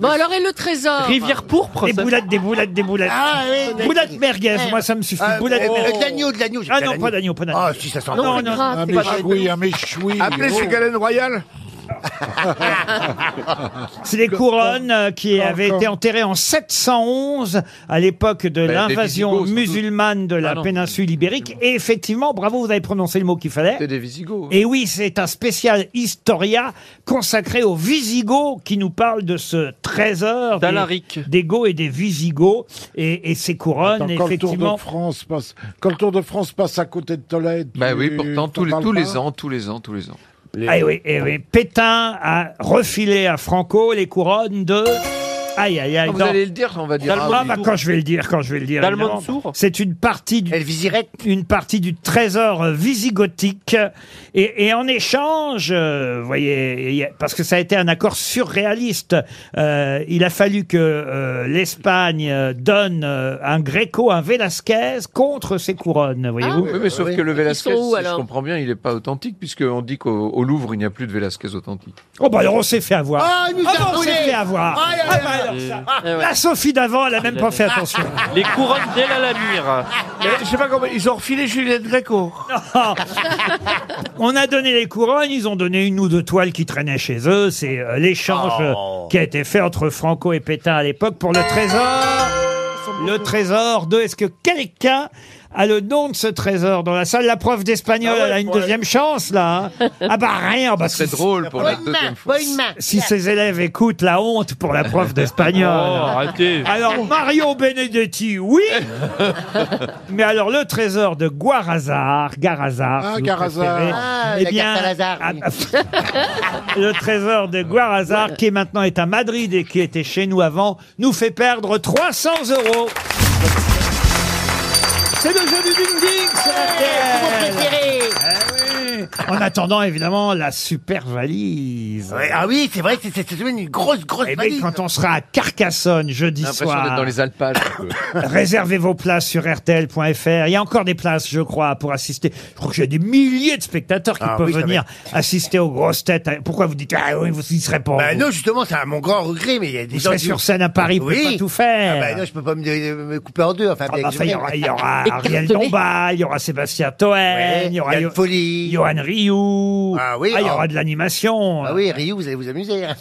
[SPEAKER 6] Bon, alors, et le trésor
[SPEAKER 8] Rivière pourpre.
[SPEAKER 2] Des
[SPEAKER 8] ça-
[SPEAKER 2] boulettes, des boulettes, des boulettes.
[SPEAKER 5] Ah oui.
[SPEAKER 2] boulettes merguez, moi ça me suffit.
[SPEAKER 5] Ah,
[SPEAKER 2] boulettes
[SPEAKER 5] euh,
[SPEAKER 2] merguez.
[SPEAKER 5] De l'agneau, de l'agneau. j'ai
[SPEAKER 2] Ah
[SPEAKER 5] de
[SPEAKER 2] non,
[SPEAKER 5] l'agneau.
[SPEAKER 2] pas d'agneau, pas d'agneau.
[SPEAKER 5] Ah si, ça sent bon. Ah,
[SPEAKER 2] non,
[SPEAKER 6] c'est
[SPEAKER 2] non.
[SPEAKER 6] grave,
[SPEAKER 7] Un
[SPEAKER 6] c'est pas-
[SPEAKER 7] méchoui, un méchoui. oh.
[SPEAKER 4] Appelez ces galènes royales.
[SPEAKER 2] *laughs* C'est les couronnes euh, qui avaient été enterrées en 711 à l'époque
[SPEAKER 3] Ben,
[SPEAKER 2] de
[SPEAKER 3] des
[SPEAKER 2] l'invasion
[SPEAKER 3] Visigoths, surtout.
[SPEAKER 2] musulmane de la
[SPEAKER 3] Ah non.
[SPEAKER 2] péninsule ibérique. Et effectivement, bravo, vous avez prononcé le mot qu'il
[SPEAKER 3] C'était
[SPEAKER 2] fallait.
[SPEAKER 3] des Visigoths.
[SPEAKER 2] Et oui, c'est un spécial Historia consacré aux Visigoths qui nous parle de ce trésor des,
[SPEAKER 8] D'Alaric.
[SPEAKER 2] des Goths et des Visigoths et, et ces couronnes,
[SPEAKER 7] Attends, quand le Tour de
[SPEAKER 2] effectivement.
[SPEAKER 7] France passe, quand le Tour de France passe à côté de Tolède.
[SPEAKER 3] Bah
[SPEAKER 7] tu-
[SPEAKER 3] oui, pourtant,
[SPEAKER 7] t'en
[SPEAKER 3] tous les,
[SPEAKER 7] parles
[SPEAKER 3] tous les
[SPEAKER 7] pas
[SPEAKER 3] ans, tous les ans, tous les ans.
[SPEAKER 2] Ah oui, eh oui. Pétain a refilé à Franco les couronnes de. Aïe, aïe, aïe.
[SPEAKER 3] Ah, vous
[SPEAKER 2] dans-
[SPEAKER 3] allez le dire, on va dire.
[SPEAKER 8] Dans le
[SPEAKER 2] Ah
[SPEAKER 3] oui.
[SPEAKER 2] bah quand je vais le dire, quand je vais le dire. évidemment.
[SPEAKER 8] D'Almansour
[SPEAKER 2] C'est une partie du
[SPEAKER 5] Elle visirait.
[SPEAKER 2] une partie du trésor euh, visigothique. Et, et en échange, euh, vous voyez, il y a- parce que ça a été un accord surréaliste, euh, il a fallu que euh, l'Espagne euh, donne euh, un Gréco, un Velasquez contre ses couronnes, voyez-vous.
[SPEAKER 3] Ah, Oui, mais sauf que le Velasquez,
[SPEAKER 6] Ils sont où,
[SPEAKER 3] si je
[SPEAKER 6] alors
[SPEAKER 3] comprends bien, il n'est pas authentique, puisqu'on dit qu'au au Louvre, il n'y a plus de Velasquez authentique.
[SPEAKER 2] Oh bah alors on s'est fait avoir.
[SPEAKER 5] Ah, il nous
[SPEAKER 2] bah,
[SPEAKER 5] a
[SPEAKER 2] on s'est
[SPEAKER 5] volé.
[SPEAKER 2] fait avoir.
[SPEAKER 5] Aïe, aïe,
[SPEAKER 2] Ah, bah, alors ça.
[SPEAKER 8] Eh ouais.
[SPEAKER 2] La Sophie d'avant, elle a même pas fait attention.
[SPEAKER 8] Les couronnes d'El Alamir.
[SPEAKER 4] Mais Eh, Je sais pas comment. Ils ont refilé Juliette Gréco.
[SPEAKER 2] On a donné les couronnes, ils ont donné une ou deux toiles qui traînaient chez eux. C'est euh, l'échange euh,
[SPEAKER 5] Oh.
[SPEAKER 2] qui a été fait entre Franco et Pétain à l'époque pour le trésor. Le trésor de. Est-ce que quelqu'un a le nom de ce trésor dans la salle La prof d'espagnol, elle a une deuxième chance là. hein. ah bah rien. Bah,
[SPEAKER 3] C'est
[SPEAKER 2] si,
[SPEAKER 3] drôle pour la deuxième fois.
[SPEAKER 5] Pas une main.
[SPEAKER 2] si ses élèves écoutent la honte pour la prof
[SPEAKER 8] Oh,
[SPEAKER 2] d'espagnol.
[SPEAKER 8] arrêtez.
[SPEAKER 2] Alors Mario
[SPEAKER 3] *laughs*
[SPEAKER 2] Benedetti, oui. Mais alors le trésor de Guarazar, Garazar.
[SPEAKER 7] Ah,
[SPEAKER 2] si vous
[SPEAKER 7] Garazar.
[SPEAKER 2] préférez.
[SPEAKER 5] Ah,
[SPEAKER 2] Eh
[SPEAKER 5] la
[SPEAKER 2] bien, bah,
[SPEAKER 5] carte à Lazare. oui.
[SPEAKER 2] le trésor de Guarazar, qui est maintenant est à Madrid et qui était chez nous avant, nous fait perdre 300 euros. C'est le jeu du ding-ding sur
[SPEAKER 5] Mon
[SPEAKER 2] RTL.
[SPEAKER 5] préféré.
[SPEAKER 2] Eh oui. En attendant, évidemment, la super valise.
[SPEAKER 5] Ouais, Ah oui, c'est vrai, c'est cette semaine une grosse, grosse
[SPEAKER 2] Eh bien,
[SPEAKER 5] valise.
[SPEAKER 2] quand on sera à Carcassonne jeudi
[SPEAKER 3] J'ai l'impression d'être
[SPEAKER 2] soir,
[SPEAKER 3] dans les Alpes. un peu.
[SPEAKER 2] *laughs* réservez vos places sur rtl.fr. Il y a encore des places, je crois, pour assister. Je crois que j'ai des milliers de spectateurs qui
[SPEAKER 5] Ah
[SPEAKER 2] peuvent
[SPEAKER 5] oui, ça va
[SPEAKER 2] venir assister aux grosses têtes. Pourquoi vous dites, ah oui, vous y serez pas.
[SPEAKER 5] Bah
[SPEAKER 2] vous
[SPEAKER 5] non, justement, c'est à mon grand regret, mais il y a des
[SPEAKER 2] Vous
[SPEAKER 5] gens
[SPEAKER 2] serez
[SPEAKER 5] qui-
[SPEAKER 2] sur scène à Paris, vous
[SPEAKER 5] Oui.
[SPEAKER 2] pouvez pas tout faire.
[SPEAKER 5] Ah bah non, je peux pas me, me couper en deux. Enfin,
[SPEAKER 2] Ah bah,
[SPEAKER 5] bien que
[SPEAKER 2] enfin, il y
[SPEAKER 5] je-
[SPEAKER 2] aura, il y aura
[SPEAKER 6] Et
[SPEAKER 2] Ariel
[SPEAKER 6] cartonné.
[SPEAKER 2] Dombal, il y aura Sébastien Toen,
[SPEAKER 5] Ouais,
[SPEAKER 2] il y aura Yo-
[SPEAKER 5] folie.
[SPEAKER 2] Johan Rioux.
[SPEAKER 5] Ah oui,
[SPEAKER 2] il y
[SPEAKER 5] ah.
[SPEAKER 2] aura de l'animation.
[SPEAKER 5] Ah oui, Ryu, vous allez vous amuser. hein.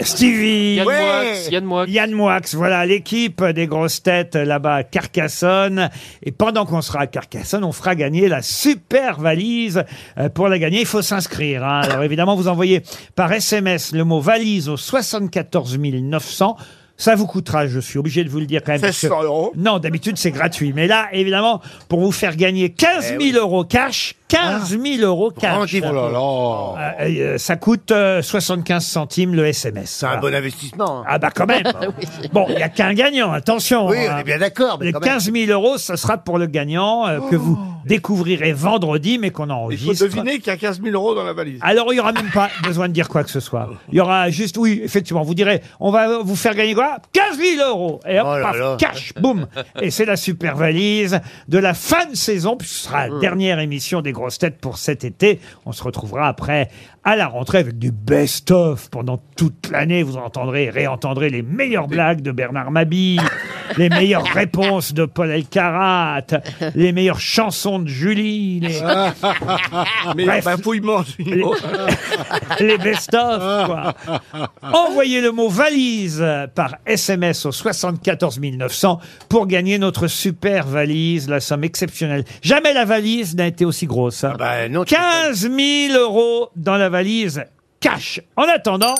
[SPEAKER 2] *laughs* Stevie.
[SPEAKER 8] Yann
[SPEAKER 5] Ouais.
[SPEAKER 8] Moix, Yann Moix.
[SPEAKER 2] Yann Moix, voilà l'équipe des grosses têtes là-bas à Carcassonne. Et pendant qu'on sera à Carcassonne, on fera gagner la super valise. Euh, Pour la gagner, il faut s'inscrire. hein. Alors évidemment, vous envoyez par SMS le mot valise au 74 900. Ça vous coûtera, je suis obligé de vous le dire quand même. parce que-
[SPEAKER 4] 1600 euros.
[SPEAKER 2] Non, d'habitude, c'est gratuit. Mais là, évidemment, pour vous faire gagner 15 000 euros cash, 15 000 euros cash,
[SPEAKER 5] Rendez-vous.
[SPEAKER 7] Oh là là.
[SPEAKER 2] euh, euh, ça coûte euh, 75 centimes le SMS.
[SPEAKER 5] C'est un
[SPEAKER 2] Voilà.
[SPEAKER 5] bon investissement. hein.
[SPEAKER 2] Ah bah quand même. Bon, il n'y a qu'un gagnant, attention.
[SPEAKER 5] oui, on
[SPEAKER 2] hein.
[SPEAKER 5] est bien d'accord. mais
[SPEAKER 2] Les
[SPEAKER 5] quand même. Oh.
[SPEAKER 2] 15 000 euros, ça sera pour le gagnant euh, que vous découvrirez vendredi, mais qu'on
[SPEAKER 4] Il faut
[SPEAKER 2] enregistre.
[SPEAKER 4] deviner qu'il y a 15 000 euros dans la valise.
[SPEAKER 2] Alors, il n'y aura même pas *laughs* besoin de dire quoi que ce soit. Il y aura juste, oui, effectivement, vous direz, on va vous faire gagner quoi 15 000 euros Et hop,
[SPEAKER 5] Oh là
[SPEAKER 2] paf,
[SPEAKER 5] là.
[SPEAKER 2] cash,
[SPEAKER 5] *laughs*
[SPEAKER 2] boum Et c'est la super valise de la
[SPEAKER 5] Mm.
[SPEAKER 2] fin de saison, puisque ce sera la dernière émission des grosses têtes pour cet été. On se retrouvera après à la rentrée avec du best-of pendant toute l'année. Vous entendrez et réentendrez les meilleures blagues de Bernard
[SPEAKER 5] *laughs*
[SPEAKER 2] Mabille, les meilleures réponses de Paul Elkarat, les meilleures chansons de Julie.
[SPEAKER 10] *laughs*
[SPEAKER 2] Les...
[SPEAKER 4] Mais
[SPEAKER 2] ben, bah,
[SPEAKER 4] bafouillement, Junio.
[SPEAKER 2] Ah, *laughs* les best-of. quoi. Envoyez le mot valise par SMS au 74 900 pour gagner notre super valise, la somme exceptionnelle. Jamais la valise n'a été aussi grosse. hein. 15 000 euros dans la valise cash. En attendant,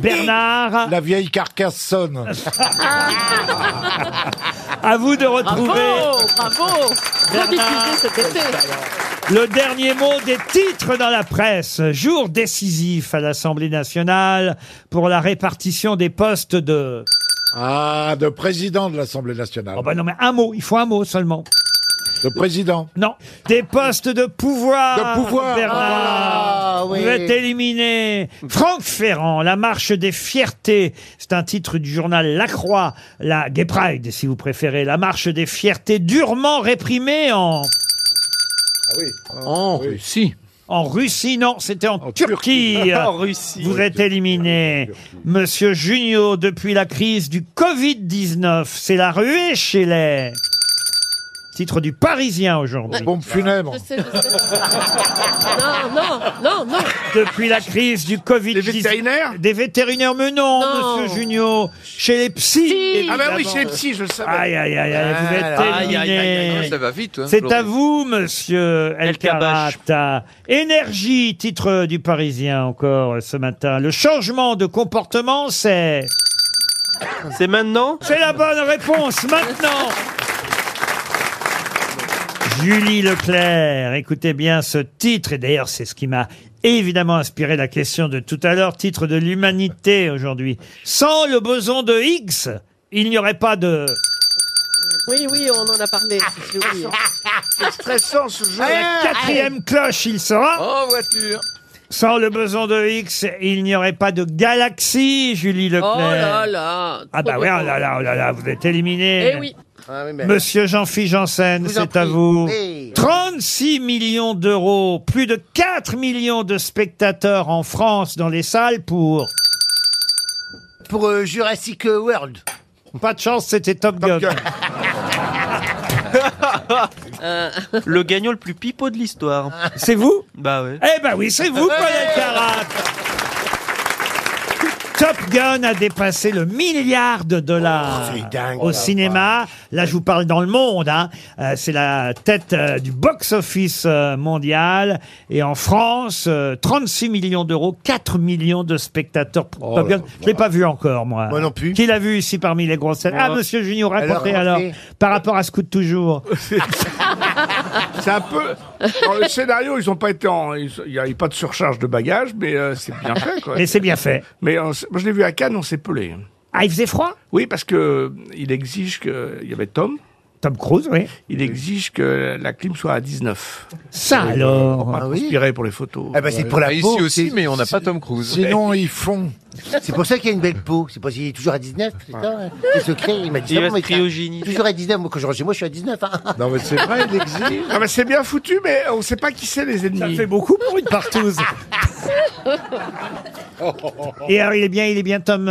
[SPEAKER 2] Bernard. La vieille carcasse sonne. *laughs* à vous de retrouver.
[SPEAKER 6] Bravo, bravo. Trop diffusé cet été.
[SPEAKER 2] Le dernier mot des titres dans la presse. Jour décisif à l'Assemblée nationale pour la répartition des postes de...
[SPEAKER 7] Ah, de président de l'Assemblée nationale.
[SPEAKER 2] Oh bah non mais un mot, il faut un mot seulement.
[SPEAKER 7] Le président.
[SPEAKER 2] Non, des postes de pouvoir.
[SPEAKER 7] De pouvoir. Oh
[SPEAKER 2] Bernard.
[SPEAKER 7] Ah, oui.
[SPEAKER 2] Ah, Vous êtes éliminé. Franck Ferrand, La marche des fiertés. C'est un titre du journal La Croix, la Gay Pride si vous préférez. La marche des fiertés durement réprimée en... Ah En Russie. En Russie, non, c'était en, Turquie. *laughs*
[SPEAKER 8] Turquie. En Russie.
[SPEAKER 2] Vous êtes éliminé. Monsieur Junio, depuis la crise du Covid-19, c'est la ruée chez les... Titre du Parisien aujourd'hui. Bombe funèbre.
[SPEAKER 6] Je sais, je sais. Non, non, non, non.
[SPEAKER 2] Depuis la crise du Covid. Des vétérinaires Des vétérinaires, mais non,
[SPEAKER 6] Non.
[SPEAKER 2] monsieur Junio. Chez les psys.
[SPEAKER 4] Ah bah oui,
[SPEAKER 2] évidemment.
[SPEAKER 4] chez les psys, je le savais.
[SPEAKER 2] Aïe, aïe, aïe, aïe, vous êtes
[SPEAKER 3] Aïe, aïe, aïe, aïe,
[SPEAKER 2] éliminé.
[SPEAKER 3] aïe, ça va vite, hein,
[SPEAKER 2] C'est à
[SPEAKER 3] aujourd'hui.
[SPEAKER 2] vous, monsieur El Karata. Énergie, titre du Parisien encore euh, ce matin. Le changement de comportement, c'est... C'est maintenant C'est la bonne réponse, maintenant Julie Leclerc, écoutez bien ce titre, et d'ailleurs c'est ce qui m'a évidemment inspiré la question de tout à l'heure, titre de l'humanité aujourd'hui. Sans le boson de Higgs, il n'y aurait pas de...
[SPEAKER 6] Oui, oui, on en a parlé. Ah, j'ai oublié.
[SPEAKER 4] C'est stressant ce jeu.
[SPEAKER 2] À la quatrième cloche, il sera.
[SPEAKER 6] Oh,
[SPEAKER 4] En voiture.
[SPEAKER 2] Sans le boson de Higgs, il n'y aurait pas de galaxie, Julie Leclerc.
[SPEAKER 6] Oh là là.
[SPEAKER 2] Ah bah oui, oh là là, oh là là, vous êtes éliminé.
[SPEAKER 6] Eh oui.
[SPEAKER 2] Monsieur Jean-Philippe Janssen,
[SPEAKER 6] Vous en
[SPEAKER 2] c'est à
[SPEAKER 6] prie.
[SPEAKER 2] vous.
[SPEAKER 6] Oui.
[SPEAKER 2] 36 millions d'euros, plus de 4 millions de spectateurs en France dans les salles pour...
[SPEAKER 5] *laughs* Pour euh, Jurassic World.
[SPEAKER 2] Pas de chance, c'était Top, *laughs* Gun.
[SPEAKER 8] Le gagnant le plus pipeau de l'histoire.
[SPEAKER 2] C'est vous
[SPEAKER 8] Bah ouais.
[SPEAKER 2] Eh ben oui, c'est vous, Paul Elkarat. Top Gun a dépassé le milliard de
[SPEAKER 4] Oh,
[SPEAKER 2] dollars au cinéma. Là, je vous parle dans le monde. hein. Euh, c'est la tête euh, du box-office euh, mondial. Et en France, euh, 36 millions d'euros, 4 millions de spectateurs
[SPEAKER 4] Oh
[SPEAKER 2] pour Top Gun. Je l'ai pas vu encore, moi. Moi non plus. Qui l'a vu ici parmi les grosses têtes Ah,
[SPEAKER 4] Moi.
[SPEAKER 2] monsieur Junior,
[SPEAKER 4] Alors,
[SPEAKER 2] racontez alors,
[SPEAKER 4] racontez.
[SPEAKER 2] par rapport à ce coup
[SPEAKER 4] *laughs*
[SPEAKER 2] de toujours.
[SPEAKER 4] C'est un peu. Dans le scénario, ils ont pas été en. ils- Il n'y a eu pas de surcharge de bagages, mais euh, c'est bien fait, quoi.
[SPEAKER 2] Mais c'est bien fait.
[SPEAKER 4] Mais on s- moi, je l'ai vu à Cannes, on s'est pelé.
[SPEAKER 2] Ah, il faisait froid
[SPEAKER 4] Oui, parce que euh, il exige que. Il y avait Tom.
[SPEAKER 2] Tom Cruise, oui.
[SPEAKER 4] Il exige que la clim soit à 19.
[SPEAKER 2] Ça alors
[SPEAKER 4] Euh, On va transpirer pour les photos.
[SPEAKER 5] Ah Eh ben, c'est
[SPEAKER 4] Bah,
[SPEAKER 5] pour la
[SPEAKER 3] Bah, ici
[SPEAKER 5] peau,
[SPEAKER 3] aussi,
[SPEAKER 5] c'est-
[SPEAKER 3] mais on n'a pas Tom Cruise.
[SPEAKER 5] sinon,
[SPEAKER 7] ils font.
[SPEAKER 5] C'est pour ça qu'il a une belle peau. C'est parce qu'il est toujours à 19, c'est ça hein. C'est secret, il m'a dit.
[SPEAKER 4] Il
[SPEAKER 5] ah bon,
[SPEAKER 4] reste
[SPEAKER 5] mais t'as-
[SPEAKER 4] cryogénie.
[SPEAKER 5] Toujours à 19, moi quand je rentre chez moi, je suis à 19. hein.
[SPEAKER 7] Non, mais c'est vrai, il exige.
[SPEAKER 4] Ah ben, c'est bien foutu, mais on ne sait pas qui c'est les ennemis. Ça fait
[SPEAKER 2] beaucoup pour
[SPEAKER 4] *laughs*
[SPEAKER 2] une *laughs* partouze. Et euh, alors, il est bien, il est bien Tom.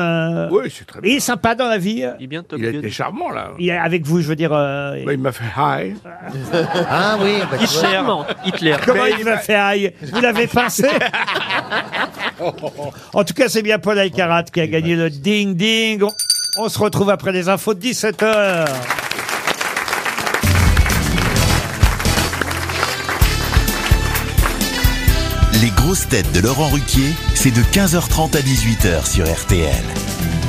[SPEAKER 4] Oui, c'est très
[SPEAKER 2] bien. Il est sympa dans la vie. euh,
[SPEAKER 8] Il est bien
[SPEAKER 4] Il a été charmant, là. Bah,
[SPEAKER 2] Il est avec vous, je veux dire. euh,
[SPEAKER 4] il m'a fait hi.
[SPEAKER 5] *laughs* Ah oui, bah, tu vois.
[SPEAKER 8] Hitler.
[SPEAKER 2] Comment
[SPEAKER 4] Mais
[SPEAKER 2] il
[SPEAKER 4] il
[SPEAKER 2] vous a
[SPEAKER 4] m'a-
[SPEAKER 2] fait aïe Vous l'avez pincé *laughs* En tout cas, c'est bien Paul Alcarat qui a gagné le ding-ding. On- On se retrouve après les infos de 17h.
[SPEAKER 1] Les grosses têtes de Laurent Ruquier, c'est de 15h30 à 18h sur RTL.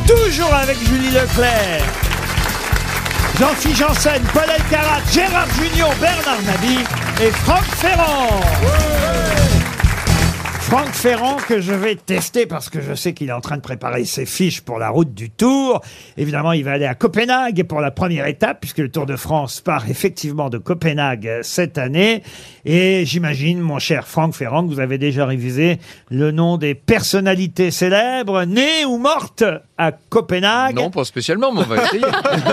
[SPEAKER 2] Toujours avec Julie Leclerc. Jean-Philippe Janssen, Paul Alcarat, Gérard Junior, Bernard Mabie et Franck Ferrand. Franck Ferrand que je vais tester parce que je sais qu'il est en train de préparer ses fiches pour la route du Tour. Évidemment, il va aller à Copenhague pour la première étape puisque le Tour de France part effectivement de Copenhague euh, cette année. Et j'imagine, mon cher Franck Ferrand, que vous avez déjà révisé le nom des personnalités célèbres nées ou mortes à Copenhague.
[SPEAKER 3] Non, pas spécialement, mais on va essayer.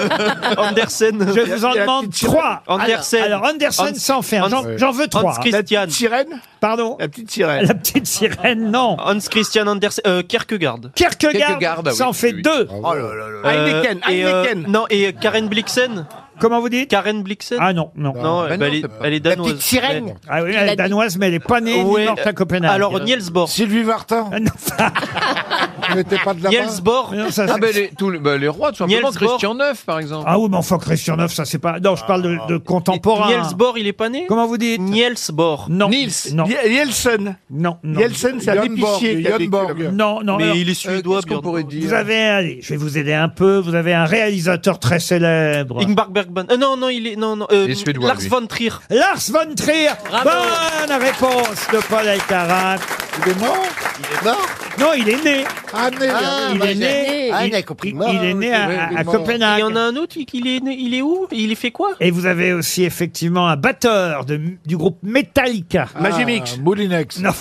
[SPEAKER 8] *laughs* Andersen.
[SPEAKER 2] Je vous en demande trois. Alors, alors, Andersen s'en fait un. J'en- J'en veux trois.
[SPEAKER 8] Hans Christian.
[SPEAKER 4] Sirène
[SPEAKER 2] Pardon
[SPEAKER 4] La petite sirène.
[SPEAKER 2] La petite sirène, non.
[SPEAKER 8] Hans Christian Andersen, euh, Kierkegaard.
[SPEAKER 2] Kierkegaard,
[SPEAKER 8] bah
[SPEAKER 2] ça en fait deux.
[SPEAKER 8] Oh là là là.
[SPEAKER 2] Heineken,
[SPEAKER 8] et, euh,
[SPEAKER 2] Heineken.
[SPEAKER 8] non, et euh, Karen Blixen.
[SPEAKER 2] Comment vous dites
[SPEAKER 8] Karen Blixen
[SPEAKER 2] Ah non, non.
[SPEAKER 8] Non,
[SPEAKER 2] Ah,
[SPEAKER 8] bah,
[SPEAKER 2] bah non,
[SPEAKER 8] elle, est,
[SPEAKER 2] c'est pas-
[SPEAKER 8] elle est
[SPEAKER 2] La
[SPEAKER 8] danoise.
[SPEAKER 2] petite sirène.
[SPEAKER 8] Ouais.
[SPEAKER 2] Ah oui, elle est danoise, mais elle est pas née ni
[SPEAKER 8] Ouais,
[SPEAKER 2] morte à
[SPEAKER 8] euh,
[SPEAKER 2] Copenhague. Ah,
[SPEAKER 8] Alors, Niels Bohr.
[SPEAKER 7] Sylvie Vartan.
[SPEAKER 2] *laughs*
[SPEAKER 7] Vous n'étiez pas de là-bas
[SPEAKER 8] Bohr.
[SPEAKER 2] Non, ça,
[SPEAKER 3] ah
[SPEAKER 2] c'est-
[SPEAKER 3] ben les, tous les- bah, les rois, tout simplement.
[SPEAKER 8] Niels Bohr.
[SPEAKER 3] Christian IX, par exemple.
[SPEAKER 2] Ah oui, mais enfin, Christian Neuf, ça c'est pas. Non, je parle de, de
[SPEAKER 8] Ah.
[SPEAKER 2] contemporain.
[SPEAKER 8] Niels Bohr, il est pas né
[SPEAKER 2] Comment vous dites
[SPEAKER 8] Niels Bohr.
[SPEAKER 2] Non.
[SPEAKER 4] Niels.
[SPEAKER 2] Non.
[SPEAKER 4] Ye- Yeltsin.
[SPEAKER 2] Non, non.
[SPEAKER 4] Yeltsin, c'est un
[SPEAKER 7] Björn Borg,
[SPEAKER 4] épicier. qui a
[SPEAKER 7] Björn
[SPEAKER 4] vécu
[SPEAKER 7] Borg.
[SPEAKER 4] là-bas.
[SPEAKER 2] Non, non.
[SPEAKER 8] Mais
[SPEAKER 2] alors,
[SPEAKER 8] il est
[SPEAKER 3] Euh,
[SPEAKER 8] suédois,
[SPEAKER 3] Qu'est-ce qu'on
[SPEAKER 8] Björn
[SPEAKER 3] pourrait
[SPEAKER 8] Borg.
[SPEAKER 3] dire
[SPEAKER 2] Vous avez, allez, je vais vous aider un peu. Vous avez un réalisateur très célèbre.
[SPEAKER 8] Ingmar Bergman. Euh, non, non, il est. Non, non. euh,
[SPEAKER 3] Il est suédois,
[SPEAKER 8] Lars
[SPEAKER 3] lui.
[SPEAKER 8] von Trier.
[SPEAKER 2] Lars von Trier. Bonne réponse de Paul Alcarat.
[SPEAKER 7] Il est mort
[SPEAKER 2] Non, il est né.
[SPEAKER 7] Ah, né,
[SPEAKER 5] Ah,
[SPEAKER 2] il
[SPEAKER 5] bah,
[SPEAKER 2] est
[SPEAKER 5] j'ai-
[SPEAKER 2] né.
[SPEAKER 5] Ah,
[SPEAKER 2] il-
[SPEAKER 5] il a compris
[SPEAKER 2] il-
[SPEAKER 5] mort.
[SPEAKER 2] il est né à,
[SPEAKER 7] oui,
[SPEAKER 2] à- à
[SPEAKER 7] mort.
[SPEAKER 8] Il
[SPEAKER 2] Copenhague.
[SPEAKER 8] y en a un autre, il- il est, né- il est où Il est fait quoi
[SPEAKER 2] Et vous avez aussi effectivement un batteur de- du groupe Metallica.
[SPEAKER 4] Magimix.
[SPEAKER 7] Ah, Moulinex.
[SPEAKER 2] Non,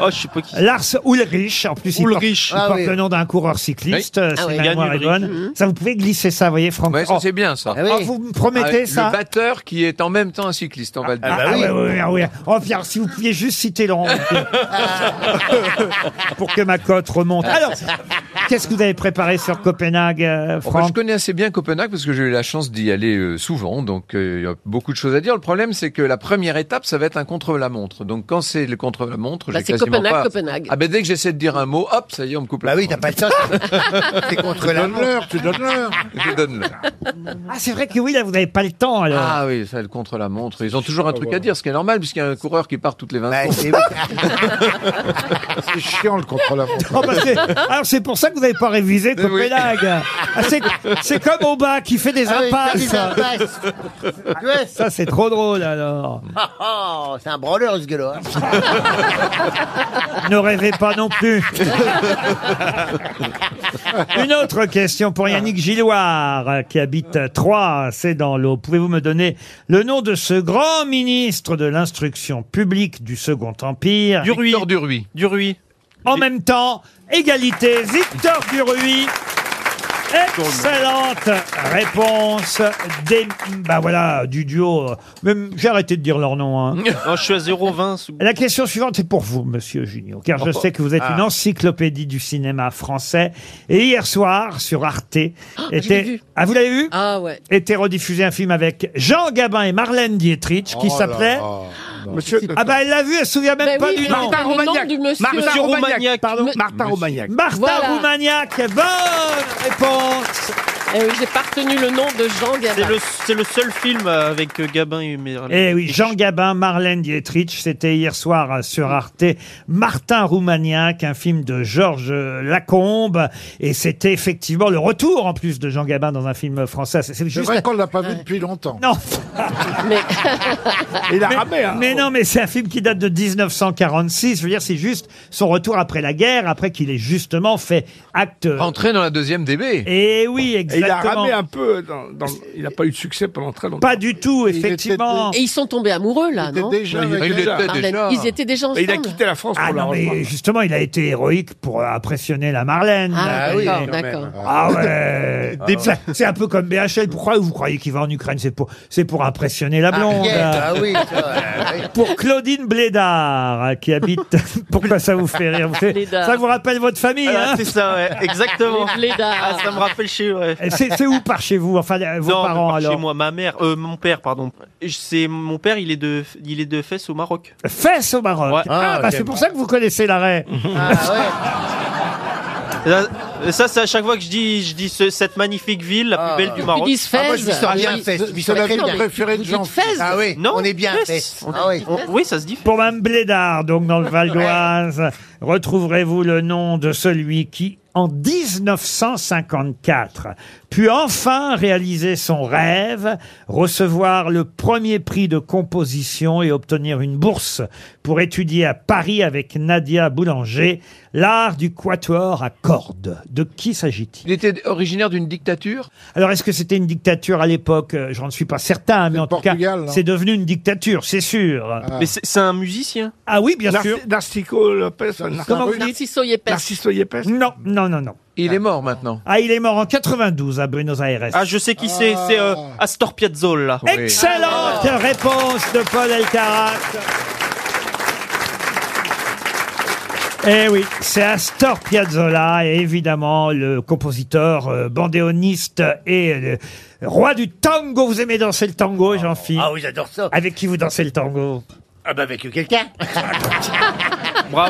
[SPEAKER 8] Oh, je sais pas qui.
[SPEAKER 2] Lars Ulrich. En plus, il porte-
[SPEAKER 8] Ulrich.
[SPEAKER 2] Il
[SPEAKER 5] Ah
[SPEAKER 2] porte
[SPEAKER 5] oui.
[SPEAKER 2] le nom d'un coureur cycliste, euh, si
[SPEAKER 8] oui.
[SPEAKER 2] ma
[SPEAKER 8] Yann
[SPEAKER 2] mémoire est
[SPEAKER 8] Ulrich.
[SPEAKER 2] bonne. Ça, vous pouvez glisser ça, voyez, Franck.
[SPEAKER 3] Ouais,
[SPEAKER 2] Oh.
[SPEAKER 3] ça c'est bien ça.
[SPEAKER 5] Ah oui.
[SPEAKER 2] Ah, vous me
[SPEAKER 3] Ah,
[SPEAKER 2] promettez ça
[SPEAKER 3] Le batteur qui est en même temps un cycliste, on va le dire.
[SPEAKER 2] ah, ouais, ouais, ouais, ah ouais. Oh, Pierre, si vous pouviez juste citer Laurent
[SPEAKER 5] *laughs*
[SPEAKER 2] Ruquier. pour que ma cote remonte. Alors, qu'est-ce que vous avez préparé sur Copenhague, euh,
[SPEAKER 5] Oh,
[SPEAKER 3] Enfin, je
[SPEAKER 5] bah,
[SPEAKER 2] Franck
[SPEAKER 3] connais assez bien Copenhague parce que j'ai eu la chance d'y aller euh, souvent, donc euh, il y a beaucoup de choses à dire. Le problème, c'est que la première étape, ça va être un contre-la-montre. Donc quand c'est le contre-la-montre,
[SPEAKER 6] Bah,
[SPEAKER 3] j'ai
[SPEAKER 6] c'est
[SPEAKER 3] quasiment
[SPEAKER 6] Copenhague,
[SPEAKER 3] pas-
[SPEAKER 6] Copenhague.
[SPEAKER 3] Ah ben dès que j'essaie de dire un mot, hop, ça y est, on me coupe.
[SPEAKER 5] Bah
[SPEAKER 3] la
[SPEAKER 5] oui, t'as
[SPEAKER 3] parole.
[SPEAKER 5] pas le temps.
[SPEAKER 3] *laughs*
[SPEAKER 5] c'est- C'est contre la Ah.
[SPEAKER 7] Donne l'heure, tu donnes l'heure.
[SPEAKER 3] Je donne le-
[SPEAKER 2] Ah, c'est vrai que oui, là, vous n'avez pas le temps, alors.
[SPEAKER 3] Ah oui, ça le contre-la-montre. Ils ont toujours un truc
[SPEAKER 7] ouais.
[SPEAKER 3] à dire, ce qui est normal puisqu'il y a un coureur qui part toutes les 20
[SPEAKER 5] Bah,
[SPEAKER 3] secondes.
[SPEAKER 5] c'est-
[SPEAKER 3] *laughs*
[SPEAKER 7] C'est chiant le contre la montre.
[SPEAKER 2] Oh, bah, c'est- alors, c'est pour ça que vous n'avez pas
[SPEAKER 5] *laughs*
[SPEAKER 2] révisé
[SPEAKER 3] Oui.
[SPEAKER 2] Copenhague. Ah, c'est- c'est comme au bas qui fait des
[SPEAKER 5] Ah oui,
[SPEAKER 2] impasses.
[SPEAKER 5] t'as des *laughs* impasses.
[SPEAKER 2] *laughs*
[SPEAKER 5] Tu vois, c'est-
[SPEAKER 2] ça, c'est trop drôle, alors.
[SPEAKER 5] Ah, ah, c'est un branleur ce hein. gars-là.
[SPEAKER 2] Ne rêvez pas non
[SPEAKER 5] *laughs*
[SPEAKER 2] plus. *laughs* Une autre question pour Yannick Gilloire, euh, qui habite à Troyes, c'est dans l'eau. Pouvez-vous me donner le nom de ce grand ministre de l'instruction publique du Second Empire
[SPEAKER 8] Duruy.
[SPEAKER 3] Victor Duruy.
[SPEAKER 8] Duruy.
[SPEAKER 2] En même temps, égalité, Victor Duruy. Excellente réponse des, bah voilà, du duo. euh, Même, j'ai arrêté de dire leur
[SPEAKER 8] *laughs*
[SPEAKER 2] nom, hein.
[SPEAKER 8] Non, Oh, je suis à 0,20. sous-
[SPEAKER 2] La question suivante est pour vous, monsieur Junior, car je sais que vous êtes une encyclopédie du cinéma français. Et hier soir, sur Arte,
[SPEAKER 6] l'ai
[SPEAKER 2] était.
[SPEAKER 6] vu.
[SPEAKER 2] Ah, vous l'avez vu
[SPEAKER 6] Ah ouais.
[SPEAKER 2] Était rediffusé un film avec Jean Gabin et Marlène Dietrich qui s'appelait.
[SPEAKER 4] Monsieur.
[SPEAKER 2] Ah, bah, elle l'a vu, elle se souvient
[SPEAKER 6] Ben
[SPEAKER 2] même pas
[SPEAKER 6] oui,
[SPEAKER 2] du
[SPEAKER 6] mais
[SPEAKER 2] nom.
[SPEAKER 6] le nom
[SPEAKER 4] Romagnac.
[SPEAKER 6] du monsieur.
[SPEAKER 4] Martin
[SPEAKER 8] Monsieur
[SPEAKER 4] Romagnac.
[SPEAKER 8] Romagnac.
[SPEAKER 2] Pardon
[SPEAKER 4] Martin Romagnac.
[SPEAKER 2] Martha
[SPEAKER 6] Voilà.
[SPEAKER 2] Roumaniac, bonne réponse
[SPEAKER 6] Eh oui, J'ai pas retenu le nom de Jean
[SPEAKER 8] C'est
[SPEAKER 6] Gabin.
[SPEAKER 8] le, c'est le seul film euh, avec euh, Gabin et
[SPEAKER 6] Oh,
[SPEAKER 8] Merlin.
[SPEAKER 2] Eh oui, Jean Gabin, Marlène Dietrich, c'était hier soir euh, sur Arte. Martin Roumaniac, un film de Georges euh, Lacombe. Et c'était effectivement le retour, en plus, de Jean Gabin dans un film français. C'est- C'est
[SPEAKER 7] C'est
[SPEAKER 2] juste...
[SPEAKER 7] vrai qu'on l'a pas vu depuis longtemps.
[SPEAKER 2] Non,
[SPEAKER 4] Il a ramé, hein.
[SPEAKER 2] mais non, mais c'est un film qui date de 1946. Je veux dire, c'est juste son retour après la guerre, après qu'il ait justement fait acte.
[SPEAKER 3] Rentrer dans la deuxième DB.
[SPEAKER 2] Et oui,
[SPEAKER 4] Et il a
[SPEAKER 2] exactement.
[SPEAKER 4] ramé un peu. Dans, dans- Il n'a pas eu de succès pendant très longtemps.
[SPEAKER 2] Pas du tout,
[SPEAKER 7] était-
[SPEAKER 2] effectivement.
[SPEAKER 6] Et ils sont tombés amoureux là,
[SPEAKER 7] T'es
[SPEAKER 6] non
[SPEAKER 7] déjà
[SPEAKER 3] Il
[SPEAKER 7] avec
[SPEAKER 3] était
[SPEAKER 7] Gérard.
[SPEAKER 6] Marlène,
[SPEAKER 3] déjà.
[SPEAKER 6] Ils étaient déjà
[SPEAKER 4] Mais
[SPEAKER 6] ensemble.
[SPEAKER 4] il a quitté la France pour
[SPEAKER 2] Ah
[SPEAKER 4] la
[SPEAKER 2] non, mais
[SPEAKER 4] rejoindre.
[SPEAKER 2] justement, il a été héroïque pour euh, impressionner la Marlène. Euh,
[SPEAKER 6] Ah,
[SPEAKER 5] Ah oui,
[SPEAKER 6] d'accord,
[SPEAKER 4] quand même.
[SPEAKER 6] d'accord.
[SPEAKER 2] Ah ouais Des- ça- C'est un peu comme BHL. Pourquoi vous croyez qu'il va en Ukraine C'est pour, c'est pour impressionner la blonde.
[SPEAKER 5] Ah oui, ça, ah, oui.
[SPEAKER 2] Pour Claudine Blédard, euh, qui habite...
[SPEAKER 8] *laughs*
[SPEAKER 2] Pourquoi ça vous fait rire Vous savez,
[SPEAKER 6] Blédard.
[SPEAKER 2] Ça vous rappelle votre famille,
[SPEAKER 8] Ah,
[SPEAKER 2] hein
[SPEAKER 8] c'est ça,
[SPEAKER 2] *laughs*
[SPEAKER 8] ouais, exactement.
[SPEAKER 6] Les blédards.
[SPEAKER 8] Ah, ça me rappelle chez eux, ouais.
[SPEAKER 2] Et c'est,
[SPEAKER 8] *laughs*
[SPEAKER 2] c'est où par chez vous Enfin, euh, vos
[SPEAKER 8] Non,
[SPEAKER 2] parents,
[SPEAKER 8] par
[SPEAKER 2] alors
[SPEAKER 8] chez moi, ma mère, euh, mon père, pardon. Je- C'est mon père, il est de, il est de Fès au Maroc.
[SPEAKER 2] Fès au Maroc.
[SPEAKER 8] Ouais.
[SPEAKER 2] Ah,
[SPEAKER 5] Ah,
[SPEAKER 2] bah,
[SPEAKER 5] ok.
[SPEAKER 2] c'est pour ça que vous connaissez l'arrêt.
[SPEAKER 5] Ah, ouais.
[SPEAKER 8] Et là, et ça, c'est à chaque fois que je dis, je dis ce- cette magnifique ville, la
[SPEAKER 5] Ah.
[SPEAKER 8] plus belle du
[SPEAKER 6] Ils
[SPEAKER 8] Maroc.
[SPEAKER 6] disent
[SPEAKER 5] Ah, moi, je
[SPEAKER 6] Fez.
[SPEAKER 5] me sens bien,
[SPEAKER 6] Ils-
[SPEAKER 5] Fès. Je me
[SPEAKER 7] C'est
[SPEAKER 5] sens
[SPEAKER 7] la
[SPEAKER 5] très
[SPEAKER 7] ville
[SPEAKER 5] bien.
[SPEAKER 7] préférée de
[SPEAKER 6] Vous dites
[SPEAKER 7] jean
[SPEAKER 6] Fez
[SPEAKER 5] Ah oui,
[SPEAKER 8] Non,
[SPEAKER 5] on est bien,
[SPEAKER 8] Fès.
[SPEAKER 5] Fès.
[SPEAKER 8] On-
[SPEAKER 5] Ah oui.
[SPEAKER 8] on- oui, ça se dit.
[SPEAKER 2] Pour Mme Blédard, donc dans le Val d'Oise, retrouverez-vous le nom de celui qui, en 1954, put enfin réaliser son rêve, recevoir le premier prix de composition et obtenir une bourse pour étudier à Paris avec Nadia Boulanger l'art du quatuor à cordes. De qui s'agit-il
[SPEAKER 3] Il était originaire d'une dictature.
[SPEAKER 2] Alors, est-ce que c'était une dictature à l'époque Euh, J'en suis pas certain, mais
[SPEAKER 7] le
[SPEAKER 2] en tout
[SPEAKER 7] Portugal,
[SPEAKER 2] cas,
[SPEAKER 7] non
[SPEAKER 2] c'est devenu une dictature, c'est sûr. Ah,
[SPEAKER 8] Mais c'est c'est un musicien.
[SPEAKER 2] oui, bien sûr.
[SPEAKER 4] Narci- Narciso Lopez. Nar-
[SPEAKER 2] Comment vous dites
[SPEAKER 6] Narciso Yepes.
[SPEAKER 4] Narciso Yepes.
[SPEAKER 2] Non, non, non, non, non.
[SPEAKER 3] Il est mort maintenant.
[SPEAKER 2] Ah, il est mort en 92 à Buenos Aires.
[SPEAKER 8] Ah, je sais qui c'est, c'est euh,
[SPEAKER 5] Ah.
[SPEAKER 8] Astor Piazzolla.
[SPEAKER 2] Excellente
[SPEAKER 6] Ah.
[SPEAKER 2] réponse de Paul Elkarat. Eh oui, c'est Astor Piazzolla, et évidemment le compositeur, euh, bandéoniste et euh, le roi du tango. Vous aimez danser le
[SPEAKER 6] Oh.
[SPEAKER 2] tango, Jean-Philippe
[SPEAKER 5] Ah oui, j'adore ça.
[SPEAKER 2] Avec qui vous dansez le tango
[SPEAKER 5] Ah bah avec *laughs* quelqu'un.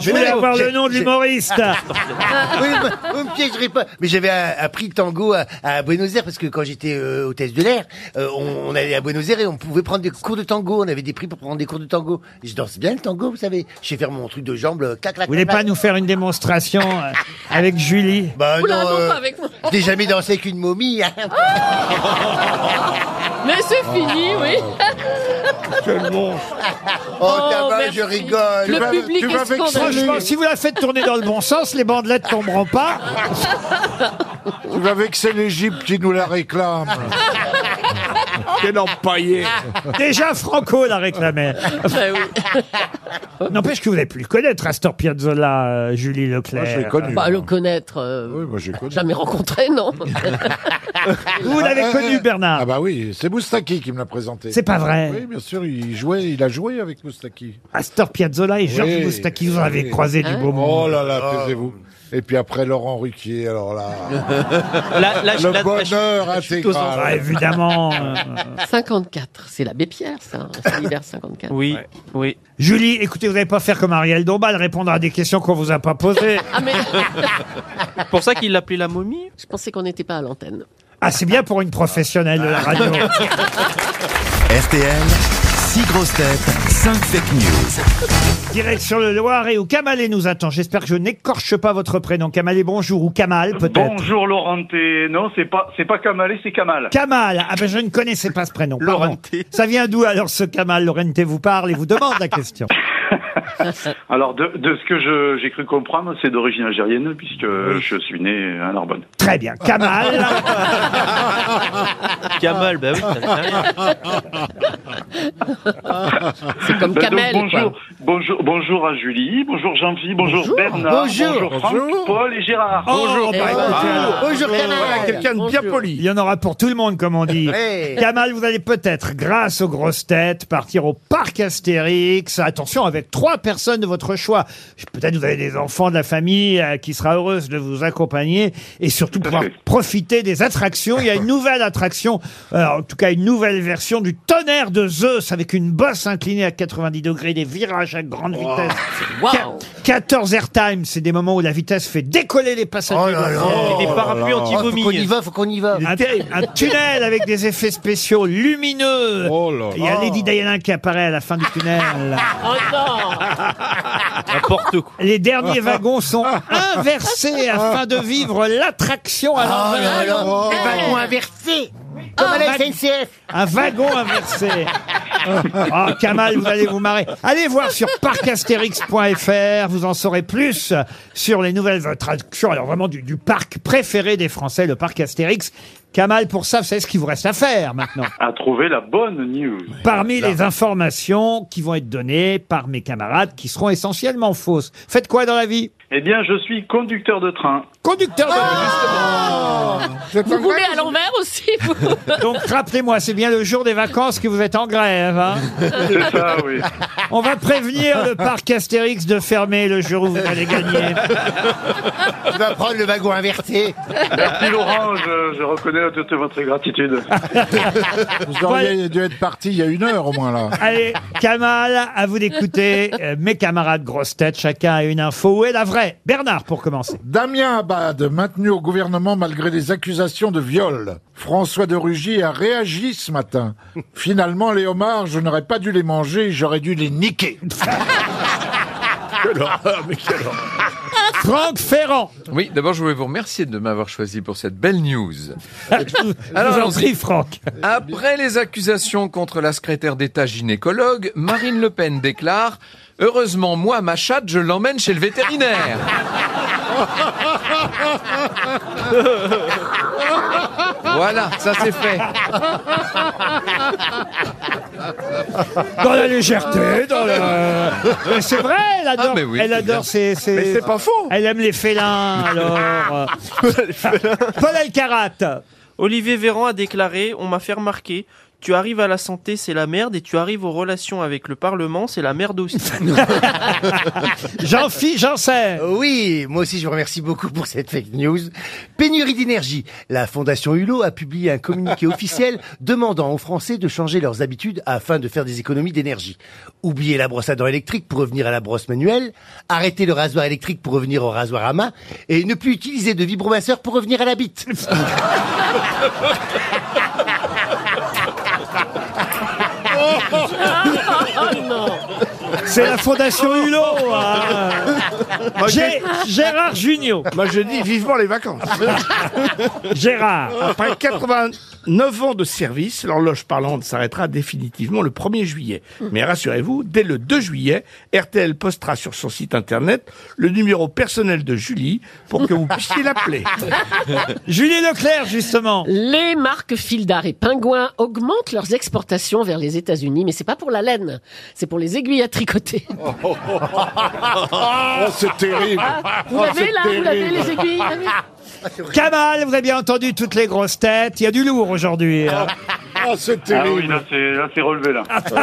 [SPEAKER 2] Je voulais avoir le nom de l'humoriste.
[SPEAKER 5] *laughs* oui, bah, vous me piégerez pas. Mais j'avais euh, appris le tango à, à Buenos Aires parce que quand j'étais euh, hôtesse de l'air, euh, on, on allait à Buenos Aires et on pouvait prendre des cours de tango. On avait des prix pour prendre des cours de tango. Et je danse bien le tango, vous savez. Je sais faire mon truc de jambes. euh, Clac, clac,
[SPEAKER 2] Vous voulez
[SPEAKER 5] clac,
[SPEAKER 2] pas nous faire une démonstration euh, avec Julie
[SPEAKER 5] Bah
[SPEAKER 6] Oula, non,
[SPEAKER 5] euh,
[SPEAKER 6] pas avec moi.
[SPEAKER 5] je n'ai jamais dansé avec une momie. hein.
[SPEAKER 6] *laughs* Mais c'est fini,
[SPEAKER 2] *laughs*
[SPEAKER 6] oui.
[SPEAKER 5] Oh,
[SPEAKER 6] Oh,
[SPEAKER 5] tabac,
[SPEAKER 6] merci.
[SPEAKER 5] je rigole.
[SPEAKER 6] Le public
[SPEAKER 7] tu vas
[SPEAKER 6] est
[SPEAKER 7] vexer
[SPEAKER 6] scandaleux.
[SPEAKER 2] Franchement, si vous la faites tourner dans le bon sens, les bandelettes tomberont pas.
[SPEAKER 7] *laughs* Tu vas vexer l'Égypte qui nous
[SPEAKER 8] *laughs*
[SPEAKER 7] la réclame. Quel empaillé
[SPEAKER 2] Déjà, Franco la
[SPEAKER 6] *laughs*
[SPEAKER 2] réclamait.
[SPEAKER 6] Ben oui.
[SPEAKER 2] N'empêche que vous n'avez plus le connaître, Astor Piazzolla, euh, Julie Leclerc.
[SPEAKER 7] Moi, Ah, je l'ai connu.
[SPEAKER 6] Bah, le connaître, euh,
[SPEAKER 7] Oui, moi, j'ai connu.
[SPEAKER 6] jamais rencontré, non.
[SPEAKER 2] *laughs* Vous l'avez
[SPEAKER 7] Ah,
[SPEAKER 2] connu,
[SPEAKER 7] ah,
[SPEAKER 2] Bernard.
[SPEAKER 7] Ah bah oui, c'est Moustaki qui me l'a présenté.
[SPEAKER 2] C'est pas vrai.
[SPEAKER 7] Oui, bien sûr, il jouait, il a joué avec Moustaki.
[SPEAKER 2] Astor Piazzolla et Georges
[SPEAKER 7] Oui.
[SPEAKER 2] Moustaki, vous en avez
[SPEAKER 7] Oui.
[SPEAKER 2] croisé
[SPEAKER 8] Hein
[SPEAKER 2] du beau
[SPEAKER 7] Oh
[SPEAKER 2] monde.
[SPEAKER 7] là là, taisez-vous. Et puis après Laurent Ruquier, alors là,
[SPEAKER 8] *laughs* La- la- la-
[SPEAKER 7] le
[SPEAKER 8] la-
[SPEAKER 7] bonheur
[SPEAKER 2] Ah,
[SPEAKER 7] intégral.
[SPEAKER 2] évidemment.
[SPEAKER 6] *laughs*
[SPEAKER 2] euh,
[SPEAKER 6] 54, c'est l'abbé Pierre, ça. hein, C'est l'hiver 54.
[SPEAKER 8] Oui, oui.
[SPEAKER 2] Julie, écoutez, vous n'allez pas faire comme Ariel Dombal, répondre à des questions qu'on vous a pas posées.
[SPEAKER 6] Ah,
[SPEAKER 2] *laughs*
[SPEAKER 6] mais *laughs*
[SPEAKER 8] Pour ça qu'il l'appelait la momie
[SPEAKER 6] je pensais qu'on n'était pas à l'antenne.
[SPEAKER 2] Ah, c'est bien pour une professionnelle de
[SPEAKER 6] *laughs*
[SPEAKER 2] la radio.
[SPEAKER 1] RTL, 6 grosses têtes, 5 fake news.
[SPEAKER 2] Direction le Loiret où Kamalé nous attend. J'espère que je n'écorche pas votre prénom. Kamalé, bonjour. Ou Kamal, peut-être.
[SPEAKER 13] Bonjour Laurenté. Non, c'est pas c'est pas Kamalé, c'est Kamal.
[SPEAKER 2] Kamal. Ah ben, je ne connaissais pas ce prénom. pardon.
[SPEAKER 8] Laurenté.
[SPEAKER 2] Ça vient d'où alors ce Kamal Laurenté vous parle et vous demande la question.
[SPEAKER 13] *laughs* Alors de, de ce que je- j'ai cru comprendre, c'est d'origine algérienne puisque je suis né à Narbonne.
[SPEAKER 2] Très bien. Kamal.
[SPEAKER 13] *laughs*
[SPEAKER 8] Kamal, bah oui, t'as rien.
[SPEAKER 6] C'est comme
[SPEAKER 13] Ben donc,
[SPEAKER 6] Kamel,
[SPEAKER 13] bonjour,
[SPEAKER 6] quoi.
[SPEAKER 13] bonjour, bonjour à Julie, bonjour Jean-Philippe, bonjour, Bernard,
[SPEAKER 5] Bonjour.
[SPEAKER 13] Franck,
[SPEAKER 7] Bonjour.
[SPEAKER 13] Paul et Gérard.
[SPEAKER 2] Oh,
[SPEAKER 6] Eh
[SPEAKER 2] bah,
[SPEAKER 6] ouais.
[SPEAKER 2] écoutez,
[SPEAKER 5] Ah, Bonjour,
[SPEAKER 6] Voilà,
[SPEAKER 5] canard.
[SPEAKER 4] Quelqu'un de bien
[SPEAKER 6] Bonjour.
[SPEAKER 2] Il
[SPEAKER 4] poli.
[SPEAKER 2] y en aura pour tout le monde, comme
[SPEAKER 8] *laughs*
[SPEAKER 2] on dit.
[SPEAKER 5] Hey.
[SPEAKER 2] Kamal, vous allez peut-être, grâce aux grosses têtes, partir au parc Astérix. Attention, avec trois personnes de votre choix. Peut-être vous avez des enfants de la famille euh, qui sera heureuse de vous accompagner et surtout
[SPEAKER 13] à
[SPEAKER 2] pouvoir
[SPEAKER 13] fait.
[SPEAKER 2] profiter des attractions. Il y a une nouvelle attraction, euh, en tout cas une nouvelle version du tonnerre de Zeus avec une bosse inclinée à 90 degrés, des virages à grande vitesse.
[SPEAKER 6] Waouh.
[SPEAKER 2] 14 airtime, c'est des moments où la vitesse fait décoller les passagers.
[SPEAKER 5] Oh là
[SPEAKER 2] de la
[SPEAKER 5] là.
[SPEAKER 2] scène.
[SPEAKER 8] Et des parapluies
[SPEAKER 5] Ah, faut qu'on y
[SPEAKER 8] anti-vomi.
[SPEAKER 5] va, faut qu'on y va.
[SPEAKER 2] Un, un tunnel avec des effets spéciaux lumineux.
[SPEAKER 7] Oh là
[SPEAKER 2] Il y a Lady Diana qui apparaît à la fin du tunnel.
[SPEAKER 6] *laughs* Oh non
[SPEAKER 8] N'importe quoi.
[SPEAKER 2] Les derniers wagons sont inversés afin de vivre l'attraction à
[SPEAKER 5] Oh
[SPEAKER 2] l'envers.
[SPEAKER 5] là là. Les wagons inversés. Comme à la SNCF.
[SPEAKER 2] Un wagon inversé.
[SPEAKER 5] *laughs*
[SPEAKER 2] Oh, Kamal, vous allez vous marrer. Allez voir sur parcastérix.fr, vous en saurez plus sur les nouvelles attractions, alors vraiment du, du parc préféré des Français, le parc Astérix. Kamal, pour ça, c'est ce qu'il vous reste à faire maintenant.
[SPEAKER 13] À trouver la bonne news.
[SPEAKER 2] Parmi les informations qui vont être données par mes camarades qui seront essentiellement fausses. Faites quoi dans la vie
[SPEAKER 13] Eh bien, je suis conducteur de train.
[SPEAKER 2] Conducteur
[SPEAKER 5] Oh.
[SPEAKER 2] de
[SPEAKER 6] Vous voulez à l'envers aussi, vous
[SPEAKER 13] *laughs*
[SPEAKER 2] Donc rappelez-moi, c'est bien le jour des vacances que vous êtes en grève. hein.
[SPEAKER 13] C'est ça,
[SPEAKER 6] *laughs*
[SPEAKER 13] oui.
[SPEAKER 2] On va prévenir le parc Astérix de fermer le jour où vous allez
[SPEAKER 5] *laughs*
[SPEAKER 2] gagner.
[SPEAKER 5] Tu vas prendre le wagon inversé.
[SPEAKER 13] Merci Laurent, je, je reconnais toute votre gratitude.
[SPEAKER 7] *laughs* Vous auriez dû être parti il y a une heure au moins là.
[SPEAKER 2] Allez, Kamal, à vous d'écouter. Euh, mes camarades grosses têtes, chacun a une info. Où est la vraie Bernard, pour commencer.
[SPEAKER 7] Damien Abad, maintenu au gouvernement malgré les accusations de viol. François de Rugy a réagi ce matin. Finalement, les homards, je n'aurais pas dû les manger, j'aurais dû
[SPEAKER 2] *laughs*
[SPEAKER 7] les niquer.
[SPEAKER 2] Franck Ferrand.
[SPEAKER 3] Oui, d'abord, je voulais vous remercier de m'avoir choisi pour cette belle news.
[SPEAKER 2] Ah, Je vous- je vous en
[SPEAKER 3] allons-y.
[SPEAKER 2] prie, Franck.
[SPEAKER 3] Après les accusations contre la secrétaire d'État gynécologue, Marine Le Pen déclare Heureusement, moi, ma chatte, je l'emmène chez le vétérinaire. Voilà, ça c'est
[SPEAKER 6] *laughs*
[SPEAKER 3] fait.
[SPEAKER 2] Dans la légèreté, dans la... Mais c'est vrai, elle adore,
[SPEAKER 3] Ah, mais oui,
[SPEAKER 2] elle
[SPEAKER 3] c'est
[SPEAKER 2] adore
[SPEAKER 3] bien.
[SPEAKER 2] ses, ses-
[SPEAKER 3] Mais c'est pas faux.
[SPEAKER 2] Elle aime
[SPEAKER 3] *laughs*
[SPEAKER 2] les félins, alors. Paul Alcarat.
[SPEAKER 8] Olivier Véran a déclaré On m'a fait remarquer. Tu arrives à la santé, c'est la merde, et tu arrives aux relations avec le Parlement, c'est la merde
[SPEAKER 5] *laughs*
[SPEAKER 8] aussi.
[SPEAKER 2] J'en fiche, j'en sais.
[SPEAKER 5] Euh, Oui, moi aussi je vous remercie beaucoup pour cette fake news. Pénurie d'énergie. La Fondation Hulot a publié
[SPEAKER 8] *laughs*
[SPEAKER 5] un communiqué officiel demandant aux Français de changer leurs habitudes afin de faire des économies d'énergie. Oubliez la brosse à dents électrique pour revenir à la brosse manuelle, arrêtez le rasoir électrique pour revenir au rasoir à main et ne plus utiliser de vibromasseur pour revenir à
[SPEAKER 8] *laughs*
[SPEAKER 5] la bite.
[SPEAKER 2] C'est la Fondation Hulot. hein.
[SPEAKER 4] Moi, je-
[SPEAKER 2] Gé-
[SPEAKER 7] *laughs*
[SPEAKER 2] Gérard Junior.
[SPEAKER 4] Moi, je dis vivement les vacances.
[SPEAKER 2] *laughs* Gérard.
[SPEAKER 4] Après 89 ans de service, l'horloge parlante s'arrêtera définitivement le 1er juillet. Mais rassurez-vous, dès le 2 juillet, RTL postera sur son site internet le numéro personnel de Julie pour que vous puissiez
[SPEAKER 5] *laughs*
[SPEAKER 4] l'appeler.
[SPEAKER 2] Julie Leclerc, justement.
[SPEAKER 6] Les marques Fildar et Pingouin augmentent leurs exportations vers les États-Unis, mais c'est pas pour la laine, c'est pour les aiguilles à tricoter.
[SPEAKER 10] oh.
[SPEAKER 7] Oh, c'est terrible.
[SPEAKER 6] Ah,
[SPEAKER 7] Oh,
[SPEAKER 6] Vous l'avez là, vous l'avez les aiguilles. vous l'avez
[SPEAKER 2] Kamal, vous avez bien entendu toutes les grosses têtes. Il y a du lourd aujourd'hui. hein.
[SPEAKER 7] Ah, c'est
[SPEAKER 13] Ah
[SPEAKER 7] terrible.
[SPEAKER 13] oui, là c'est là, c'est relevé là.
[SPEAKER 3] Oh.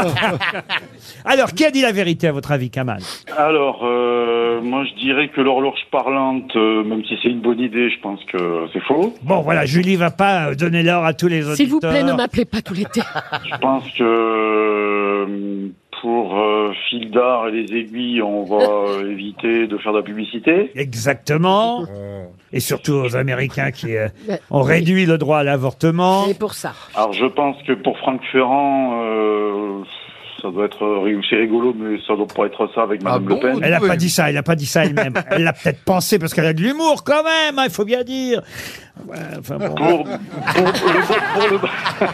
[SPEAKER 2] *laughs* Alors, qui a dit la vérité à votre avis, Kamal
[SPEAKER 13] Alors, euh, moi je dirais que l'horloge parlante, euh, même si c'est une bonne idée, je pense que c'est faux.
[SPEAKER 2] Bon, voilà, Julie va pas euh, donner l'or à tous les auditeurs.
[SPEAKER 6] S'il vous plaît, ne m'appelez pas tout l'été.
[SPEAKER 13] Je pense que euh, pour euh, fil d'art et les aiguilles, on va euh, éviter de faire de la publicité.
[SPEAKER 2] Exactement. Et surtout aux Américains qui euh,
[SPEAKER 6] Ouais.
[SPEAKER 2] ont réduit le droit à l'avortement.
[SPEAKER 6] C'est pour ça.
[SPEAKER 13] Alors je pense que pour Franck Ferrand, euh, ça doit être ri- c'est rigolo, mais ça doit pas être ça avec Madame
[SPEAKER 2] Ah bon,
[SPEAKER 13] Le Pen.
[SPEAKER 2] Elle n'a pas dit ça, elle n'a pas dit ça elle-même. elle l'a peut-être pensé parce qu'elle a de l'humour quand même, hein, il faut bien dire. Ouais, enfin bon.
[SPEAKER 13] Pour, pour le-
[SPEAKER 2] *laughs*
[SPEAKER 13] pour le-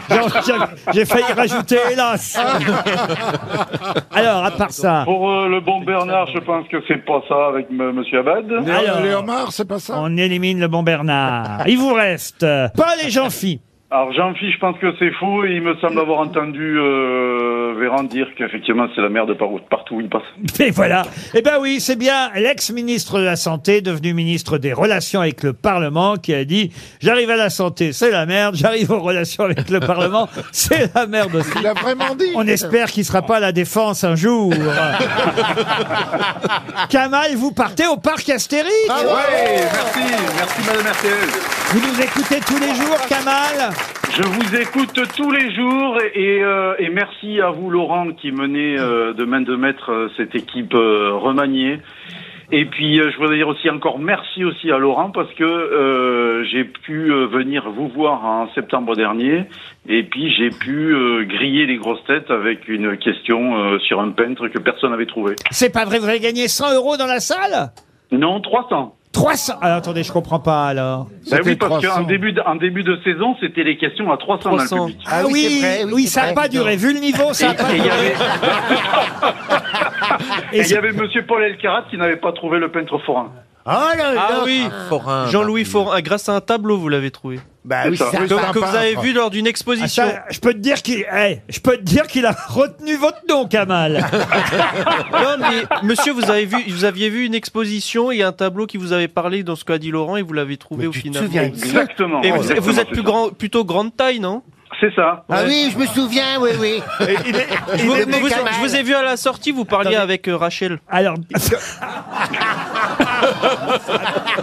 [SPEAKER 2] J'ai- j'ai- J'ai failli rajouter, hélas. Alors, à part ça,
[SPEAKER 13] pour, euh, le bon Bernard, je pense que c'est pas ça avec M. Monsieur Abad.
[SPEAKER 2] Alors.
[SPEAKER 7] Léomar, c'est pas ça
[SPEAKER 2] on élimine le bon Bernard. Il vous reste euh, Paul et Jean-Phi.
[SPEAKER 13] Alors Jean-Phi, je pense que c'est faux et il me semble avoir entendu euh, Véran dire qu'effectivement c'est la merde par- partout où il passe.
[SPEAKER 2] *laughs* Et voilà. Eh ben oui, c'est bien l'ex-ministre de la Santé, devenu ministre des Relations avec le Parlement, qui a dit « J'arrive à la santé, c'est la merde. J'arrive aux relations avec le
[SPEAKER 7] *laughs*
[SPEAKER 2] Parlement, c'est la merde aussi.
[SPEAKER 7] Il a vraiment dit. »
[SPEAKER 2] On espère qu'il sera pas à la défense un
[SPEAKER 7] *laughs*
[SPEAKER 2] jour. Kamal, vous partez au parc Astérix.
[SPEAKER 7] Ah
[SPEAKER 13] Ouais, merci, merci Madame RTL.
[SPEAKER 2] Vous nous écoutez tous les jours, Kamal.
[SPEAKER 13] Je vous écoute tous les jours et, euh, et merci à vous Laurent qui menez euh, de main de maître euh, cette équipe euh, remaniée. Et puis euh, je voudrais dire aussi encore merci aussi à Laurent parce que euh, j'ai pu euh, venir vous voir en septembre dernier et puis j'ai pu euh, griller les grosses têtes avec une question euh, sur un peintre que personne n'avait trouvé.
[SPEAKER 2] C'est pas vrai, vous avez gagné 100 euros dans la salle
[SPEAKER 13] Non, 300.
[SPEAKER 2] 300 Alors attendez, je comprends pas alors.
[SPEAKER 13] Ben oui,
[SPEAKER 7] C'était
[SPEAKER 13] parce qu'en
[SPEAKER 7] 300.
[SPEAKER 13] début, de- en début de saison, c'était les questions à 300, dans le
[SPEAKER 8] 300.
[SPEAKER 13] public.
[SPEAKER 2] Ah,
[SPEAKER 5] Ah oui,
[SPEAKER 2] oui,
[SPEAKER 5] c'est vrai, oui,
[SPEAKER 2] oui,
[SPEAKER 5] c'est
[SPEAKER 2] ça n'a
[SPEAKER 5] vrai,
[SPEAKER 2] pas
[SPEAKER 5] dis donc.
[SPEAKER 2] duré. Vu le niveau, Oh, ça n'a pas
[SPEAKER 13] Et il y
[SPEAKER 2] duré. *laughs*
[SPEAKER 13] avait-
[SPEAKER 2] Et
[SPEAKER 13] Et il
[SPEAKER 2] c'est-
[SPEAKER 13] y avait Monsieur Paul Elkarat qui n'avait pas trouvé le peintre forain.
[SPEAKER 5] Oh là là
[SPEAKER 8] Ah oui Jean-Louis Forin, grâce à un tableau, vous l'avez trouvé.
[SPEAKER 5] Bah oui,
[SPEAKER 13] C'est ça.
[SPEAKER 5] ça
[SPEAKER 8] Que, que vous avez vu lors d'une
[SPEAKER 2] Ah,
[SPEAKER 8] exposition.
[SPEAKER 2] ça, je peux te dire qu'il eh, je peux te dire qu'il a retenu votre nom,
[SPEAKER 8] *laughs*
[SPEAKER 2] Kamal.
[SPEAKER 8] *laughs* Non, mais monsieur, vous, avez vu, vous aviez vu une exposition et un tableau qui vous avait parlé dans ce qu'a dit Laurent et vous l'avez trouvé
[SPEAKER 5] Mais
[SPEAKER 8] au
[SPEAKER 5] tu te
[SPEAKER 8] final.
[SPEAKER 5] souviens de ça
[SPEAKER 13] Exactement.
[SPEAKER 8] Et vous, vous
[SPEAKER 13] Exactement,
[SPEAKER 8] êtes
[SPEAKER 13] c'est
[SPEAKER 8] plus
[SPEAKER 13] ça.
[SPEAKER 8] grand, plutôt grande taille, non
[SPEAKER 13] C'est ça.
[SPEAKER 5] Ah oui, je me souviens, oui, oui.
[SPEAKER 8] je vous,
[SPEAKER 5] est né
[SPEAKER 8] vous-
[SPEAKER 5] Kamal.
[SPEAKER 8] je vous ai vu à la sortie, vous parliez
[SPEAKER 2] Attendez.
[SPEAKER 8] avec euh, Rachel. *laughs*
[SPEAKER 2] Alors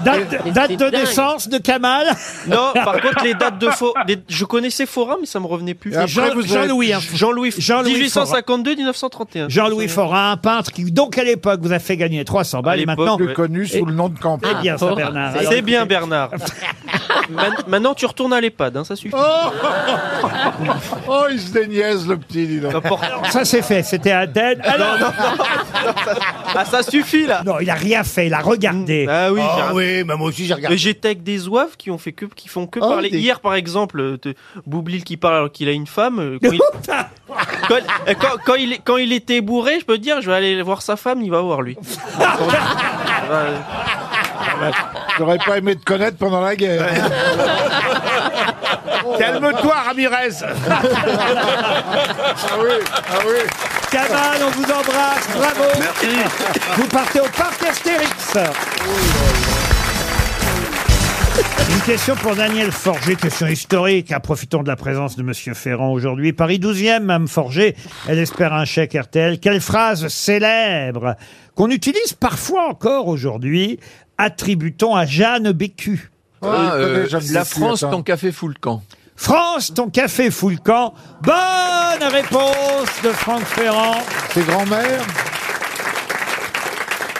[SPEAKER 2] date, date
[SPEAKER 6] c'est
[SPEAKER 2] de
[SPEAKER 6] dingue.
[SPEAKER 2] naissance de Kamal.
[SPEAKER 8] Non, par contre, les dates de faux. les- je connaissais Forum, mais ça me revenait plus.
[SPEAKER 7] Et après,
[SPEAKER 2] Jean-
[SPEAKER 7] vous avez-
[SPEAKER 2] Jean-Louis, hein.
[SPEAKER 8] Jean-Louis
[SPEAKER 2] Jean-Louis
[SPEAKER 8] 1852-1931.
[SPEAKER 2] Jean-Louis Forain, un peintre qui donc à l'époque vous a fait gagner 300 balles
[SPEAKER 8] À
[SPEAKER 2] et
[SPEAKER 8] l'époque,
[SPEAKER 2] maintenant
[SPEAKER 7] plus
[SPEAKER 8] Ouais.
[SPEAKER 7] connu sous le nom de campagne.
[SPEAKER 2] c'est Eh bien ça Bernard. Alors,
[SPEAKER 8] C'est bien,
[SPEAKER 2] *laughs*
[SPEAKER 8] Bernard. Man- Maintenant, tu retournes à l'EHPAD, hein, ça suffit.
[SPEAKER 7] Ah Oh, il se déniaise, le petit, dis donc.
[SPEAKER 8] N'importe-
[SPEAKER 2] Ça c'est fait, c'était à Athènes. Alors, non,
[SPEAKER 8] Ah, ça suffit là
[SPEAKER 2] il a rien fait, il a regardé.
[SPEAKER 8] Ah oui,
[SPEAKER 7] Oh
[SPEAKER 8] j'ai
[SPEAKER 5] Ah
[SPEAKER 8] un-
[SPEAKER 5] oui, bah moi aussi j'ai
[SPEAKER 8] Mais
[SPEAKER 5] regardé.
[SPEAKER 8] J'étais avec des oeufs qui ont fait que qui font que
[SPEAKER 5] Oh,
[SPEAKER 8] parler.
[SPEAKER 5] des-
[SPEAKER 8] Hier par exemple, euh, te- Boublil qui parle alors qu'il a une femme. euh,
[SPEAKER 5] *laughs*
[SPEAKER 8] Quand il, quand, euh, quand- quand il est- quand il était bourré, je peux te dire, je vais aller voir sa femme, il va voir lui.
[SPEAKER 5] Eh
[SPEAKER 8] Bah,
[SPEAKER 2] *laughs*
[SPEAKER 7] J'aurais pas aimé te connaître pendant la guerre.
[SPEAKER 4] Calme-toi, Ramirez.
[SPEAKER 7] Ah oui, ah oui.
[SPEAKER 2] Cabal, on vous embrasse, bravo. *laughs* Merci. Vous partez au parc Astérix. Une question pour Daniel Forger, question historique. Ah, Profitons de la présence de Monsieur Ferrand aujourd'hui. Paris 12e, Mme Forger. Elle espère un chèque RTL. Quelle phrase célèbre qu'on utilise parfois encore aujourd'hui, attributons à Jeanne Bécu.
[SPEAKER 3] Ah, euh, la France, ton café fout le camp.
[SPEAKER 2] France, ton café fout le camp. Bonne réponse de Franck Ferrand. C'est grand-mère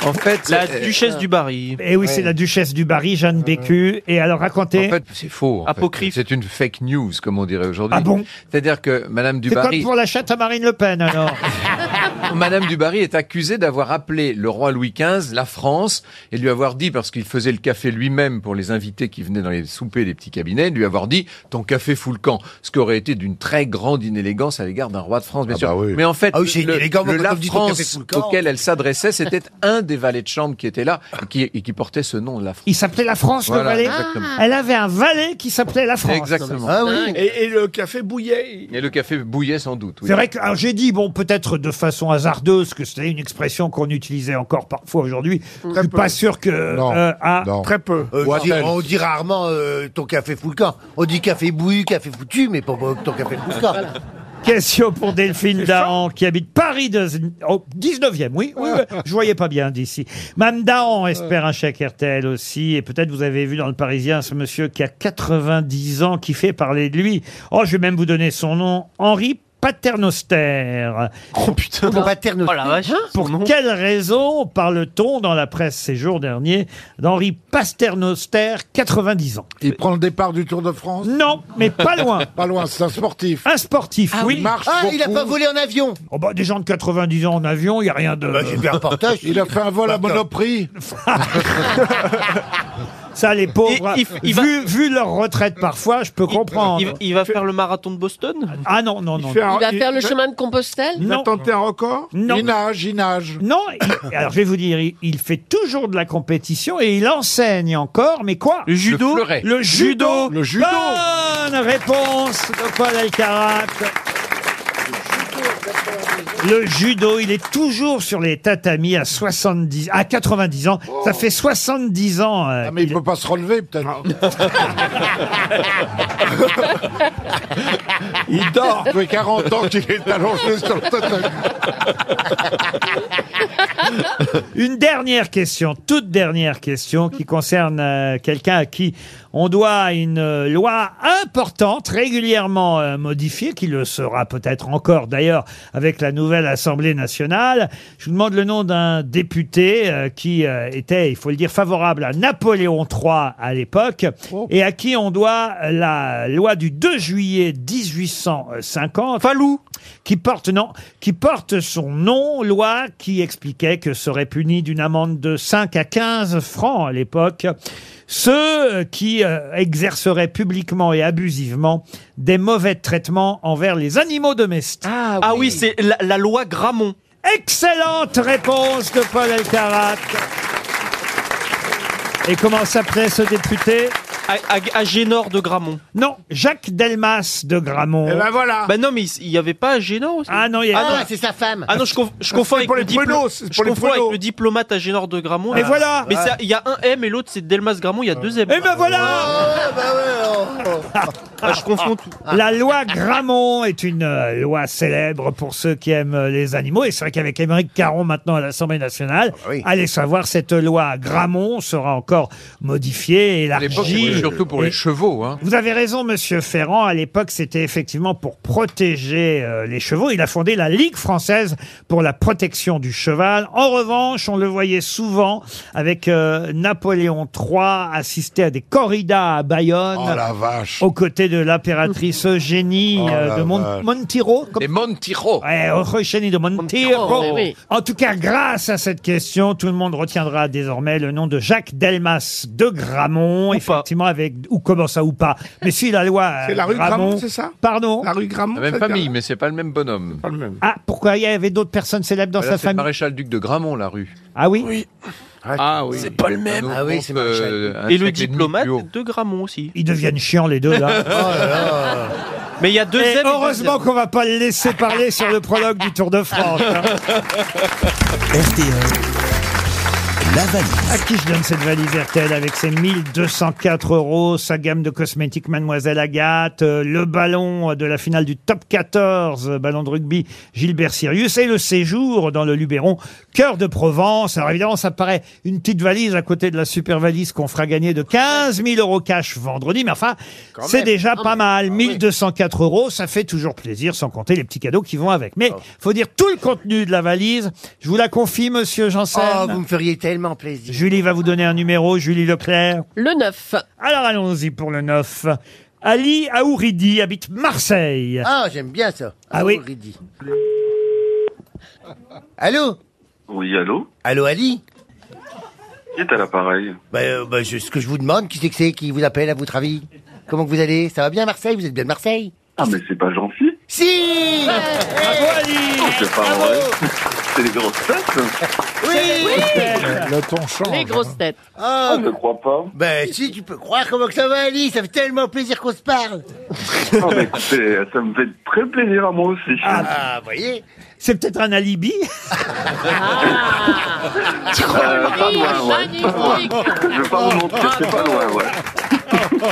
[SPEAKER 3] En fait, euh, Mm-hmm.
[SPEAKER 8] La duchesse du Barry.
[SPEAKER 2] Et Eh oui, c'est la duchesse du Barry, Jeanne Bécu. Et alors, racontez.
[SPEAKER 3] En fait, c'est faux. en fait.
[SPEAKER 2] Apocryphe.
[SPEAKER 3] C'est une fake news, comme on dirait aujourd'hui.
[SPEAKER 2] Ah bon
[SPEAKER 3] C'est-à-dire que Madame
[SPEAKER 2] C'est comme
[SPEAKER 3] Dubarry,
[SPEAKER 2] pour la chatte à Marine Le Pen,
[SPEAKER 3] *laughs*
[SPEAKER 2] alors.
[SPEAKER 3] Madame Dubarry est accusée d'avoir appelé le roi Louis XV, la France, et lui avoir dit, parce qu'il faisait le café lui-même pour les invités qui venaient dans les soupers des petits cabinets, lui avoir dit « ton café fout le camp », ce qui aurait été d'une très grande inélégance à l'égard d'un roi de France, bien sûr. Mais en fait,
[SPEAKER 5] Ah oui, c'est
[SPEAKER 3] le,
[SPEAKER 5] inélégant, moi,
[SPEAKER 3] le
[SPEAKER 5] quand on
[SPEAKER 3] la
[SPEAKER 5] me dit ton café
[SPEAKER 3] France
[SPEAKER 5] fout le camp.
[SPEAKER 3] auquel elle s'adressait, c'était un des valets de chambre qui était là et qui, et qui portait ce nom, la France.
[SPEAKER 2] Il s'appelait la France,
[SPEAKER 3] Voilà,
[SPEAKER 2] le valet.
[SPEAKER 3] exactement.
[SPEAKER 2] Elle avait un valet qui s'appelait la France.
[SPEAKER 3] Exactement.
[SPEAKER 4] Et, et le café bouillait.
[SPEAKER 3] Et le café bouillait sans doute. oui.
[SPEAKER 2] C'est vrai que alors, j'ai dit, bon, peut-être de façon hasardeuse, que c'était une expression qu'on utilisait encore parfois aujourd'hui. Je suis pas sûr que... euh, ah,
[SPEAKER 5] Non, non.
[SPEAKER 2] Très
[SPEAKER 4] peu.
[SPEAKER 5] Euh, on, dit, on dit rarement euh, ton café fout le camp. On dit café bouillu, café foutu, mais pas pas ton café fout le camp.
[SPEAKER 2] Question pour Delphine Dahan, qui habite Paris, de... au 19e, oui, oui, oui. je voyais pas bien d'ici. Mme Dahan espère un chèque RTL aussi, et peut-être vous avez vu dans le Parisien ce monsieur qui a 90 ans, qui fait parler de lui. Oh, je vais même vous donner son nom, Henri Paternoster. Oh putain,
[SPEAKER 5] Paternoster.
[SPEAKER 2] Pour quelle raison parle-t-on dans la presse ces jours derniers d'Henri Paternoster, 90 ans
[SPEAKER 7] Il prend le départ du Tour de France
[SPEAKER 2] Non, mais pas loin.
[SPEAKER 7] *laughs* pas loin, c'est un sportif.
[SPEAKER 2] Un sportif, oui.
[SPEAKER 5] Ah, il a pas volé en avion.
[SPEAKER 2] Oh bah, des gens de 90 ans en avion, il n'y a rien de...
[SPEAKER 5] J'ai vu un reportage.
[SPEAKER 7] Il a Bah, fait un vol à Monoprix.
[SPEAKER 2] *laughs* Ça, les pauvres,
[SPEAKER 8] Il- il- il va-
[SPEAKER 2] vu, vu leur retraite parfois, je peux comprendre.
[SPEAKER 8] Il, il va faire le marathon de Boston
[SPEAKER 2] Ah non, non, non.
[SPEAKER 6] Il va faire le chemin de Compostelle
[SPEAKER 2] Non.
[SPEAKER 7] T'es un record
[SPEAKER 2] Non.
[SPEAKER 7] Il nage, il nage.
[SPEAKER 2] Non,
[SPEAKER 7] *coughs*
[SPEAKER 2] il- alors je vais vous dire, il, il fait toujours de la compétition et il enseigne encore, mais quoi Le
[SPEAKER 3] judo fleuret.
[SPEAKER 2] Le judo
[SPEAKER 7] Le judo.
[SPEAKER 2] Bonne réponse de Paul Alcarat le judo, il est toujours sur les tatamis à 70, à 90 ans. Ça fait 70 ans. euh,
[SPEAKER 7] Oh. Ah, mais il peut pas se relever, peut-être.
[SPEAKER 2] *laughs*
[SPEAKER 4] Il dort.
[SPEAKER 7] Ça fait 40 ans qu'il est allongé sur le tatami.
[SPEAKER 2] *laughs* Une dernière question, toute dernière question qui concerne euh, quelqu'un à qui on doit une euh, loi importante, régulièrement euh, modifiée, qui le sera peut-être encore d'ailleurs avec la nouvelle Assemblée nationale. Je vous demande le nom d'un député euh, qui euh, était, il faut le dire, favorable à Napoléon III à l'époque et à qui on doit la loi du 2 juillet 1850. Falou qui porte non, qui porte son nom, loi qui expliquait que serait puni d'une amende de 5 à 15 francs à l'époque ceux qui euh, exerceraient publiquement et abusivement des mauvais traitements envers les animaux domestiques.
[SPEAKER 8] Ah oui, c'est la, la loi Gramont.
[SPEAKER 2] Excellente réponse de Paul Elkarat. Et comment s'appelait ce député
[SPEAKER 8] A- A- Agénor de Gramont.
[SPEAKER 2] Non, Jacques Delmas de Gramont.
[SPEAKER 4] Eh ben voilà.
[SPEAKER 8] Bah non, mais il n'y avait pas Agénor aussi.
[SPEAKER 2] Ah non, il y a...
[SPEAKER 5] Ah, c'est sa femme.
[SPEAKER 8] Ah non, je, conf- je confonds, avec,
[SPEAKER 4] pour
[SPEAKER 8] le,
[SPEAKER 4] les poilots, c'est
[SPEAKER 8] je
[SPEAKER 4] pour les
[SPEAKER 8] confonds avec
[SPEAKER 4] poilots.
[SPEAKER 8] le diplomate Agénor de Gramont.
[SPEAKER 2] Et voilà
[SPEAKER 8] Mais ça- il y a un M et l'autre c'est Delmas Gramont, il y a deux M.
[SPEAKER 2] Et ben voilà
[SPEAKER 5] Ah, bah ouais, oh, oh.
[SPEAKER 8] Ah, je confonds tout.
[SPEAKER 2] La loi Gramont est une euh, loi célèbre pour ceux qui aiment euh, les animaux. Et c'est vrai qu'avec Émeric Caron maintenant à l'Assemblée nationale,
[SPEAKER 5] bah oui.
[SPEAKER 2] allez savoir, cette loi Gramont sera encore modifiée,
[SPEAKER 3] À l'époque, c'était
[SPEAKER 2] élargie.
[SPEAKER 3] surtout pour
[SPEAKER 2] Et-
[SPEAKER 3] les chevaux. Hein.
[SPEAKER 2] Vous avez raison, monsieur Ferrand. À l'époque, c'était effectivement pour protéger euh, les chevaux. Il a fondé la Ligue française pour la protection du cheval. En revanche, on le voyait souvent avec euh, Napoléon III assister à des corridas à Bayonne
[SPEAKER 7] Oh la vache.
[SPEAKER 2] aux côtés de l'impératrice Eugénie
[SPEAKER 7] Oh
[SPEAKER 2] euh,
[SPEAKER 7] la
[SPEAKER 2] de Mon-
[SPEAKER 7] vache.
[SPEAKER 2] Montiro. comme-
[SPEAKER 3] Les Montiro.
[SPEAKER 2] Ouais, Eugénie de Montiro.
[SPEAKER 6] Oh, oui, oui.
[SPEAKER 2] En tout cas, grâce à cette question, tout le monde retiendra désormais le nom de Jacques Delmas de Gramont. effectivement, avec ou comment ça ou pas. Mais si la loi. euh,
[SPEAKER 4] C'est la rue Gramont, c'est ça
[SPEAKER 2] Pardon.
[SPEAKER 4] La rue Gramont.
[SPEAKER 3] La même
[SPEAKER 4] ça,
[SPEAKER 3] famille, mais c'est pas le même bonhomme.
[SPEAKER 4] c'est pas le même.
[SPEAKER 2] Ah, pourquoi il y avait d'autres personnes célèbres dans
[SPEAKER 3] Bah Là,
[SPEAKER 2] sa
[SPEAKER 3] c'est le
[SPEAKER 2] famille
[SPEAKER 3] maréchal duc de Gramont, la rue.
[SPEAKER 2] Ah oui.
[SPEAKER 4] Ah oui.
[SPEAKER 3] C'est pas le même.
[SPEAKER 5] Ah oui, c'est Maréchal.
[SPEAKER 3] euh,
[SPEAKER 8] Et le diplomate de Gramont aussi.
[SPEAKER 2] Ils deviennent chiants les deux là.
[SPEAKER 8] Mais il y a deux
[SPEAKER 2] Et heureusement qu'on va pas le laisser parler sur le prologue du Tour
[SPEAKER 14] *laughs*
[SPEAKER 2] de France. hein. La valise. À qui je donne cette valise RTL avec ses 1204 euros, sa gamme de cosmétiques Mademoiselle Agathe, euh, le ballon de la finale du top 14, euh, ballon de rugby Gilbert Sirius et le séjour dans le Luberon, cœur de Provence. Alors évidemment, ça paraît une petite valise à côté de la super valise qu'on fera gagner de 15 000 euros cash vendredi, mais enfin,
[SPEAKER 10] Quand
[SPEAKER 2] c'est
[SPEAKER 10] même.
[SPEAKER 2] déjà
[SPEAKER 10] Quand
[SPEAKER 2] pas
[SPEAKER 10] même. Ah
[SPEAKER 2] mal. 1204 euros, ça fait toujours plaisir, sans compter les petits cadeaux qui vont avec.
[SPEAKER 10] Oh.
[SPEAKER 2] Mais faut dire tout le contenu de la valise. Je vous la confie, monsieur Janssen.
[SPEAKER 5] Oh, vous me feriez tellement plaisir.
[SPEAKER 2] Julie va vous donner un numéro, Julie Leclerc.
[SPEAKER 6] Le 9.
[SPEAKER 2] Alors allons-y pour le 9. Ali Aouridi habite Marseille.
[SPEAKER 5] Ah, j'aime bien ça.
[SPEAKER 2] Ah oui.
[SPEAKER 5] Auridi. Allô
[SPEAKER 14] Oui, allô
[SPEAKER 5] Allô, Ali
[SPEAKER 14] Qui est à l'appareil
[SPEAKER 5] bah, euh, bah, je- Ce que je vous demande, qui c'est que c'est qui vous appelle à votre avis Comment que vous allez Ça va bien, Marseille Vous êtes bien de Marseille
[SPEAKER 14] Ah, mais c'est pas gentil
[SPEAKER 5] Si
[SPEAKER 2] Bravo, Ali
[SPEAKER 14] C'est pas vrai *laughs* C'est les grosses têtes
[SPEAKER 7] Euh, Le ton change.
[SPEAKER 5] Les grosses
[SPEAKER 6] têtes.
[SPEAKER 2] Oh,
[SPEAKER 5] Ah,
[SPEAKER 14] Je crois pas. *laughs*
[SPEAKER 5] bah si, tu peux croire comment que ça va, Ali Ça fait tellement plaisir qu'on se parle
[SPEAKER 14] Ah, bah écoutez, ça me fait très plaisir à moi aussi.
[SPEAKER 5] Ah, vous voyez
[SPEAKER 2] C'est peut-être un alibi
[SPEAKER 5] Ah
[SPEAKER 14] Euh, pas loin, ouais. Pas loin. Je vais pas vous mentir, c'est pas loin, ouais.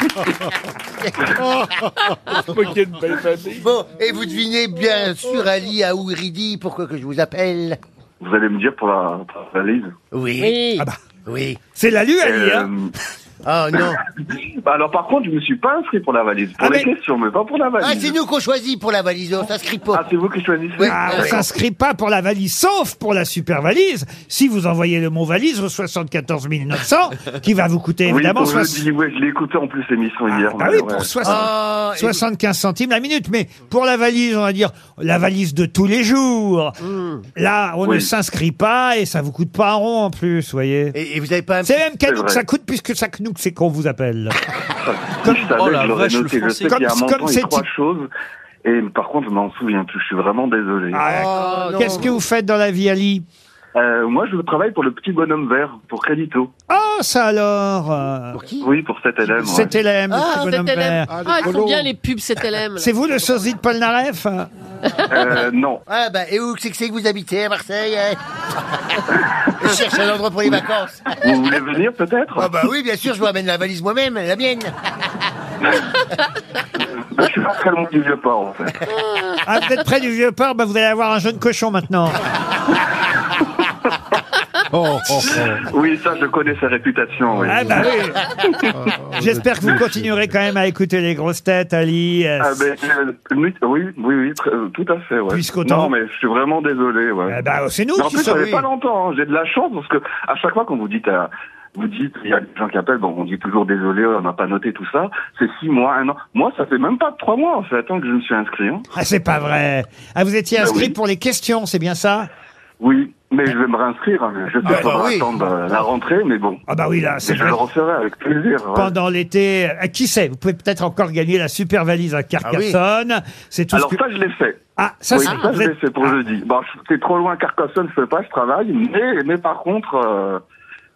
[SPEAKER 5] Bon, et vous devinez bien sûr, Ali Aouridi, pourquoi que je vous appelle
[SPEAKER 14] Vous allez me dire pour la, pour la valise
[SPEAKER 5] Oui.
[SPEAKER 6] Oui.
[SPEAKER 5] Oui.
[SPEAKER 2] C'est la lue, hein.
[SPEAKER 14] Ali,
[SPEAKER 5] bah. Ah non
[SPEAKER 14] Euh, *laughs* bah Alors par contre, je me suis pas inscrit pour la valise. Pour
[SPEAKER 5] Ah,
[SPEAKER 14] les
[SPEAKER 5] mais-
[SPEAKER 14] questions, mais pas pour la
[SPEAKER 5] Ah,
[SPEAKER 14] valise.
[SPEAKER 5] c'est nous qu'on choisit pour la valise, on s'inscrit pas. Ah,
[SPEAKER 14] c'est vous qui choisissez
[SPEAKER 2] Ah, on s'inscrit pas pour la valise, sauf pour la super valise. Si vous envoyez le mot valise au 74 900,
[SPEAKER 5] *laughs*
[SPEAKER 2] qui va vous coûter évidemment
[SPEAKER 14] oui, pour
[SPEAKER 2] 60
[SPEAKER 14] jeudi, ouais, je l'ai écouté en plus l'émission hier.
[SPEAKER 2] Ah
[SPEAKER 14] ouais,
[SPEAKER 2] oui,
[SPEAKER 14] ouais.
[SPEAKER 2] pour 60
[SPEAKER 5] Ah, Oh,
[SPEAKER 2] 75 centimes la minute. Mais pour la valise, on va dire la valise de tous les jours. Mmh. Là, on ne
[SPEAKER 14] Oui.
[SPEAKER 2] s'inscrit pas et ça vous coûte pas un rond en plus, voyez.
[SPEAKER 5] Et, vous avez pas
[SPEAKER 2] C'est même cadeau
[SPEAKER 14] C'est vrai.
[SPEAKER 2] que ça coûte puisque ça nous que c'est qu'on
[SPEAKER 14] *laughs*
[SPEAKER 2] vous appelle.
[SPEAKER 14] Si je savais,
[SPEAKER 2] Oh la
[SPEAKER 14] je l'aurais
[SPEAKER 2] vache, le
[SPEAKER 14] noté. Je
[SPEAKER 2] français.
[SPEAKER 14] sais qu'il y a un
[SPEAKER 2] Comme-
[SPEAKER 14] montant
[SPEAKER 2] comme
[SPEAKER 14] et
[SPEAKER 2] c'est-
[SPEAKER 14] trois choses. Et par contre, je m'en souviens plus. Je suis vraiment désolé.
[SPEAKER 2] Ah, Qu'est-ce que vous faites dans la vie, Ali
[SPEAKER 14] Euh, moi, je travaille pour le petit bonhomme vert, pour Crédito.
[SPEAKER 2] Ah, ça alors euh,
[SPEAKER 14] oui, pour cet élève. ouais.
[SPEAKER 2] Cet élève, le petit
[SPEAKER 6] Ah,
[SPEAKER 2] bonhomme
[SPEAKER 6] CTLM.
[SPEAKER 2] vert.
[SPEAKER 6] Ah, ils font bien les pubs CTLM. là.
[SPEAKER 2] C'est vous le sosie de Polnareff Ah,
[SPEAKER 14] Euh, non.
[SPEAKER 5] *laughs* Ah bah, et où c'est que c'est que vous habitez à Marseille hein *laughs* Je cherche un endroit pour les vacances.
[SPEAKER 14] Vous voulez venir peut-être
[SPEAKER 5] Ah bah oui, bien sûr, je vous ramène la valise moi-même, la mienne.
[SPEAKER 14] Je suis pas très loin du vieux port en fait.
[SPEAKER 2] Ah, vous êtes près du vieux port, bah, vous allez avoir un jeune
[SPEAKER 14] *laughs*
[SPEAKER 2] cochon maintenant.
[SPEAKER 14] Oui, ça, je connais sa réputation. Oui.
[SPEAKER 2] Oh,
[SPEAKER 14] Ah,
[SPEAKER 2] Ah bah oui. J'espère que vous continuerez quand même à écouter les grosses têtes, Ali. Euh,
[SPEAKER 14] Ah ben, euh, oui, oui, oui, oui, tr- euh, tout à fait. Ouais.
[SPEAKER 2] Puisqu'autant-
[SPEAKER 14] Non, mais je suis vraiment désolé. Ouais.
[SPEAKER 2] Ah bah, c'est nous
[SPEAKER 14] Mais En
[SPEAKER 2] qui
[SPEAKER 14] plus,
[SPEAKER 2] sommes-
[SPEAKER 14] ça fait
[SPEAKER 2] oui.
[SPEAKER 14] pas longtemps. hein. J'ai de la chance parce que à chaque fois qu'on vous dit, à- vous dites, il y a des gens qui appellent, bon, on dit toujours désolé, on n'a pas noté tout ça. C'est six mois, un an. Moi, ça fait même pas trois mois. en fait, attends que je me suis inscrit. hein.
[SPEAKER 2] Ah, c'est pas vrai. Ah, vous étiez
[SPEAKER 14] Bah
[SPEAKER 2] inscrit
[SPEAKER 14] oui.
[SPEAKER 2] pour les questions, c'est bien ça
[SPEAKER 14] Oui, mais je vais me réinscrire. hein. Je sais
[SPEAKER 2] Ah,
[SPEAKER 14] pas
[SPEAKER 2] bah oui.
[SPEAKER 14] attendre euh, la rentrée, mais bon.
[SPEAKER 2] Ah bah oui, là, c'est
[SPEAKER 14] Mais Je
[SPEAKER 2] vrai.
[SPEAKER 14] le referai avec plaisir. ouais.
[SPEAKER 2] Pendant l'été, euh, qui sait, vous pouvez peut-être encore gagner la super valise à Carcassonne. C'est tout ce
[SPEAKER 14] Ah Alors
[SPEAKER 2] que-
[SPEAKER 14] ça, je l'ai fait.
[SPEAKER 2] Ah, ça,
[SPEAKER 14] oui,
[SPEAKER 2] c'est- Ah.
[SPEAKER 14] ça, je
[SPEAKER 2] vous
[SPEAKER 14] l'ai
[SPEAKER 2] êtes-
[SPEAKER 14] fait pour jeudi. Bon, je- c'est trop loin, Carcassonne, je peux pas, je travaille. Mais, mais par contre, euh,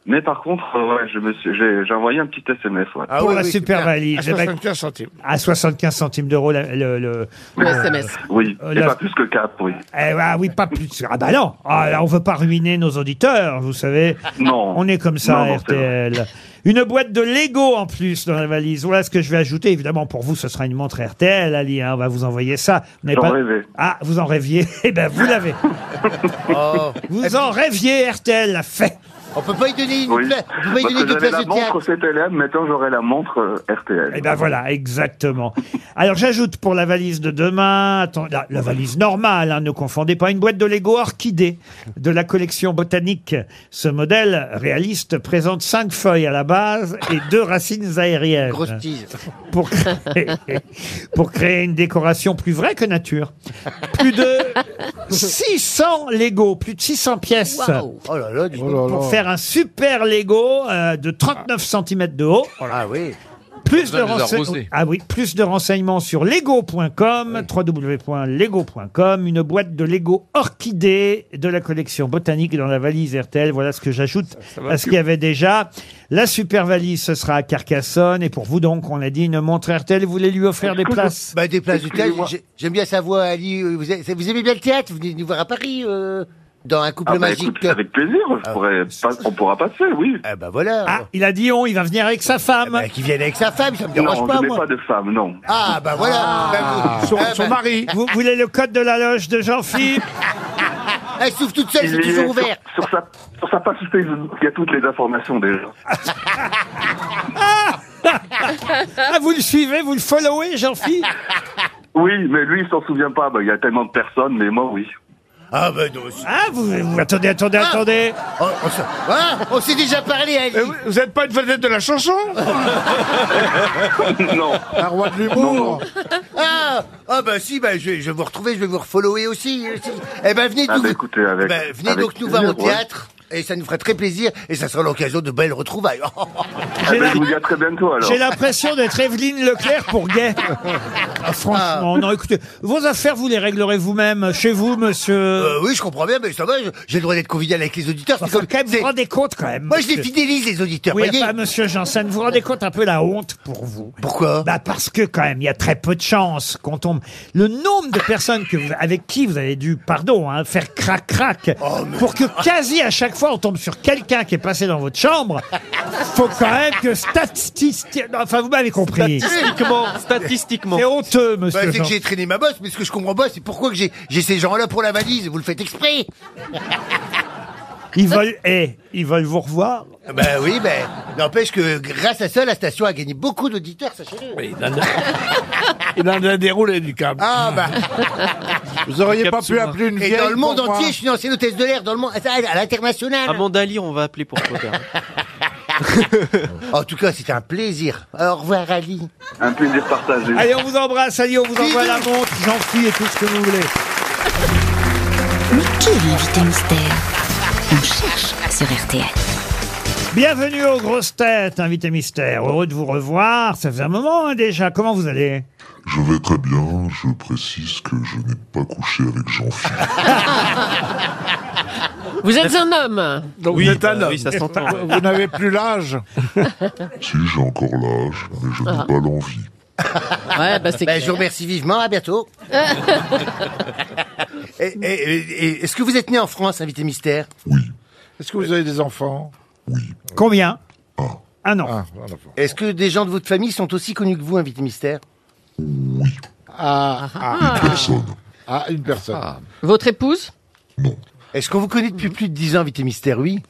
[SPEAKER 14] mais par contre, euh, ouais, je me suis, j'ai, j'ai envoyé un petit SMS. Ouais.
[SPEAKER 4] Ah
[SPEAKER 2] Pour la Ah super valise.
[SPEAKER 5] Ah,
[SPEAKER 4] À
[SPEAKER 2] Eh ben,
[SPEAKER 4] 75 centimes.
[SPEAKER 2] à 75 centimes d'euros la- le, le-
[SPEAKER 6] Le
[SPEAKER 2] le-
[SPEAKER 6] SMS.
[SPEAKER 14] Oui,
[SPEAKER 2] Euh,
[SPEAKER 14] et
[SPEAKER 2] la-
[SPEAKER 14] pas plus que 4, oui.
[SPEAKER 2] Eh ben oui, pas plus. Ah bah non, ah, là, on veut pas ruiner nos auditeurs, vous savez.
[SPEAKER 14] Non.
[SPEAKER 2] On est comme ça,
[SPEAKER 14] Non, non,
[SPEAKER 2] à
[SPEAKER 14] c'est
[SPEAKER 2] RTL. Une boîte de Lego en plus dans la valise. Voilà ce que je vais ajouter. Évidemment, pour vous, ce sera une montre RTL, Ali. hein, on va vous envoyer ça. Vous n'avez
[SPEAKER 14] J'en rêvais.
[SPEAKER 2] Ah, vous en rêviez *laughs* Eh ben, vous
[SPEAKER 5] *laughs*
[SPEAKER 2] l'avez. Vous en rêviez, RTL l'a fait.
[SPEAKER 5] Oh. On peut pas y donner une,
[SPEAKER 14] Oui.
[SPEAKER 5] pla- on peut pas y
[SPEAKER 14] Parce
[SPEAKER 5] donner
[SPEAKER 14] que j'avais
[SPEAKER 5] deux
[SPEAKER 14] la
[SPEAKER 5] places de théâtre.
[SPEAKER 14] montre CTLM, maintenant j'aurai la montre euh, RTL.
[SPEAKER 2] Eh ben voilà, exactement. Alors j'ajoute pour la valise de demain, attends, la, la valise normale, hein, ne confondez pas, une boîte de Lego orchidée de la collection botanique. Ce modèle réaliste présente cinq feuilles à la base et deux racines aériennes.
[SPEAKER 5] Grosse tease.
[SPEAKER 2] Pour créer, *laughs* pour créer une décoration plus vraie que nature. Plus
[SPEAKER 5] *laughs*
[SPEAKER 2] de 600 Lego, plus de 600 pièces
[SPEAKER 5] Waouh. Oh là là, Ah. du Oh
[SPEAKER 2] pour faire un super Lego euh, de 39 cm de haut.
[SPEAKER 5] Ah oui.
[SPEAKER 2] Plus de,
[SPEAKER 3] besoin de les
[SPEAKER 2] rense-
[SPEAKER 3] arroser.
[SPEAKER 2] ah oui, plus de renseignements sur lego.com, www.lego.com, une boîte de Lego orchidée de la collection botanique dans la valise RTL. Voilà ce que j'ajoute
[SPEAKER 10] va
[SPEAKER 2] à ce
[SPEAKER 10] plus.
[SPEAKER 2] qu'il y avait déjà. La super valise, ce sera à Carcassonne. Et pour vous donc, on a dit une montre RTL. Vous voulez lui offrir des places
[SPEAKER 5] Bah, des places de théâtre.
[SPEAKER 2] Excusez-moi.
[SPEAKER 5] J'ai- J'aime bien sa voix, Ali. euh, Vous, avez- vous aimez bien le théâtre Vous venez nous voir à Paris euh, dans un couple
[SPEAKER 14] Ah bah
[SPEAKER 5] magique.
[SPEAKER 14] écoute, avec plaisir, je pourrais pas- on pourra passer, oui.
[SPEAKER 5] Ah bah voilà.
[SPEAKER 2] Ah, il a dit on, il va venir avec sa femme.
[SPEAKER 5] qui Eh ben, vienne avec sa femme, ça me dérange
[SPEAKER 14] Non,
[SPEAKER 5] pas,
[SPEAKER 14] je n'ai
[SPEAKER 5] moi.
[SPEAKER 14] pas de femme, non.
[SPEAKER 5] Ah bah voilà. Bah, vous- ah, bah-
[SPEAKER 2] Vous voulez le code de la loge de Jean-Philippe
[SPEAKER 5] *laughs* Elle s'ouvre toute seule, c'est
[SPEAKER 14] Il est
[SPEAKER 5] toujours
[SPEAKER 14] sur-
[SPEAKER 5] ouvert.
[SPEAKER 14] Sur, sa, sur sa page Facebook, il y a toutes les informations déjà.
[SPEAKER 2] Ah, vous le suivez, vous le followez, Jean-Philippe Ah,
[SPEAKER 14] Oui, mais lui, il s'en souvient pas. Bah, Il y a tellement de personnes, mais moi, oui.
[SPEAKER 5] Ah bah non.
[SPEAKER 2] Ah, vous, vous- attendez, attendez,
[SPEAKER 5] Ah.
[SPEAKER 2] attendez.
[SPEAKER 5] On, on s'en- hein, on s'est déjà parlé, Ali.
[SPEAKER 4] Vous n'êtes pas une vedette de la chanson
[SPEAKER 14] Non.
[SPEAKER 5] Un roi
[SPEAKER 4] de l'humour. Non, non.
[SPEAKER 5] Ah, ah bah si, bah, je, vais- je vais vous retrouver, je vais vous refollower aussi. euh, si. Eh ben venez
[SPEAKER 14] Ah,
[SPEAKER 5] nous,
[SPEAKER 14] bah, écoutez, avec-
[SPEAKER 5] bah, venez
[SPEAKER 14] avec
[SPEAKER 5] donc nous voir au
[SPEAKER 14] plaisir, ouais.
[SPEAKER 5] théâtre. Et ça nous fera très plaisir et ça sera l'occasion de belles retrouvailles.
[SPEAKER 14] Eh ben, je vous dis à très bientôt alors.
[SPEAKER 2] J'ai l'impression d'être Evelyne Leclerc pour gay. Ah, franchement, non, écoutez, vos affaires, vous les réglerez vous-même chez vous, monsieur.
[SPEAKER 5] Euh, oui, je comprends bien, mais ça va, je- j'ai le droit d'être convivial avec les auditeurs. C'est comme
[SPEAKER 2] quand même, vous vous rendez compte quand même.
[SPEAKER 5] Moi, je les
[SPEAKER 2] monsieur.
[SPEAKER 5] fidélise, les auditeurs.
[SPEAKER 2] Oui,
[SPEAKER 5] voyez
[SPEAKER 2] enfin, monsieur Janssen, vous vous rendez compte un peu la honte pour vous.
[SPEAKER 5] Pourquoi
[SPEAKER 2] bah Parce que quand même, il y a très peu de chances qu'on tombe. Le nombre de personnes que vous- avec qui vous avez dû, pardon, hein, faire crac-crac, pour que quasi à chaque fois on tombe sur quelqu'un qui est passé dans votre chambre, faut quand même que statistiquement... Enfin, vous m'avez compris.
[SPEAKER 8] statistiquement.
[SPEAKER 2] C'est honteux,
[SPEAKER 5] Bah,
[SPEAKER 2] monsieur
[SPEAKER 5] c'est que
[SPEAKER 2] Janssen.
[SPEAKER 5] j'ai traîné ma bosse, mais ce que je comprends pas, c'est pourquoi que j'ai j'ai ces gens-là pour la valise. Vous le faites exprès.
[SPEAKER 2] Ils veulent, eh, ils veulent vous revoir.
[SPEAKER 5] Ben oui, ben n'empêche que grâce à ça, la station a gagné beaucoup d'auditeurs, sachez-le.
[SPEAKER 4] Oui, il en a- Il en a déroulé du câble.
[SPEAKER 5] Ah bah.
[SPEAKER 4] Eh ben, Vous auriez pas
[SPEAKER 8] hein.
[SPEAKER 4] pu appeler une
[SPEAKER 5] Et
[SPEAKER 4] vieille
[SPEAKER 5] dans le monde
[SPEAKER 4] pour moi
[SPEAKER 5] entier, je suis une ancienne hôtesse de l'air, dans le monde, à à l'international.
[SPEAKER 8] À Mandali, on va appeler pour toi.
[SPEAKER 5] *laughs* en tout cas, c'était un plaisir. Au revoir, Ali.
[SPEAKER 14] Un plaisir partagé.
[SPEAKER 2] Allez, on vous embrasse, allez, on vous envoie la montre, j'en suis et tout ce que vous voulez.
[SPEAKER 11] Mais qui est l'invité mystère On cherche sur RTL.
[SPEAKER 2] Bienvenue aux grosses têtes, invité mystère. Heureux de vous revoir. Ça faisait un moment hein, déjà. Comment vous allez
[SPEAKER 15] Je vais très bien, je précise que je n'ai pas couché avec Jean-Philippe.
[SPEAKER 6] Vous êtes un homme.
[SPEAKER 4] Donc
[SPEAKER 8] Oui,
[SPEAKER 4] vous êtes un
[SPEAKER 8] bah
[SPEAKER 4] homme.
[SPEAKER 8] oui, ça s'entend, ouais.
[SPEAKER 4] Vous n'avez plus l'âge.
[SPEAKER 15] si, j'ai encore l'âge, mais je n'ai
[SPEAKER 5] Ah.
[SPEAKER 15] pas l'envie.
[SPEAKER 6] Ouais, bah, c'est
[SPEAKER 5] Ben, je
[SPEAKER 6] clair.
[SPEAKER 5] vous remercie vivement,
[SPEAKER 6] *laughs*
[SPEAKER 5] à bientôt. Et- et- et- et- Est-ce que vous êtes né en France, invité mystère
[SPEAKER 7] Est-ce que vous avez des enfants Ah,
[SPEAKER 2] Combien Un an.
[SPEAKER 5] Est-ce que des gens de votre famille sont aussi connus que vous, invité mystère
[SPEAKER 7] Ah, ah, ah, une personne.
[SPEAKER 6] Votre épouse
[SPEAKER 5] Est-ce qu'on vous connaît depuis plus de 10 ans, invité mystère Oui.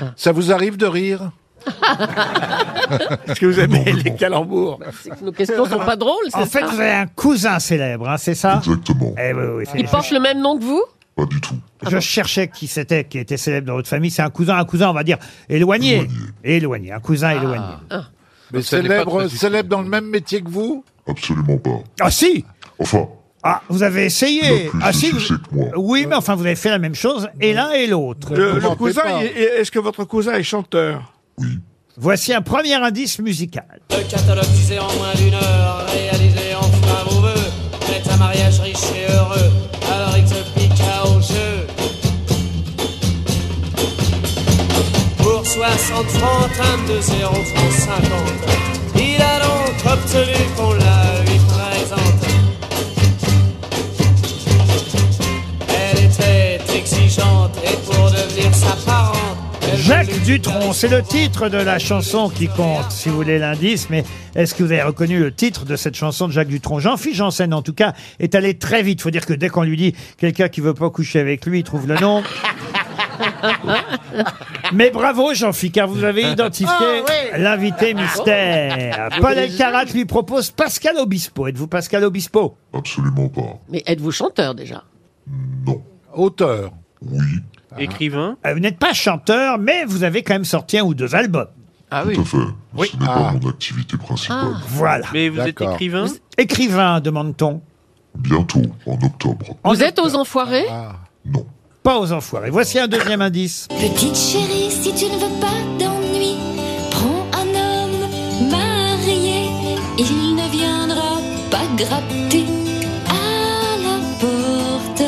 [SPEAKER 5] Ah.
[SPEAKER 7] Ça vous arrive de rire
[SPEAKER 4] Est-ce que vous aimez les calembours
[SPEAKER 6] Nos questions sont pas drôles, c'est
[SPEAKER 2] En fait,
[SPEAKER 6] ça
[SPEAKER 2] vous avez un cousin célèbre, hein, c'est ça Exactement. Eh oui, oui, c'est-
[SPEAKER 6] Il porte le même nom que vous
[SPEAKER 2] Je cherchais qui c'était, qui était célèbre dans votre famille. C'est un cousin, un cousin, on va dire, éloigné. Éloigné, un cousin éloigné.
[SPEAKER 7] Mais célèbre, célèbre dans le même métier que vous
[SPEAKER 15] Absolument pas.
[SPEAKER 2] Ah si
[SPEAKER 15] Enfin,
[SPEAKER 2] Ah, vous avez essayé
[SPEAKER 15] plus
[SPEAKER 2] Ah
[SPEAKER 15] de
[SPEAKER 2] si vous-
[SPEAKER 15] succès que moi.
[SPEAKER 2] Oui, mais enfin, vous avez fait la même chose, et l'un et l'autre.
[SPEAKER 4] Le, le cousin, il- est-ce que votre cousin est chanteur
[SPEAKER 2] Voici un premier indice musical.
[SPEAKER 16] Le catalogue disait en moins d'une heure, réalisé enfin mon vœu. C'est un mariage riche et heureux, alors il se piqua au jeu. Pour 60 francs, 32 0 francs 50, il a donc obtenu qu'on la lui présente. Elle était exigeante et pour devenir sa parente,
[SPEAKER 2] Jacques Dutronc, c'est le titre de la chanson qui compte, si vous voulez l'indice, mais est-ce que vous avez reconnu le titre de cette chanson de Jacques Dutronc Jean-Philippe Janssen, en tout cas, est allé très vite. Faut dire que dès qu'on lui dit quelqu'un qui veut pas coucher avec lui, il trouve le
[SPEAKER 6] *laughs*
[SPEAKER 2] nom. Mais bravo Jean-Philippe, car vous avez identifié
[SPEAKER 10] Ah ouais.
[SPEAKER 2] l'invité mystère.
[SPEAKER 6] Oh.
[SPEAKER 2] Paul
[SPEAKER 17] Ah,
[SPEAKER 2] Elkarat lui propose Pascal Obispo. Êtes-vous Pascal Obispo
[SPEAKER 15] Absolument pas.
[SPEAKER 6] Mais êtes-vous chanteur déjà
[SPEAKER 2] Auteur.
[SPEAKER 8] Écrivain.
[SPEAKER 2] Euh, Vous n'êtes pas chanteur, mais vous avez quand même sorti un ou deux albums.
[SPEAKER 8] Ah oui. Ah.
[SPEAKER 15] Tout à fait.
[SPEAKER 2] Oui.
[SPEAKER 15] Ce n'est pas mon activité principale.
[SPEAKER 2] Voilà.
[SPEAKER 8] Mais vous êtes
[SPEAKER 15] D'accord.
[SPEAKER 8] écrivain
[SPEAKER 2] Écrivain, demande-t-on.
[SPEAKER 15] Bientôt, en octobre.
[SPEAKER 6] Vous êtes aux enfoirés
[SPEAKER 2] Pas aux enfoirés. Voici un deuxième indice.
[SPEAKER 11] Petite chérie, si tu ne veux pas d'ennui, prends un homme, marie.
[SPEAKER 10] gratter à la porte.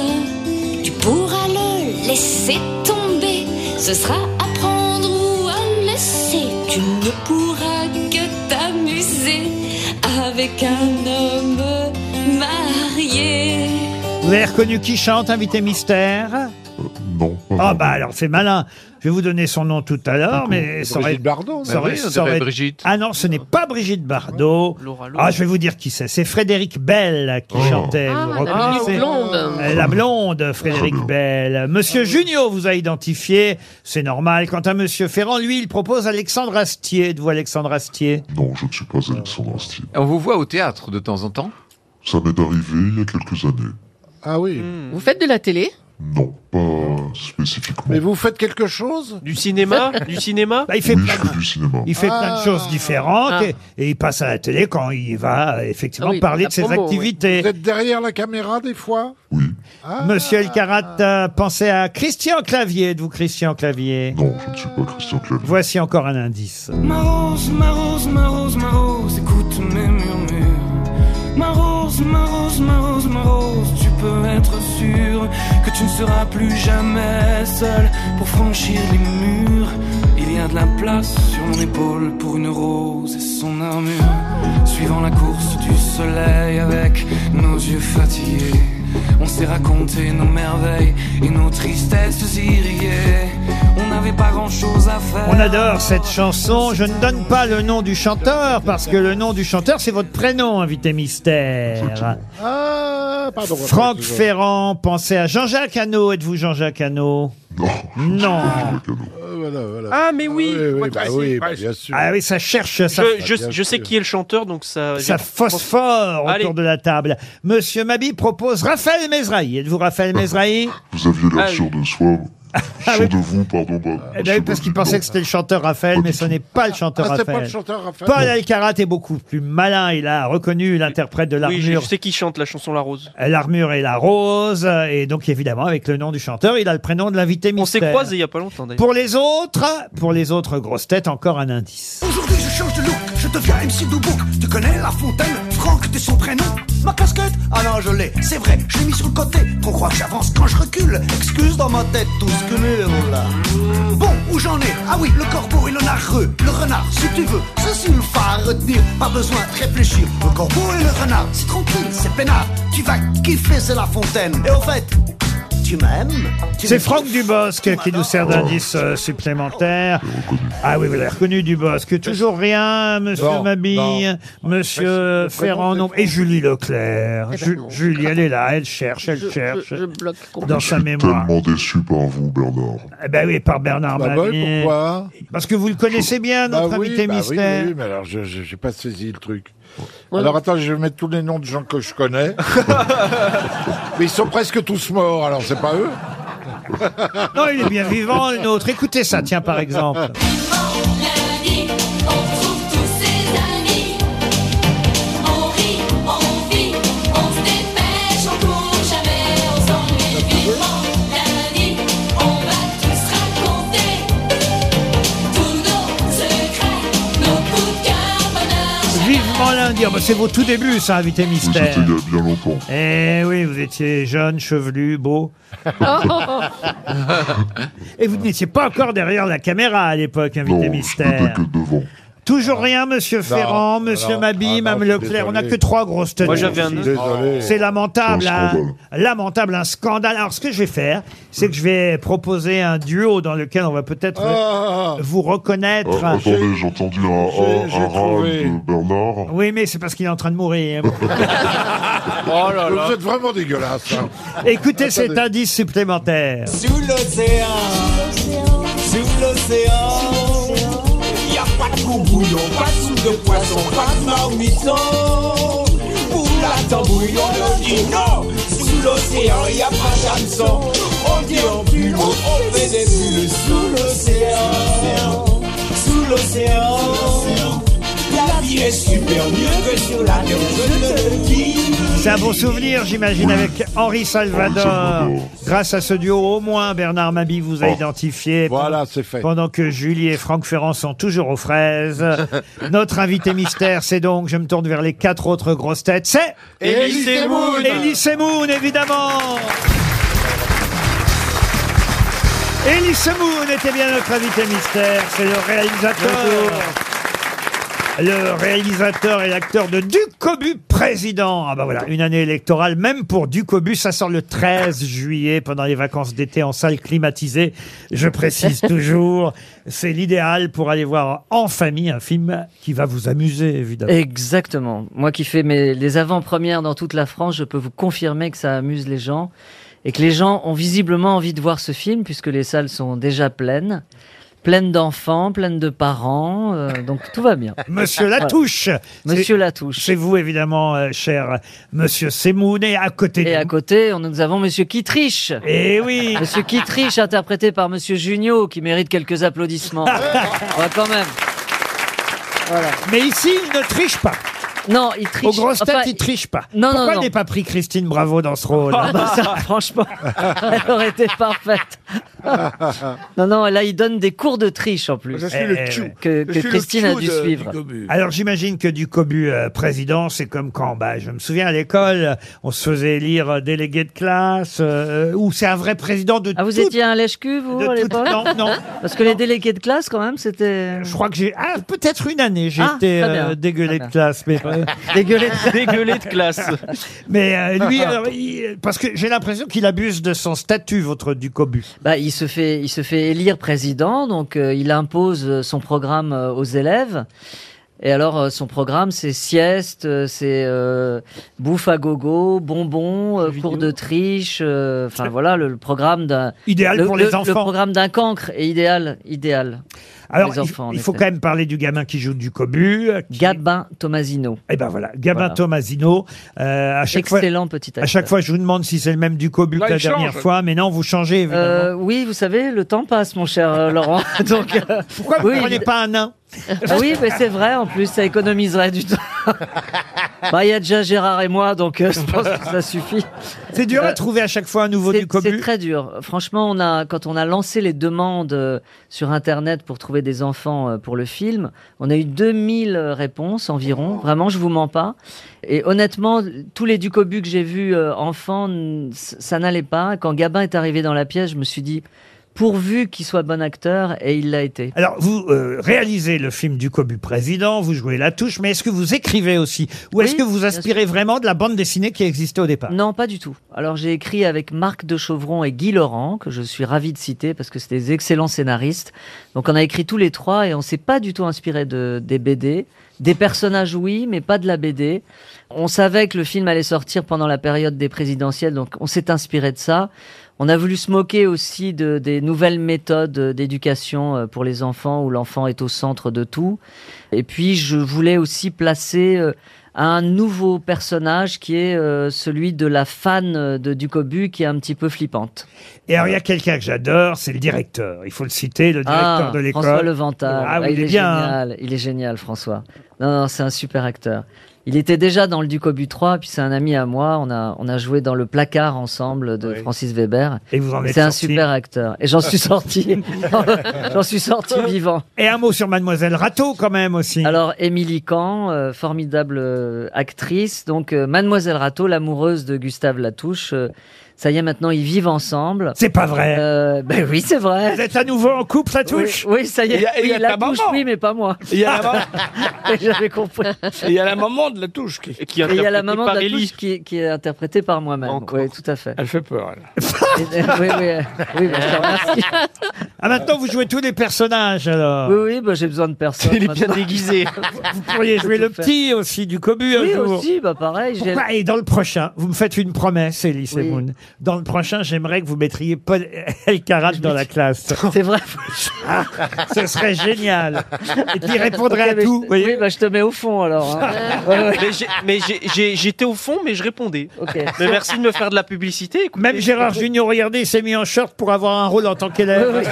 [SPEAKER 10] Tu pourras le laisser tomber. Ce sera à prendre ou à laisser. Tu ne pourras que t'amuser avec un homme marié.
[SPEAKER 2] Vous avez reconnu qui chante, invité mystère
[SPEAKER 15] Non.
[SPEAKER 2] Ah bah alors c'est malin. Je vais vous donner son nom tout à
[SPEAKER 3] Ah,
[SPEAKER 2] l'heure, mais ça aurait-
[SPEAKER 7] Brigitte Bardot,
[SPEAKER 2] ça
[SPEAKER 7] bah
[SPEAKER 2] aurait-
[SPEAKER 7] oui, on
[SPEAKER 2] ça
[SPEAKER 7] dirait
[SPEAKER 2] aurait-
[SPEAKER 7] Brigitte.
[SPEAKER 2] Ah non, ce n'est pas Brigitte Bardot.
[SPEAKER 7] Laura Lourdes.
[SPEAKER 2] Ah, je vais vous dire qui c'est. C'est Frédéric Bell qui chantait.
[SPEAKER 6] Ah,
[SPEAKER 2] vous
[SPEAKER 6] la
[SPEAKER 2] reconnaissez
[SPEAKER 6] minute blonde. Ah,
[SPEAKER 2] Euh, La blonde, Frédéric Bell. Monsieur Junio vous a identifié. C'est normal. Quant à Monsieur Ferrand, lui, il propose Alexandre Astier. De vous, Alexandre Astier
[SPEAKER 15] Non, je ne suis pas Alexandre Astier.
[SPEAKER 3] On vous voit au théâtre de temps en temps
[SPEAKER 15] Ça m'est arrivé il y a quelques années.
[SPEAKER 7] Ah oui.
[SPEAKER 6] Vous faites de la télé
[SPEAKER 15] Non, pas spécifiquement.
[SPEAKER 7] Mais vous faites quelque chose
[SPEAKER 8] Du
[SPEAKER 2] *laughs*
[SPEAKER 8] cinéma Du cinéma
[SPEAKER 2] Bah, Il fait
[SPEAKER 15] Oui, je fais du cinéma.
[SPEAKER 2] Il fait plein de choses différentes
[SPEAKER 7] Ah.
[SPEAKER 2] et, et il passe à la télé quand il va euh, effectivement
[SPEAKER 7] Ah oui,
[SPEAKER 2] parler
[SPEAKER 7] la
[SPEAKER 2] de ses
[SPEAKER 7] promo, oui.
[SPEAKER 2] activités.
[SPEAKER 7] Vous êtes derrière la caméra des fois
[SPEAKER 2] Monsieur Elkarat, euh, pensez à Christian Clavier. Êtes-vous Christian Clavier
[SPEAKER 15] Non, je ne suis pas Christian Clavier.
[SPEAKER 2] Voici encore un indice.
[SPEAKER 16] Ma rose, ma rose, ma rose, ma rose, écoute mes murmures. Ma rose, ma rose, ma rose, ma rose, tu peux être sûre que tu ne seras plus jamais seule pour franchir les murs. Il y a de la place sur mon épaule pour une rose et son armure. Suivant la course du soleil avec nos yeux fatigués, on s'est raconté nos merveilles et nos tristesses irriguées. On n'avait pas grand chose à faire.
[SPEAKER 2] On adore cette chanson. Je ne donne pas le nom du chanteur parce que le nom du chanteur, c'est votre prénom, invité mystère.
[SPEAKER 7] Ah, pardon.
[SPEAKER 2] Franck Ferrand, pensez à Jean-Jacques Hano. Êtes-vous Jean-Jacques Hano Non.
[SPEAKER 7] Euh, voilà, voilà.
[SPEAKER 8] Ah, mais oui.
[SPEAKER 7] Ah, oui, oui,
[SPEAKER 8] Ouais,
[SPEAKER 7] bah
[SPEAKER 8] c'est-
[SPEAKER 7] oui, bah
[SPEAKER 8] ouais.
[SPEAKER 7] bien sûr.
[SPEAKER 2] Ah oui, ça cherche, ça,
[SPEAKER 8] Je, je- je sais qui est le chanteur, donc ça.
[SPEAKER 2] ça phosphore
[SPEAKER 8] Allez.
[SPEAKER 2] autour de la table. Monsieur Mabi propose Raphaël Mezrahi. Êtes-vous Raphaël Mezrahi
[SPEAKER 15] Vous aviez l'air
[SPEAKER 2] Ah oui. Ah
[SPEAKER 15] sûr de soi. sûr de vous, pardon. bah,
[SPEAKER 2] Eh ben oui, parce qu'il pensait que c'était le chanteur Raphaël, mais ce n'est pas le chanteur
[SPEAKER 7] Ah, c'est pas
[SPEAKER 2] Raphaël.
[SPEAKER 7] le chanteur Raphaël.
[SPEAKER 2] Paul Alcarat est beaucoup plus malin. Il a reconnu l'interprète de
[SPEAKER 8] Oui, je, je
[SPEAKER 2] l'armure.
[SPEAKER 8] sais qui chante la chanson La Rose.
[SPEAKER 2] L'armure et la rose, et donc évidemment avec le nom du chanteur, il a le prénom de l'invité
[SPEAKER 8] On s'est
[SPEAKER 2] mystère.
[SPEAKER 8] croisés il y a pas longtemps d'ailleurs.
[SPEAKER 2] Pour les autres, pour les autres grosses têtes, encore un indice.
[SPEAKER 18] Aujourd'hui je
[SPEAKER 7] Ah,
[SPEAKER 18] change de look, je deviens MC Dubouk Tu connais la fontaine, Franck de son prénom Ma casquette Ah non je l'ai, c'est vrai, je l'ai mis sur le côté Qu'on croit que j'avance quand je recule Excuse dans ma tête tout ce que nous là Bon, où j'en ai Ah oui, le corbeau et le narreux Le renard, si tu veux, ceci me fera retenir Pas besoin de réfléchir Le corbeau et le renard, c'est tranquille, c'est peinard Tu vas kiffer, c'est la fontaine Et au fait, tu m'aimes Tu
[SPEAKER 2] C'est
[SPEAKER 18] me
[SPEAKER 2] Franck
[SPEAKER 18] kiffes
[SPEAKER 2] Dubosc qui nous sert d'indice euh, supplémentaire. Ah oui, vous l'avez reconnu Dubosc. Toujours rien, monsieur
[SPEAKER 7] Non,
[SPEAKER 2] Mabille, monsieur
[SPEAKER 7] prénom,
[SPEAKER 2] Ferrand,
[SPEAKER 7] c'est
[SPEAKER 2] non. Et Julie Leclerc.
[SPEAKER 6] Eh ben
[SPEAKER 2] Ju-
[SPEAKER 6] non.
[SPEAKER 2] Julie, elle est là, elle cherche, elle cherche.
[SPEAKER 6] Je, je bloque complètement.
[SPEAKER 2] Dans sa mémoire.
[SPEAKER 15] Tellement déçu par vous, Bernard.
[SPEAKER 2] Eh ben oui, par Bernard
[SPEAKER 7] Bah
[SPEAKER 2] Mabille.
[SPEAKER 7] oui, pourquoi
[SPEAKER 2] Parce que vous le connaissez bien, notre
[SPEAKER 7] Bah oui,
[SPEAKER 2] invité
[SPEAKER 7] bah oui,
[SPEAKER 2] mystère.
[SPEAKER 7] Oui, mais alors je n'ai pas saisi le truc.
[SPEAKER 2] Ouais.
[SPEAKER 7] alors attends, je vais mettre tous les noms de gens que
[SPEAKER 2] *laughs*
[SPEAKER 7] je connais. mais ils sont presque tous morts, alors c'est pas eux
[SPEAKER 2] Non, il est bien vivant, le nôtre. Écoutez ça, tiens, par exemple.
[SPEAKER 10] Lundi, on trouve tous ses amis. On rit, on vit, on se dépêche, on court jamais, on s'ennuie vivement. Lundi, on va tous raconter tous nos secrets, nos coups de cœur, bonheur.
[SPEAKER 2] Vivement lundi. Ah bah, c'est vos tout débuts, ça, invité
[SPEAKER 15] Oui, c'était
[SPEAKER 2] mystère.
[SPEAKER 15] il y a bien longtemps.
[SPEAKER 2] Eh oui, vous étiez jeune, chevelu, beau. Et vous n'étiez pas encore derrière la caméra à l'époque, invité mystère. Toujours rien, monsieur Ferrand, monsieur
[SPEAKER 7] non,
[SPEAKER 2] Mabi,
[SPEAKER 7] ah non,
[SPEAKER 2] Mme
[SPEAKER 7] je suis
[SPEAKER 2] Leclerc. On n'a
[SPEAKER 7] désolé.
[SPEAKER 2] que trois grosses têtes.
[SPEAKER 7] Moi, j'avais un-
[SPEAKER 2] ici.
[SPEAKER 7] Désolé.
[SPEAKER 2] C'est lamentable,
[SPEAKER 7] C'est un
[SPEAKER 2] hein.
[SPEAKER 7] scandale.
[SPEAKER 2] lamentable, un scandale. Alors, ce que je vais faire, c'est que je vais proposer un duo dans lequel on va peut-être
[SPEAKER 7] Ah.
[SPEAKER 2] vous reconnaître.
[SPEAKER 7] Oh,
[SPEAKER 15] Ah, attendez, j'ai entendu un, un, un râle de Bernard.
[SPEAKER 2] Oui, mais c'est parce qu'il est en train de
[SPEAKER 7] *laughs*
[SPEAKER 2] mourir.
[SPEAKER 7] Oh là là Vous êtes vraiment dégueulasse. hein.
[SPEAKER 2] Écoutez cet indice supplémentaire.
[SPEAKER 16] Sous l'océan, sous l'océan, y a pas de gros bouillon, pas de soupe de poisson, pas de marmiton. Pour la tambouille, on le dit non. Sous l'océan, y a pas d'hameçon. On dit on pull, on fait des bulles sous l'océan, sous l'océan. La vie est
[SPEAKER 10] c'est super mieux que sur la terre, je te le dis.
[SPEAKER 2] C'est un bon souvenir, j'imagine, avec Henri Salvador. Grâce à ce duo, au moins, Bernard Mabi vous a identifié. Oh. Voilà, c'est fait. Pendant que Julie et Franck Ferrand sont toujours aux *laughs* fraises. Notre invité mystère, c'est donc, je me tourne vers les quatre autres grosses têtes, c'est...
[SPEAKER 10] Élie Semoun.
[SPEAKER 2] Élie Semoun, évidemment Elie Semoun était bien notre invité mystère, c'est le réalisateur. Le réalisateur et l'acteur de Ducobu président. Ah bah voilà, une année électorale, même pour Ducobu, ça sort le 13 juillet pendant les vacances d'été en salle climatisée.
[SPEAKER 17] *laughs*
[SPEAKER 2] Je précise toujours, c'est l'idéal pour aller voir en famille un film qui va vous amuser évidemment.
[SPEAKER 17] Exactement. Moi qui fais mes, les avant-premières dans toute la France, je peux vous confirmer que ça amuse les gens et que les gens ont visiblement envie de voir ce film puisque les salles sont déjà pleines, pleines d'enfants, pleines de parents, euh, donc tout va bien.
[SPEAKER 2] *laughs* Monsieur Latouche.
[SPEAKER 17] Monsieur
[SPEAKER 2] Latouche. C'est vous évidemment, euh, cher Monsieur Semoun. Et à côté.
[SPEAKER 17] Et à côté, on- nous avons Monsieur Kittrich.
[SPEAKER 2] Eh oui.
[SPEAKER 17] *laughs* Monsieur Kittrich, interprété par Monsieur Junio, qui mérite quelques
[SPEAKER 2] *laughs*
[SPEAKER 17] applaudissements. Ouais, quand même. Voilà.
[SPEAKER 2] Mais ici, il ne triche pas.
[SPEAKER 17] Non, il triche.
[SPEAKER 2] Aux grosses têtes,
[SPEAKER 17] Enfin, *laughs*
[SPEAKER 2] il triche pas.
[SPEAKER 17] Non, non,
[SPEAKER 2] Pourquoi
[SPEAKER 17] non.
[SPEAKER 2] n'est pas pris Christine Bravo dans ce rôle
[SPEAKER 17] Ah bah *laughs* ça,
[SPEAKER 2] *laughs*
[SPEAKER 17] franchement, *laughs* elle aurait été
[SPEAKER 16] *laughs*
[SPEAKER 17] parfaite. non, non, là, il donne des cours de triche en plus. Eh, ouais. Que, que Christine a dû suivre.
[SPEAKER 2] Alors j'imagine que du cobu euh, président, c'est comme quand, bah, je me souviens à l'école, on se faisait élire euh, délégué de classe, euh, ou c'est un vrai président de
[SPEAKER 17] Ah, vous étiez un lèche-cul, vous, à l'époque
[SPEAKER 2] Non, non.
[SPEAKER 17] Parce que les délégués de classe, quand même, c'était.
[SPEAKER 2] Je crois que j'ai. Ah, peut-être une année, j'ai
[SPEAKER 17] Ah,
[SPEAKER 2] été
[SPEAKER 17] très bien.
[SPEAKER 2] euh, dégueulé
[SPEAKER 17] Très
[SPEAKER 2] de classe. Mais, euh,
[SPEAKER 17] *laughs* Dégueulé
[SPEAKER 8] de- Dégueulé de classe.
[SPEAKER 2] *laughs* Mais euh, lui, alors, il- parce que j'ai l'impression qu'il abuse de son statut, votre Ducobu.
[SPEAKER 17] Bah, il se fait, il se fait élire président, donc euh, il impose euh, son programme euh, aux élèves. Et alors, euh, son programme, c'est sieste, euh, c'est euh, bouffe à gogo, bonbons, euh, cours de triche. euh, Enfin voilà, le, le programme d'un
[SPEAKER 2] Idéal
[SPEAKER 17] le-
[SPEAKER 2] pour les
[SPEAKER 17] le-
[SPEAKER 2] enfants.
[SPEAKER 17] Le programme d'un cancre est idéal, idéal. pour
[SPEAKER 2] Alors,
[SPEAKER 17] les
[SPEAKER 2] il-
[SPEAKER 17] enfants, en
[SPEAKER 2] il, faut
[SPEAKER 17] effet.
[SPEAKER 2] quand même parler du gamin qui joue du cobu.
[SPEAKER 17] Gabin Tomasino.
[SPEAKER 2] Eh ben voilà, Gabin
[SPEAKER 17] Voilà.
[SPEAKER 2] Tomasino. euh, à chaque fois-
[SPEAKER 17] Excellent petit
[SPEAKER 2] À chaque
[SPEAKER 17] acteur.
[SPEAKER 2] fois, je vous demande si c'est le même du cobu
[SPEAKER 17] Là,
[SPEAKER 2] que la
[SPEAKER 17] il change.
[SPEAKER 2] dernière fois, mais non, vous changez évidemment.
[SPEAKER 17] Euh, oui, vous savez, le temps passe, mon cher euh, Laurent. *laughs* Donc, euh, Ah
[SPEAKER 2] Pourquoi vous prenez pas un nain
[SPEAKER 17] Oui, mais c'est vrai, en plus, ça économiserait du temps. Bah, Il y a déjà Gérard et moi, donc euh, je pense que ça suffit.
[SPEAKER 2] C'est dur à trouver à chaque fois un nouveau
[SPEAKER 17] du C'est très dur. Franchement, on a, quand on a lancé les demandes euh, sur Internet pour trouver des enfants euh, pour le film, on a eu 2000 réponses environ. Vraiment, je vous mens pas. Et honnêtement, tous les Ducobu que j'ai vus euh, enfants, n- ça n'allait pas. Quand Gabin est arrivé dans la pièce, je me suis dit, pourvu qu'il soit bon acteur, et il l'a été.
[SPEAKER 2] Alors, vous euh, réalisez le film du cobu président, vous jouez la touche, mais est-ce que vous écrivez aussi Ou est-ce
[SPEAKER 17] Oui,
[SPEAKER 2] que vous
[SPEAKER 17] bien
[SPEAKER 2] aspirez vraiment de la bande dessinée qui existait au départ
[SPEAKER 17] Non, pas du tout. Alors j'ai écrit avec Marc de Chauvron et Guy Laurent, que je suis ravi de citer parce que c'était des excellents scénaristes. Donc on a écrit tous les trois et on s'est pas du tout inspiré de, des BD. Des personnages, oui, mais pas de la BD. On savait que le film allait sortir pendant la période des présidentielles, donc on s'est inspiré de ça. On a voulu se moquer aussi de, des nouvelles méthodes euh, d'éducation euh, pour les enfants, où l'enfant est au centre de tout. Et puis, je voulais aussi placer euh, un nouveau personnage qui est euh, celui de la fan euh, de Ducobu, qui est un petit peu flippante.
[SPEAKER 2] Et alors, il y a quelqu'un que j'adore, c'est le directeur. Il faut le citer, le directeur
[SPEAKER 17] Ah,
[SPEAKER 2] de l'école.
[SPEAKER 17] François Levental.
[SPEAKER 2] Ah, oui,
[SPEAKER 17] il,
[SPEAKER 2] il est
[SPEAKER 17] est
[SPEAKER 2] bien. hein.
[SPEAKER 17] génial. Il est génial, François. Non, non, c'est un super acteur. Il était déjà dans le Ducobu 3, puis c'est un ami à moi. On a, on a joué dans le placard ensemble de Francis Weber.
[SPEAKER 2] Et vous en êtes
[SPEAKER 17] C'est un
[SPEAKER 2] sorti.
[SPEAKER 17] super acteur. Et j'en suis
[SPEAKER 2] *laughs*
[SPEAKER 17] sorti. j'en suis sorti vivant.
[SPEAKER 2] Et un mot sur Mademoiselle Rateau, quand même, aussi.
[SPEAKER 17] Alors, Émilie Kahn, euh, formidable euh, actrice. Donc, euh, Mademoiselle Rateau, l'amoureuse de Gustave Latouche. euh, ça y est, maintenant, ils vivent ensemble.
[SPEAKER 2] C'est pas vrai.
[SPEAKER 17] Euh, ben oui, c'est vrai.
[SPEAKER 2] Vous êtes à nouveau en couple, Latouche
[SPEAKER 17] oui, oui, ça y est.
[SPEAKER 4] Et il y a- et il y a
[SPEAKER 17] Oui, la
[SPEAKER 4] ta
[SPEAKER 17] touche,
[SPEAKER 4] maman.
[SPEAKER 17] oui, mais pas moi.
[SPEAKER 4] Et il y a
[SPEAKER 17] *laughs*
[SPEAKER 4] la maman.
[SPEAKER 17] J'avais compris.
[SPEAKER 4] Et il y a la maman de la touche qui,
[SPEAKER 17] Et il y a la maman de la touche qui, qui est interprétée par moi-même. Oui, tout à fait.
[SPEAKER 4] Elle fait peur, elle.
[SPEAKER 17] *laughs* Et- oui, oui, euh, oui, bah, je te remercie.
[SPEAKER 2] Ah, maintenant, vous jouez tous les personnages, alors.
[SPEAKER 17] Oui, oui, bah, j'ai besoin de personne.
[SPEAKER 2] Il est bien
[SPEAKER 17] maintenant. *laughs*
[SPEAKER 2] déguisé. Vous pourriez jouer
[SPEAKER 17] Tout à
[SPEAKER 2] le
[SPEAKER 17] fait.
[SPEAKER 2] petit aussi, du cobu
[SPEAKER 17] Oui,
[SPEAKER 2] un jour.
[SPEAKER 17] aussi, bah pareil. j'ai-
[SPEAKER 2] Pourquoi Et dans le prochain, vous me faites une promesse, Elie Semoun. dans le prochain, j'aimerais que vous mettriez Paul *laughs* Elkarat dans la classe.
[SPEAKER 17] *laughs*
[SPEAKER 2] Ah,
[SPEAKER 17] C'est vrai.
[SPEAKER 2] Ce serait génial. Et puis il répondrait
[SPEAKER 17] Ok,
[SPEAKER 2] à
[SPEAKER 17] mais
[SPEAKER 2] tout.
[SPEAKER 17] je- Oui, bah, je te mets au fond alors.
[SPEAKER 2] *laughs*
[SPEAKER 17] hein. Ouais, ouais.
[SPEAKER 8] Mais j'ai- Mais j'ai- j'ai- j'étais au fond, mais je répondais. Mais merci de me faire de la publicité. écoutez.
[SPEAKER 2] Même Gérard Junior, regardez, il s'est mis en short pour avoir un rôle en tant qu'élève.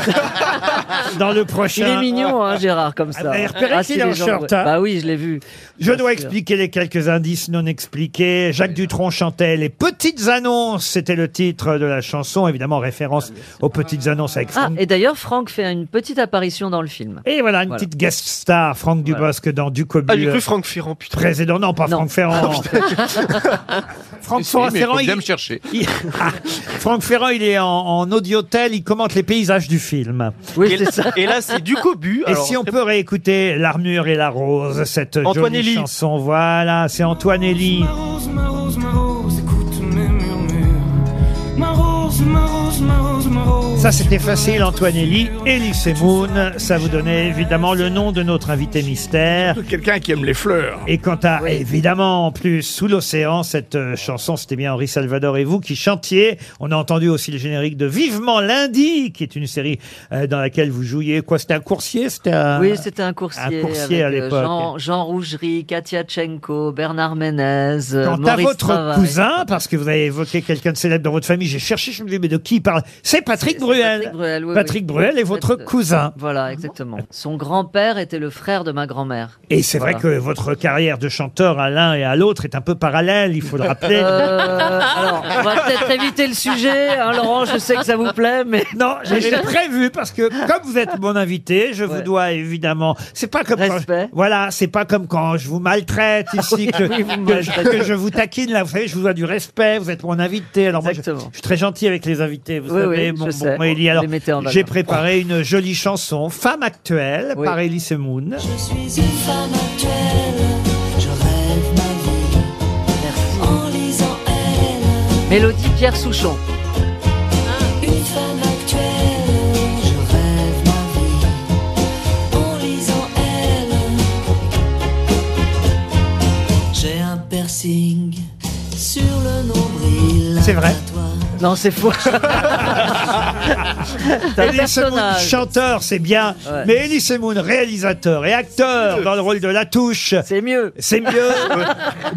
[SPEAKER 2] *laughs* dans le prochain.
[SPEAKER 17] Il est mignon, hein, Gérard, comme ça.
[SPEAKER 2] Ah, repérez
[SPEAKER 17] Ah,
[SPEAKER 2] qu'il
[SPEAKER 17] si,
[SPEAKER 2] est en
[SPEAKER 17] les gens-
[SPEAKER 2] short, hein.
[SPEAKER 17] Bah oui, je l'ai vu.
[SPEAKER 2] Je dois expliquer les quelques indices non expliqués. Jacques Dutronc chantait Les Petites Annonces, c'était le titre de la chanson, évidemment référence aux Petites Annonces avec
[SPEAKER 17] Ah,
[SPEAKER 2] Franck.
[SPEAKER 17] et d'ailleurs, Franck fait une petite apparition dans le film.
[SPEAKER 2] Et voilà, une petite guest star, Franck Dubosc dans Ducobu.
[SPEAKER 17] Ah, j'ai cru
[SPEAKER 8] Franck Ferrand, putain.
[SPEAKER 2] Président, non, pas Franck Ferrand.
[SPEAKER 3] *laughs*
[SPEAKER 2] Franck
[SPEAKER 3] Si, mais
[SPEAKER 2] Ferrand,
[SPEAKER 3] faut bien
[SPEAKER 2] il-
[SPEAKER 3] me chercher.
[SPEAKER 2] il- Ah, Franck Ferrand, il est en, en audiotel, il commente les paysages du film.
[SPEAKER 17] Oui,
[SPEAKER 8] Et- c'est ça. et là, c'est Ducobu,
[SPEAKER 2] Et
[SPEAKER 8] alors-
[SPEAKER 2] si on peut réécouter L'armure et la rose, cette
[SPEAKER 8] Antoine
[SPEAKER 2] jolie
[SPEAKER 8] Elie.
[SPEAKER 2] chanson, voilà, c'est Antoine Elie.
[SPEAKER 16] Ma rose, ma rose, ma rose, écoute mes murmures. Ma rose, ma rose, ma rose, ma rose.
[SPEAKER 2] Ça, c'était facile, Antoine Elie. Elise Moon, ça vous donnait évidemment le nom de notre invité mystère.
[SPEAKER 4] Quelqu'un qui aime les fleurs.
[SPEAKER 2] Et quant à, évidemment, en plus, Sous l'océan, cette euh, chanson, c'était bien Henri Salvador et vous qui chantiez. On a entendu aussi le générique de Vivement lundi, qui est une série euh, dans laquelle vous jouiez. Quoi, c'était un coursier c'était un...
[SPEAKER 17] Oui, c'était un coursier.
[SPEAKER 2] Euh, Un coursier à
[SPEAKER 17] avec, euh,
[SPEAKER 2] l'époque.
[SPEAKER 17] Jean, Jean Rougerie, Katia Tchenko, Bernard Ménez, euh,
[SPEAKER 2] Quant à
[SPEAKER 17] Maurice
[SPEAKER 2] votre
[SPEAKER 17] Travail.
[SPEAKER 2] cousin, parce que vous avez évoqué quelqu'un de célèbre dans votre famille, j'ai cherché, je me dis, mais de qui il parle C'est Patrick Bruel.
[SPEAKER 17] Patrick Bruel, oui,
[SPEAKER 2] Patrick
[SPEAKER 17] oui.
[SPEAKER 2] Bruel est votre
[SPEAKER 17] Euh,
[SPEAKER 2] cousin.
[SPEAKER 17] Voilà, exactement. Son grand-père était le frère de ma grand-mère.
[SPEAKER 2] Et c'est vrai que
[SPEAKER 17] Voilà.
[SPEAKER 2] votre carrière de chanteur à l'un et à l'autre est un peu parallèle, il faut le rappeler.
[SPEAKER 17] Euh, alors, on va peut-être éviter le sujet, hein, Laurent, je sais que ça vous plaît, mais...
[SPEAKER 2] *laughs* Non, J'ai prévu parce que comme vous êtes mon invité, je vous dois évidemment. C'est pas comme quand- voilà, c'est pas comme quand je vous maltraite
[SPEAKER 17] *laughs*
[SPEAKER 2] ici que,
[SPEAKER 17] Oui, vous me
[SPEAKER 2] que je,
[SPEAKER 17] maltraitez.
[SPEAKER 2] que je vous taquine là. Vous savez, je vous dois du respect. Vous êtes mon invité. Alors moi, je, je suis très gentil avec les invités. Vous
[SPEAKER 17] Oui,
[SPEAKER 2] savez,
[SPEAKER 17] oui,
[SPEAKER 2] mon
[SPEAKER 17] je
[SPEAKER 2] bon
[SPEAKER 17] sais.
[SPEAKER 2] Élie.
[SPEAKER 17] Vous
[SPEAKER 2] Alors,
[SPEAKER 17] les mettez en valeur.
[SPEAKER 2] j'ai préparé une jolie chanson, Femme actuelle,
[SPEAKER 17] Oui.
[SPEAKER 2] par Elise Moon.
[SPEAKER 10] Je suis une femme actuelle, je rêve ma vie. En lisant elle,
[SPEAKER 17] Mélodie Pierre Souchon.
[SPEAKER 10] une femme actuelle, je rêve ma vie. En lisant elle, j'ai un piercing sur le nombril.
[SPEAKER 2] C'est vrai.
[SPEAKER 17] Non, c'est faux.
[SPEAKER 4] Ah,
[SPEAKER 2] *laughs*
[SPEAKER 10] C'est un
[SPEAKER 2] Elise Moon,
[SPEAKER 10] personnage.
[SPEAKER 2] chanteur, c'est bien.
[SPEAKER 10] Ouais.
[SPEAKER 2] Mais Elise Moon, réalisateur et acteur dans le rôle de Latouche.
[SPEAKER 17] C'est mieux. *laughs*
[SPEAKER 2] C'est mieux.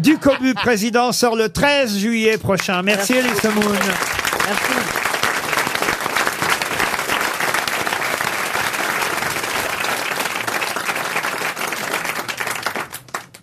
[SPEAKER 2] du Cobu président sort le 13 juillet prochain. Merci, Elise Moon.
[SPEAKER 17] Merci.